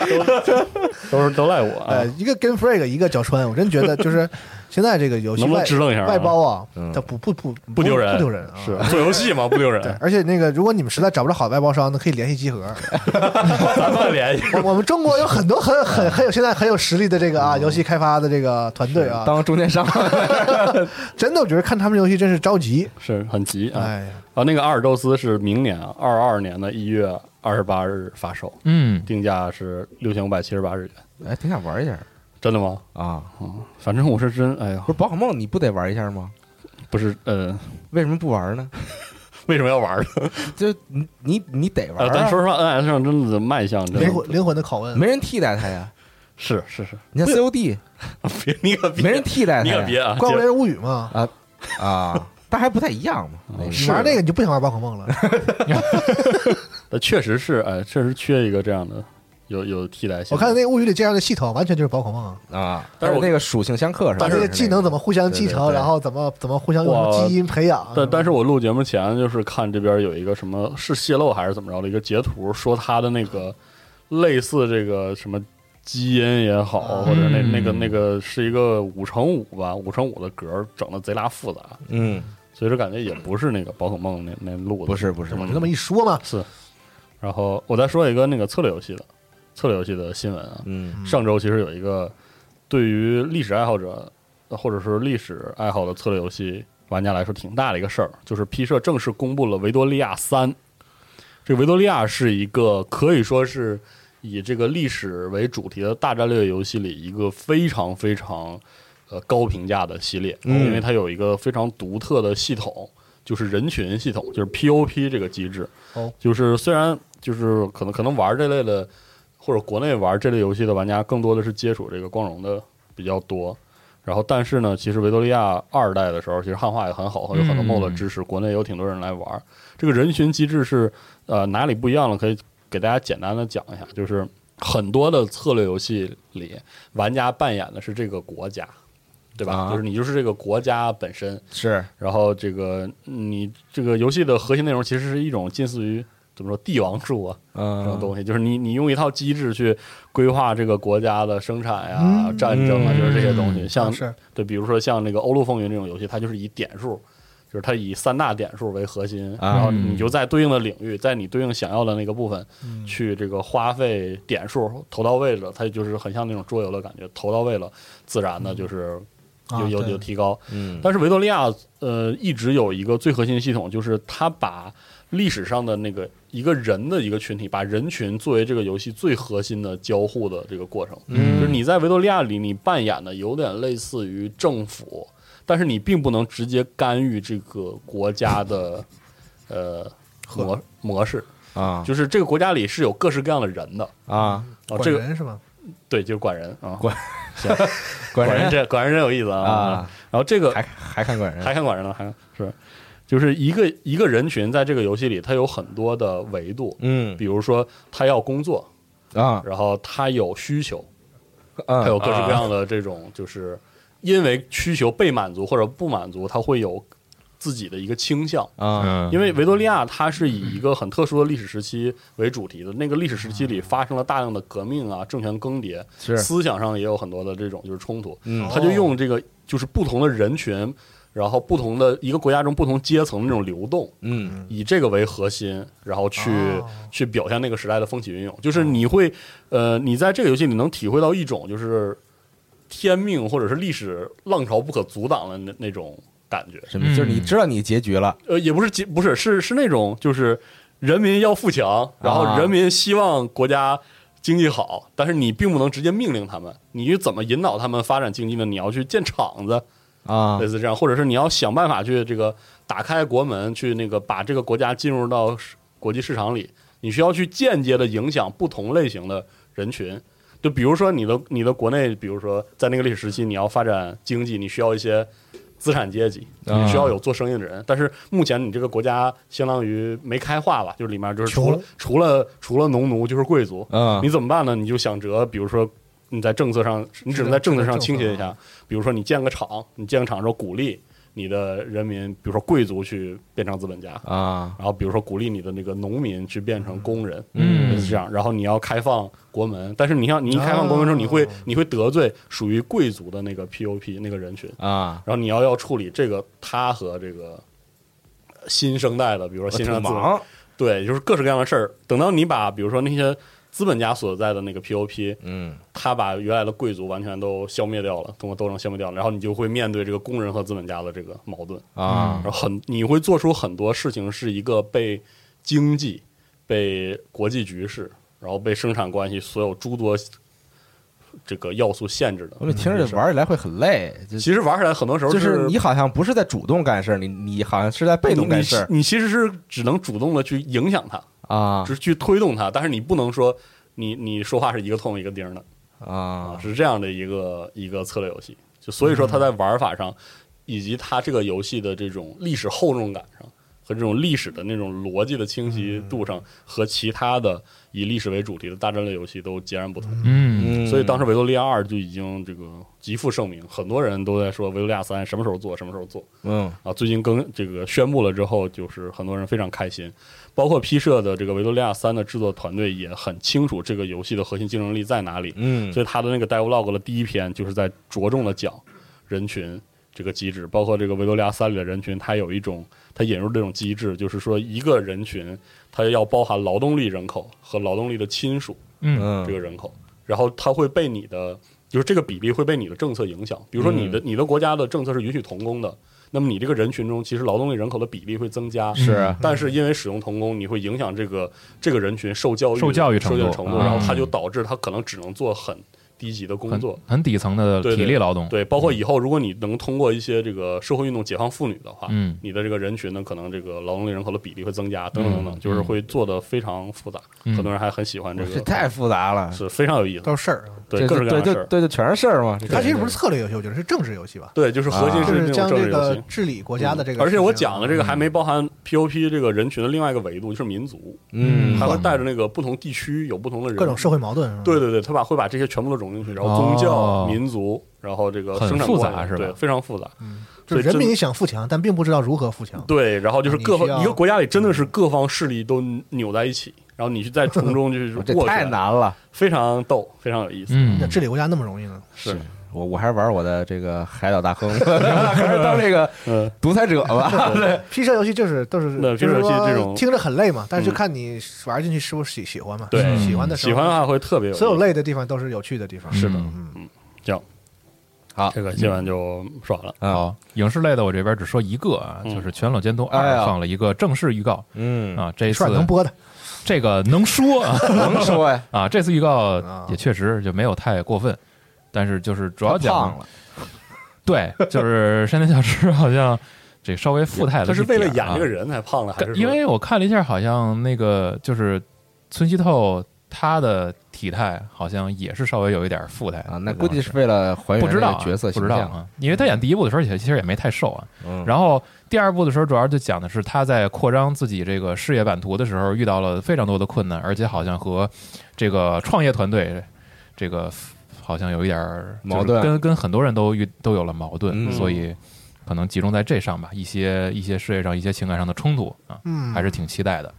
Speaker 2: 你知道吗？都都是都赖我啊
Speaker 3: 呃，！一个跟 Freak，一个角川，我真觉得就是 现在这个游戏
Speaker 2: 能不能
Speaker 3: 外
Speaker 2: 支棱一下啊
Speaker 3: 外包啊
Speaker 1: 嗯，
Speaker 3: 它不不不
Speaker 2: 不丢人，
Speaker 3: 不丢人啊，
Speaker 2: 是做游戏嘛，不丢人
Speaker 3: 对，，而且那个，如果你们实在找不着好的外包商呢，可以联系集合。
Speaker 2: 咱们联系。
Speaker 3: 我我们中国有很多很很很有现在很有实力的这个啊
Speaker 2: 嗯
Speaker 3: 游戏开发的这个团队啊，
Speaker 1: 当中间商，
Speaker 3: 真的我觉得看他们游戏真是着急。
Speaker 2: 是很急啊！
Speaker 3: 哎呀，
Speaker 2: 啊，那个阿尔宙斯是明年二二年的一月二十八日发售，
Speaker 4: 嗯，
Speaker 2: 定价是六千五百七十八日元。
Speaker 1: 哎，挺想玩一下
Speaker 2: 真的吗？
Speaker 1: 啊！
Speaker 2: 嗯，反正我是真，哎呀
Speaker 1: 不，是宝可梦，你不得玩一下吗？
Speaker 2: 不是，呃，
Speaker 1: 为什么不玩呢？
Speaker 2: 为什么要玩儿呢？
Speaker 1: 就你你你得玩
Speaker 2: 呃，咱
Speaker 1: 啊，
Speaker 2: 说实话，NS 上真的卖相真
Speaker 3: 灵魂
Speaker 2: 的
Speaker 3: 灵魂的拷问，
Speaker 1: 没人替代它呀。
Speaker 2: 是是是，
Speaker 1: 你看 COD，
Speaker 2: 别你可别，
Speaker 1: 没人替代它
Speaker 2: 你
Speaker 1: 呀
Speaker 2: 可别啊！
Speaker 3: 怪物猎
Speaker 2: 姐
Speaker 3: 人物语嘛，
Speaker 1: 啊，但还不太一样嘛。那个
Speaker 3: 你玩那个你就不想玩宝可梦了。
Speaker 2: 呃确实是，哎，确实缺一个这样的有有替代性。
Speaker 3: 我看那个物语里介绍的系统完全就是宝可梦啊，
Speaker 1: 啊，
Speaker 2: 但是我
Speaker 1: 那个属性相克是吧？
Speaker 3: 把这个技能怎么互相继
Speaker 1: 对对
Speaker 3: 承，
Speaker 1: 对
Speaker 3: 然后怎么怎么互相用什
Speaker 2: 哇
Speaker 3: 么基因培养。
Speaker 2: 但但是我录节目前就是看这边有一个什么是泄露还是怎么着的一个截图，说他的那个类似这个什么基因也好，
Speaker 3: 啊
Speaker 2: 或者那
Speaker 4: 嗯
Speaker 2: 那个那个是一个五乘五吧，五乘五的格儿整的贼拉复杂，
Speaker 1: 嗯，
Speaker 2: 所以说感觉也不是那个宝可梦那那路子，
Speaker 1: 不是不是
Speaker 2: 嗯
Speaker 3: 我就这么一说嘛，
Speaker 2: 是。然后我再说一个那个策略游戏的策略游戏的新闻啊，
Speaker 1: 嗯
Speaker 2: 上周其实有一个对于历史爱好者呃或者是历史爱好的策略游戏玩家来说挺大的一个事儿，就是 P 社正式公布了《维多利亚三》。这《维多利亚》是一个可以说是以这个历史为主题的大战略游戏里一个非常非常呃高评价的系列，
Speaker 1: 嗯
Speaker 2: 因为它有一个非常独特的系统，就是人群系统，就是 POP 这个机制。
Speaker 3: 哦，
Speaker 2: 就是虽然就是可能可能玩这类的或者国内玩这类游戏的玩家，更多的是接触这个光荣的比较多。然后，但是呢，其实维多利亚啊二代的时候，其实汉化也很好，有很多
Speaker 4: 嗯
Speaker 2: MOD 支持，国内有挺多人来玩。这个人群机制是呃哪里不一样了？可以给大家简单的讲一下，就是很多的策略游戏里，玩家扮演的是这个国家，对吧？
Speaker 1: 啊
Speaker 2: 就是你就是这个国家本身，
Speaker 1: 是
Speaker 2: 然后这个你这个游戏的核心内容其实是一种近似于怎么说帝王术啊这种
Speaker 1: 嗯
Speaker 2: 东西，就是你你用一套机制去规划这个国家的生产呀、
Speaker 3: 嗯
Speaker 2: 战争啊，就是这些东西。
Speaker 4: 嗯
Speaker 2: 像
Speaker 3: 是
Speaker 2: 对，比如说像那个《欧陆风云》这种游戏，它就是以点数，就是它以三大点数为核心，
Speaker 1: 啊
Speaker 2: 然后你就在对应的领域，在你对应想要的那个部分
Speaker 3: 嗯
Speaker 2: 去这个花费点数，投到位了，它就是很像那种桌游的感觉，投到位了，自然的就是
Speaker 3: 啊
Speaker 2: 有有
Speaker 3: 对
Speaker 2: 有提高。
Speaker 1: 嗯，
Speaker 2: 但是维多利亚呃一直有一个最核心的系统，就是它把历史上的那个一个人的一个群体，把人群作为这个游戏最核心的交互的这个过程。
Speaker 1: 嗯
Speaker 2: 就是你在维多利亚里，你扮演的有点类似于政府，但是你并不能直接干预这个国家的呃模模式，
Speaker 1: 啊
Speaker 2: 就是这个国家里是有各式各样的人的。
Speaker 1: 啊，
Speaker 2: 哦，
Speaker 3: 管
Speaker 2: 这个
Speaker 3: 人是吗？
Speaker 2: 对，就是管人啊，
Speaker 1: 管
Speaker 2: 行管人这管人真有意思啊。
Speaker 1: 啊，
Speaker 2: 然后这个
Speaker 1: 还还看管人
Speaker 2: 还看管着呢，还是就是一个一个人群在这个游戏里，它有很多的维度，
Speaker 1: 嗯
Speaker 2: 比如说他要工作，
Speaker 1: 啊
Speaker 2: 然后他有需求，他
Speaker 1: 嗯
Speaker 2: 有各式各样的这种，就是因为需求被满足或者不满足，他会有自己的一个倾向。
Speaker 1: 啊
Speaker 4: 嗯，
Speaker 2: 因为维多利亚它是以一个很特殊的历史时期为主题的，那个历史时期里发生了大量的革命啊、政权更迭，
Speaker 1: 是
Speaker 2: 思想上也有很多的这种就是冲突。
Speaker 1: 嗯
Speaker 2: 他就用这个就是不同的人群，然后不同的一个国家中不同阶层的那种流动，
Speaker 1: 嗯
Speaker 2: 以这个为核心，然后去、
Speaker 3: 哦
Speaker 2: 去表现那个时代的风起云涌。就是你会，呃，你在这个游戏里能体会到一种就是天命或者是历史浪潮不可阻挡的那那种感觉。
Speaker 1: 什么就是你知道你结局了
Speaker 2: 呃，也不是结，不是是是那种就是人民要富强，然后人民希望国家经济好，但是你并不能直接命令他们，你怎么引导他们发展经济呢？你要去建厂子，
Speaker 1: 啊
Speaker 2: 类似这样，或者是你要想办法去这个打开国门，去那个把这个国家进入到市国际市场里，你需要去间接的影响不同类型的人群。就比如说你的你的国内，比如说在那个历史时期，你要发展经济，你需要一些资产阶级，
Speaker 1: 啊
Speaker 2: 你需要有做生意的人。但是目前你这个国家相当于没开化吧，就是里面就是除了
Speaker 3: 穷
Speaker 2: 除了除了农奴就是贵族，
Speaker 1: 嗯
Speaker 4: 啊
Speaker 2: 你怎么办呢？你就想着，比如说你在政策上，你只能在政策上啊倾斜一下。比如说你建个厂，你建个厂之后鼓励你的人民，比如说贵族去变成资本家，
Speaker 1: 啊
Speaker 2: 然后比如说鼓励你的那个农民去变成工人，
Speaker 4: 嗯
Speaker 2: 就是这样。然后你要开放国门，但是你像你一开放国门之后，你会
Speaker 3: 哦
Speaker 2: 你会得罪属于贵族的那个 POP 那个人群，
Speaker 1: 啊
Speaker 2: 然后你要要处理这个他和这个。新生代的，比如说新生代资本
Speaker 1: 忙
Speaker 2: 对，就是各式各样的事儿。等到你把，比如说那些资本家所在的那个 POP，
Speaker 1: 嗯
Speaker 2: 他把原来的贵族完全都消灭掉了，通过斗争消灭掉了，然后你就会面对这个工人和资本家的这个矛盾，
Speaker 1: 啊
Speaker 2: 然后很你会做出很多事情是一个被经济、被国际局势，然后被生产关系所有诸多这个要素限制的
Speaker 1: 我。们听着玩起来会很累，就
Speaker 2: 嗯其实玩起来很多时候
Speaker 1: 就是你好像不是在主动干事儿，你你好像是在被动干事儿
Speaker 2: 你，你其实是只能主动的去影响它，
Speaker 1: 啊
Speaker 2: 就是去推动它，但是你不能说你你说话是一个痛一个钉儿的。啊，
Speaker 1: 啊
Speaker 2: 是这样的一个一个策略游戏。就所以说，它在玩法上，以及它这个游戏的这种历史厚重感上，和这种历史的那种逻辑的清晰度上，和其他的以历史为主题的大战略游戏都截然不同。
Speaker 4: 嗯，
Speaker 1: 嗯，
Speaker 2: 所以当时《维多利亚二》就已经这个极负盛名，很多人都在说《维多利亚三》什么时候做，什么时候做
Speaker 1: 嗯
Speaker 2: 啊！最近更这个宣布了之后，就是很多人非常开心，包括 P 社的这个《维多利亚三》的制作团队也很清楚这个游戏的核心竞争力在哪里，
Speaker 1: 嗯
Speaker 2: 所以他的那个 Devlog 的第一篇就是在着重的讲人群这个机制，包括这个《维多利亚三》里的人群，它有一种它引入这种机制，就是说一个人群它要包含劳动力人口和劳动力的亲属。
Speaker 4: 嗯
Speaker 2: 这
Speaker 1: 嗯
Speaker 2: 个人口，然后它会被你的就是这个比例会被你的政策影响。比如说
Speaker 4: 嗯
Speaker 2: 你的、你的国家的政策是允许童工的，那么你这个人群中其实劳动力人口的比例会增加。
Speaker 4: 是
Speaker 2: 嗯但是因为使用童工，你会影响这个这个人群受教育
Speaker 4: 受教育
Speaker 2: 受
Speaker 4: 程
Speaker 2: 教育
Speaker 4: 度
Speaker 2: 程度，
Speaker 4: 啊
Speaker 2: 然后他就导致他可能只能做很低级的工
Speaker 4: 很
Speaker 2: 作。
Speaker 4: 很底层的
Speaker 2: 对对
Speaker 4: 体力劳动，
Speaker 2: 对，包括以后如果你能通过一些这个社会运动解放妇女的话，
Speaker 4: 嗯
Speaker 2: 你的这个人群呢，可能这个劳动力人口的比例会增加，等等等等，
Speaker 4: 嗯
Speaker 2: 就是会做的非常复杂。
Speaker 4: 嗯
Speaker 2: 很多人还很喜欢这
Speaker 1: 这
Speaker 2: 个，
Speaker 1: 太复杂了，
Speaker 2: 是非常有意思。
Speaker 3: 都是事儿啊。
Speaker 2: 对各式各
Speaker 1: 对
Speaker 2: 样的
Speaker 1: 对
Speaker 2: 事儿。
Speaker 1: 对对，全是事儿嘛。这
Speaker 3: 它
Speaker 1: 个
Speaker 3: 其实不是策略游戏，我觉得是政治游戏吧，
Speaker 2: 对，就是核心
Speaker 1: 啊
Speaker 3: 就是是
Speaker 2: 那
Speaker 3: 将
Speaker 2: 种
Speaker 3: 这
Speaker 2: 政治游
Speaker 3: 个
Speaker 2: 戏。嗯
Speaker 3: 治理国家的这个事情啊。
Speaker 2: 而且我讲
Speaker 4: 嗯
Speaker 2: 的这个还没包含 POP 这个人群的另外一个维度，就是民族，
Speaker 1: 嗯
Speaker 2: 还会带着那个不同地区有不同的人
Speaker 3: 各种社会矛盾，是吧
Speaker 2: 对，对对，他把会把这些全部都融进去，然后宗教、民族，然后这个
Speaker 4: 哦很
Speaker 2: 生产
Speaker 4: 复
Speaker 2: 关
Speaker 4: 杂
Speaker 2: 系
Speaker 4: 是吧
Speaker 2: 对，非常复杂。
Speaker 3: 嗯就是
Speaker 2: 所以
Speaker 3: 人
Speaker 2: 真
Speaker 3: 民想富强，但并不知道如何富强。
Speaker 2: 对，然后就是
Speaker 3: 你
Speaker 2: 各
Speaker 3: 需
Speaker 2: 方
Speaker 3: 要
Speaker 2: 一个国家里真的是各方势力都扭在一起，然后你去在从 中就是
Speaker 1: 这
Speaker 2: 过去
Speaker 1: 太，难了。
Speaker 2: 非常逗，非常有意思。
Speaker 4: 嗯
Speaker 3: 那，治理国家那么容易呢？
Speaker 2: 是，
Speaker 1: 我我还是玩我的这个海岛大亨， 还是当这个
Speaker 2: 嗯，
Speaker 1: 独裁者吧。
Speaker 3: P 社游戏就是都是，
Speaker 2: 那
Speaker 3: 就是
Speaker 2: P 社游戏这种
Speaker 3: 说听着很累嘛，但是就
Speaker 2: 嗯
Speaker 3: 看你玩进去是不是喜喜欢嘛。
Speaker 2: 对
Speaker 3: 喜欢的时候
Speaker 2: 喜欢的啊话会特别有意思
Speaker 3: 所有累的地方都是有趣的地方。
Speaker 4: 是的
Speaker 3: 嗯，嗯
Speaker 1: 好，
Speaker 2: 这个今晚就说完了。
Speaker 1: 啊，
Speaker 4: 影视类的我这边只说一个啊，
Speaker 2: 嗯
Speaker 4: 就是《全裸监督
Speaker 1: 哎
Speaker 4: 二
Speaker 1: 呀》
Speaker 4: 放了一个正式预告
Speaker 1: 嗯，
Speaker 4: 啊，这一次
Speaker 3: 串能播的，
Speaker 4: 这个能说啊
Speaker 1: 能说呀，
Speaker 4: 啊，这次预告
Speaker 3: 啊
Speaker 4: 也确实就没有太过分，但是就是主要
Speaker 1: 太胖
Speaker 4: 讲
Speaker 1: 了，
Speaker 4: 对，就是山田孝之好像这稍微富态了一点啊，
Speaker 2: 他是为了演这个人才胖的，还是说
Speaker 4: 因为我看了一下，好像那个就是村西透他的体态好像也是稍微有一点富态
Speaker 1: 啊，那估计是为
Speaker 4: 了
Speaker 1: 了还原
Speaker 4: 不知道
Speaker 1: 这
Speaker 4: 啊
Speaker 1: 个角色
Speaker 4: 不
Speaker 1: 形
Speaker 4: 知道
Speaker 1: 象。
Speaker 4: 啊，因为他演第一部的时候也其实也没太瘦啊，
Speaker 1: 嗯，
Speaker 4: 然后第二部的时候主要就讲的是他在扩张自己这个事业版图的时候遇到了非常多的困难，而且好像和这个创业团队这个好像有一点儿就是
Speaker 1: 矛盾
Speaker 4: 跟跟很多人都遇都有了矛
Speaker 1: 嗯
Speaker 4: 盾，所以可能集中在这上吧，一些一些事业上、一些情感上的冲突啊，
Speaker 3: 嗯，
Speaker 4: 还是挺期待的。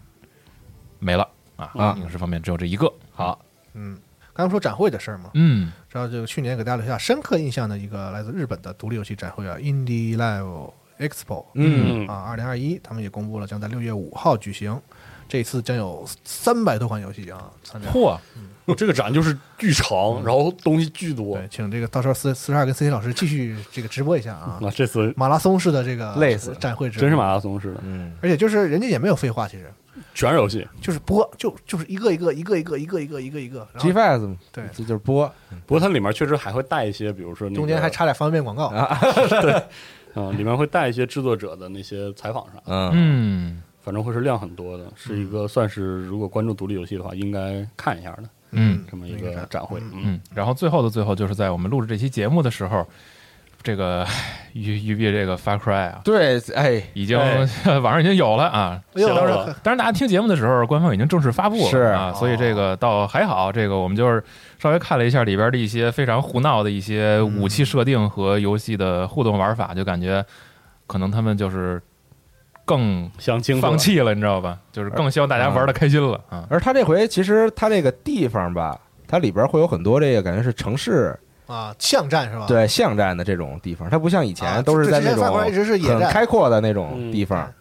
Speaker 4: 没了
Speaker 1: 啊
Speaker 4: 啊，影视方面只有这一个。
Speaker 1: 好，
Speaker 3: 嗯。刚刚说展会的事儿嘛，
Speaker 4: 嗯
Speaker 3: 知道这个去年给大家留下深刻印象的一个来自日本的独立游戏展会啊，Indie Live Expo，
Speaker 1: 嗯
Speaker 2: 嗯
Speaker 3: 啊，二零二一，他们也公布了将在六月五号举行，这一次将有三百多款游戏啊参加。
Speaker 4: 嚯，
Speaker 2: 这个展就是巨
Speaker 4: 嗯
Speaker 2: 长，然后东西巨多。
Speaker 3: 对，请这个到时候四四十二跟 C C 老师继续这个直播一下啊，
Speaker 2: 那这次
Speaker 3: 马拉松式的这个
Speaker 1: 累死
Speaker 3: 展会直播
Speaker 2: 真是马，拉松似的，
Speaker 1: 嗯，
Speaker 3: 而且就是人家也没有废话，其实
Speaker 2: 全是游戏。
Speaker 3: 就是播，就就是一个一个一个一个一个一个一个一个，然
Speaker 1: G
Speaker 3: 后
Speaker 1: Five 嘛，
Speaker 3: 对
Speaker 1: 这就是播
Speaker 2: 不过它里面确实还会带一些，比如说那个
Speaker 3: 中间还插点方便面广告，
Speaker 2: 嗯，里面会带一些制作者的那些采访啥，
Speaker 1: 嗯
Speaker 4: 嗯
Speaker 2: 反正会是量很多的，是一个算是如果关注独立游戏的话，应该看一下的
Speaker 4: 嗯
Speaker 2: 这么一个展会。嗯，
Speaker 4: 嗯，然后最后的最后，就是在我们录制这期节目的时候，这个 唉育育碧这个 Far Cry 啊，
Speaker 1: 对，哎，
Speaker 4: 已经、
Speaker 2: 哎
Speaker 4: 网上已经有了啊。
Speaker 3: 哎呦
Speaker 2: 行了
Speaker 3: 呵呵
Speaker 4: 当然，大家听节目的时候，官方已经正式发布了
Speaker 1: 是
Speaker 4: 啊，所以这个倒还好。这个我们就是稍微看了一下里边的一些非常胡闹的一些武器设定和游戏的互动玩法，就感觉可能他们就是更
Speaker 2: 想清楚了
Speaker 4: 放弃了，你知道吧？就是更希望大家玩的开心了啊。
Speaker 1: 而他这回其实他那个地方吧，它里边会有很多这个感觉是城市
Speaker 3: 啊，巷战是吧？
Speaker 1: 对巷战的这种地方，它不像以
Speaker 3: 啊
Speaker 1: 前都是在
Speaker 3: 之前
Speaker 1: 那种
Speaker 3: 法国一直是野
Speaker 1: 很
Speaker 3: 战
Speaker 1: 开阔的那种地方
Speaker 3: 嗯，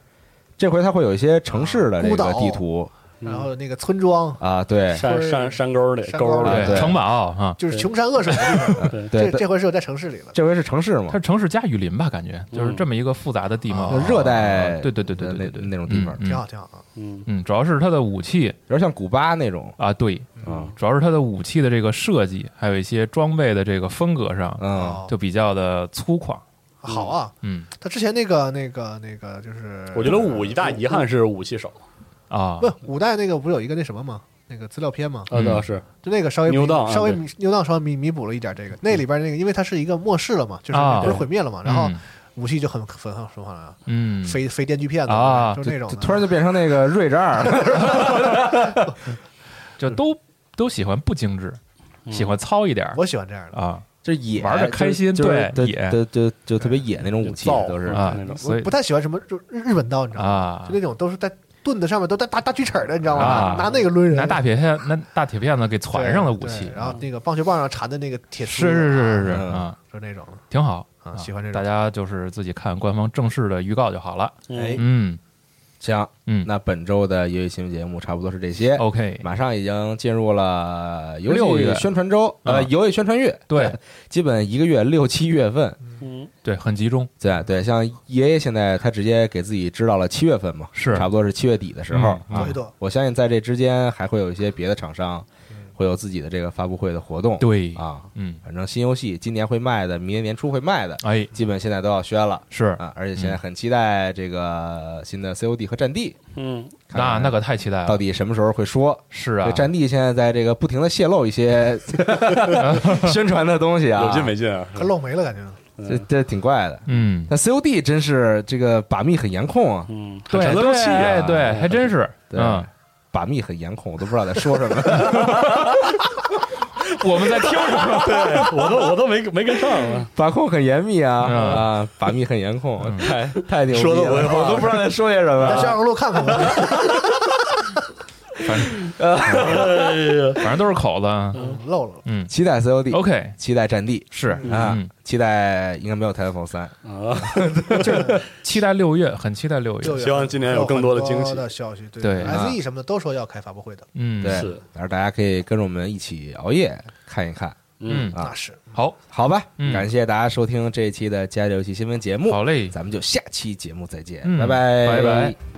Speaker 1: 这回它会有一些城市的这
Speaker 3: 孤
Speaker 1: 个
Speaker 3: 岛
Speaker 1: 地图
Speaker 2: 嗯
Speaker 3: 然后那个村庄
Speaker 1: 啊，对
Speaker 2: 山山山沟里
Speaker 3: 山
Speaker 2: 沟
Speaker 3: 沟
Speaker 1: 里
Speaker 2: 里，
Speaker 1: 对
Speaker 4: 城堡啊，
Speaker 3: 就是穷山恶水的地方，
Speaker 1: 对
Speaker 3: 这，这回是有在城市里了，
Speaker 1: 这回是城市嘛
Speaker 4: 它，是城市加雨林吧？感觉就是这么一个复杂的地貌，
Speaker 3: 嗯
Speaker 1: 热带
Speaker 4: 啊对对对对
Speaker 1: 的
Speaker 4: 对
Speaker 1: 那
Speaker 4: 对
Speaker 1: 那种地方，
Speaker 4: 嗯
Speaker 3: 挺好挺好啊。
Speaker 2: 嗯
Speaker 4: 嗯，主要是它的武器
Speaker 1: 有点像古巴那种
Speaker 4: 啊，对，
Speaker 2: 嗯
Speaker 1: 啊，
Speaker 4: 主要是它的武器的这个设计，还有一些装备的这个风格上，
Speaker 1: 嗯
Speaker 3: 哦
Speaker 4: 就比较的粗犷。
Speaker 3: 好啊，
Speaker 4: 嗯
Speaker 3: 他之前那个那个那个就是，
Speaker 2: 我觉得
Speaker 3: 嗯
Speaker 2: 五一大遗憾是武器少，
Speaker 4: 啊，
Speaker 3: 不，五代那个不是有一个那什么吗？那个资料片吗？
Speaker 2: 啊，那是
Speaker 3: 就那个稍微弥
Speaker 2: 牛荡啊
Speaker 3: 稍微
Speaker 2: 对
Speaker 3: 弥牛荡稍微弥弥补了一点这个。那里边那个，因为它是一个末世了嘛，就是
Speaker 4: 啊
Speaker 3: 不是毁灭了嘛。然后
Speaker 4: 嗯
Speaker 3: 武器就很很很很好了，
Speaker 4: 嗯，
Speaker 3: 飞飞电锯片子
Speaker 4: 啊
Speaker 3: 就是那种
Speaker 1: 就
Speaker 3: 的
Speaker 1: 突然就变成那个瑞战儿了，
Speaker 4: 就都都喜欢不精致，
Speaker 2: 嗯
Speaker 4: 喜欢糙一点儿
Speaker 3: 我喜欢这样的。
Speaker 4: 啊，
Speaker 1: 就野
Speaker 4: 玩得开心
Speaker 1: 就就是
Speaker 4: 对
Speaker 1: 就
Speaker 4: 野
Speaker 1: 就就就特别野那种武器
Speaker 2: 造
Speaker 1: 都是
Speaker 4: 啊
Speaker 2: 那，种
Speaker 4: 所以
Speaker 3: 不太喜欢什么就日日本刀，你知道吗？
Speaker 4: 啊
Speaker 3: 就，那种都是在盾子上面都带大大锯齿儿的，你知道吗？
Speaker 4: 啊
Speaker 3: 拿那个抡人，
Speaker 4: 拿大铁片拿大铁片子给
Speaker 3: 对
Speaker 4: 攒上了武器啊
Speaker 3: 对，然后那个棒球棒上缠的那个铁丝，
Speaker 4: 是是是是是
Speaker 1: 嗯
Speaker 4: 啊，
Speaker 3: 就那种的
Speaker 4: 挺好
Speaker 3: 啊，喜欢这
Speaker 4: 大
Speaker 3: 种。
Speaker 4: 家就是自己看官方正式的预告就好了。
Speaker 2: 哎，
Speaker 4: 嗯
Speaker 1: 行，
Speaker 4: 嗯
Speaker 1: 那本周的游戏新闻节目差不多是这些。
Speaker 4: ，OK，
Speaker 1: 马上已经进入了游
Speaker 4: 六
Speaker 1: 戏
Speaker 4: 月
Speaker 1: 宣传周，呃，
Speaker 4: 嗯
Speaker 1: 游戏宣传月。
Speaker 4: 对，
Speaker 1: 基本一个月六七月份，
Speaker 2: 嗯，
Speaker 4: 对，很集中，
Speaker 1: 对对，像爷爷现在他直接给自己知道了七月份嘛，
Speaker 4: 是
Speaker 1: 差不多是七月底的时候
Speaker 4: 嗯
Speaker 1: 啊
Speaker 3: 躲一躲，
Speaker 1: 我相信在这之间还会有一些别的厂商会有自己的这个发布会的活动，
Speaker 4: 对，
Speaker 1: 啊，
Speaker 4: 嗯，
Speaker 1: 反正新游戏今年会卖的，明年年初会卖的，
Speaker 4: 哎，
Speaker 1: 基本现在都要宣了
Speaker 4: 是，
Speaker 1: 啊，而且现在很期待这个新的 COD 和战地，
Speaker 2: 嗯，
Speaker 1: 看
Speaker 4: 那
Speaker 1: 看
Speaker 4: 那可太期待
Speaker 1: 到
Speaker 4: 了，
Speaker 1: 底什么时候会说？
Speaker 4: 是
Speaker 1: 这
Speaker 4: 啊，
Speaker 1: 战地现在在这个不停的泄露一些宣传的东西啊，
Speaker 2: 有劲没劲啊？
Speaker 3: 可露没了，感觉
Speaker 1: 这这挺怪的。
Speaker 4: 嗯，
Speaker 1: 那 COD 真是这个把密很严控啊，
Speaker 2: 嗯，
Speaker 4: 对
Speaker 1: 沉得住气啊
Speaker 4: 对对，还真是，
Speaker 1: 对
Speaker 4: 嗯，
Speaker 1: 把密很严控，我都不知道在说什么。
Speaker 4: 我们在听什么？
Speaker 2: 对我都我都没没跟上啊，
Speaker 1: 把控很严密啊
Speaker 4: 嗯
Speaker 1: 啊，把密很严控，
Speaker 4: 嗯
Speaker 1: 太太牛逼了，
Speaker 2: 说得我也忘了
Speaker 1: 我 都不知道在说些什
Speaker 3: 在襄
Speaker 1: 么。
Speaker 3: 阳路 看看吧。
Speaker 2: 哎呀，
Speaker 4: 反正都是口子啊，
Speaker 3: 嗯漏了，
Speaker 4: 嗯
Speaker 1: 期待 COD，
Speaker 4: ，OK，
Speaker 1: 期待战地
Speaker 4: 是，
Speaker 1: 啊
Speaker 4: 嗯，，
Speaker 1: 期待应该没有 Titanfall 三。
Speaker 2: 啊，
Speaker 4: 期待六月，很期待六
Speaker 3: 六
Speaker 4: 月，
Speaker 3: 月
Speaker 2: 希望今年有更多的惊喜
Speaker 3: 有很多的消息，对
Speaker 4: 对
Speaker 1: 啊
Speaker 3: s e 什么的都说要开发布会的，
Speaker 4: 嗯，
Speaker 1: 对
Speaker 2: 是，
Speaker 1: 然后大家可以跟着我们一起熬夜看一看，
Speaker 4: 嗯，
Speaker 1: 啊
Speaker 3: 那是
Speaker 4: 好，
Speaker 1: 好吧？
Speaker 4: 嗯
Speaker 1: 感谢大家收听这一期的《加油游戏新闻》节目，
Speaker 4: 好嘞，
Speaker 1: 咱们就下期节目再见，
Speaker 4: 嗯
Speaker 1: 拜拜，
Speaker 4: 拜拜。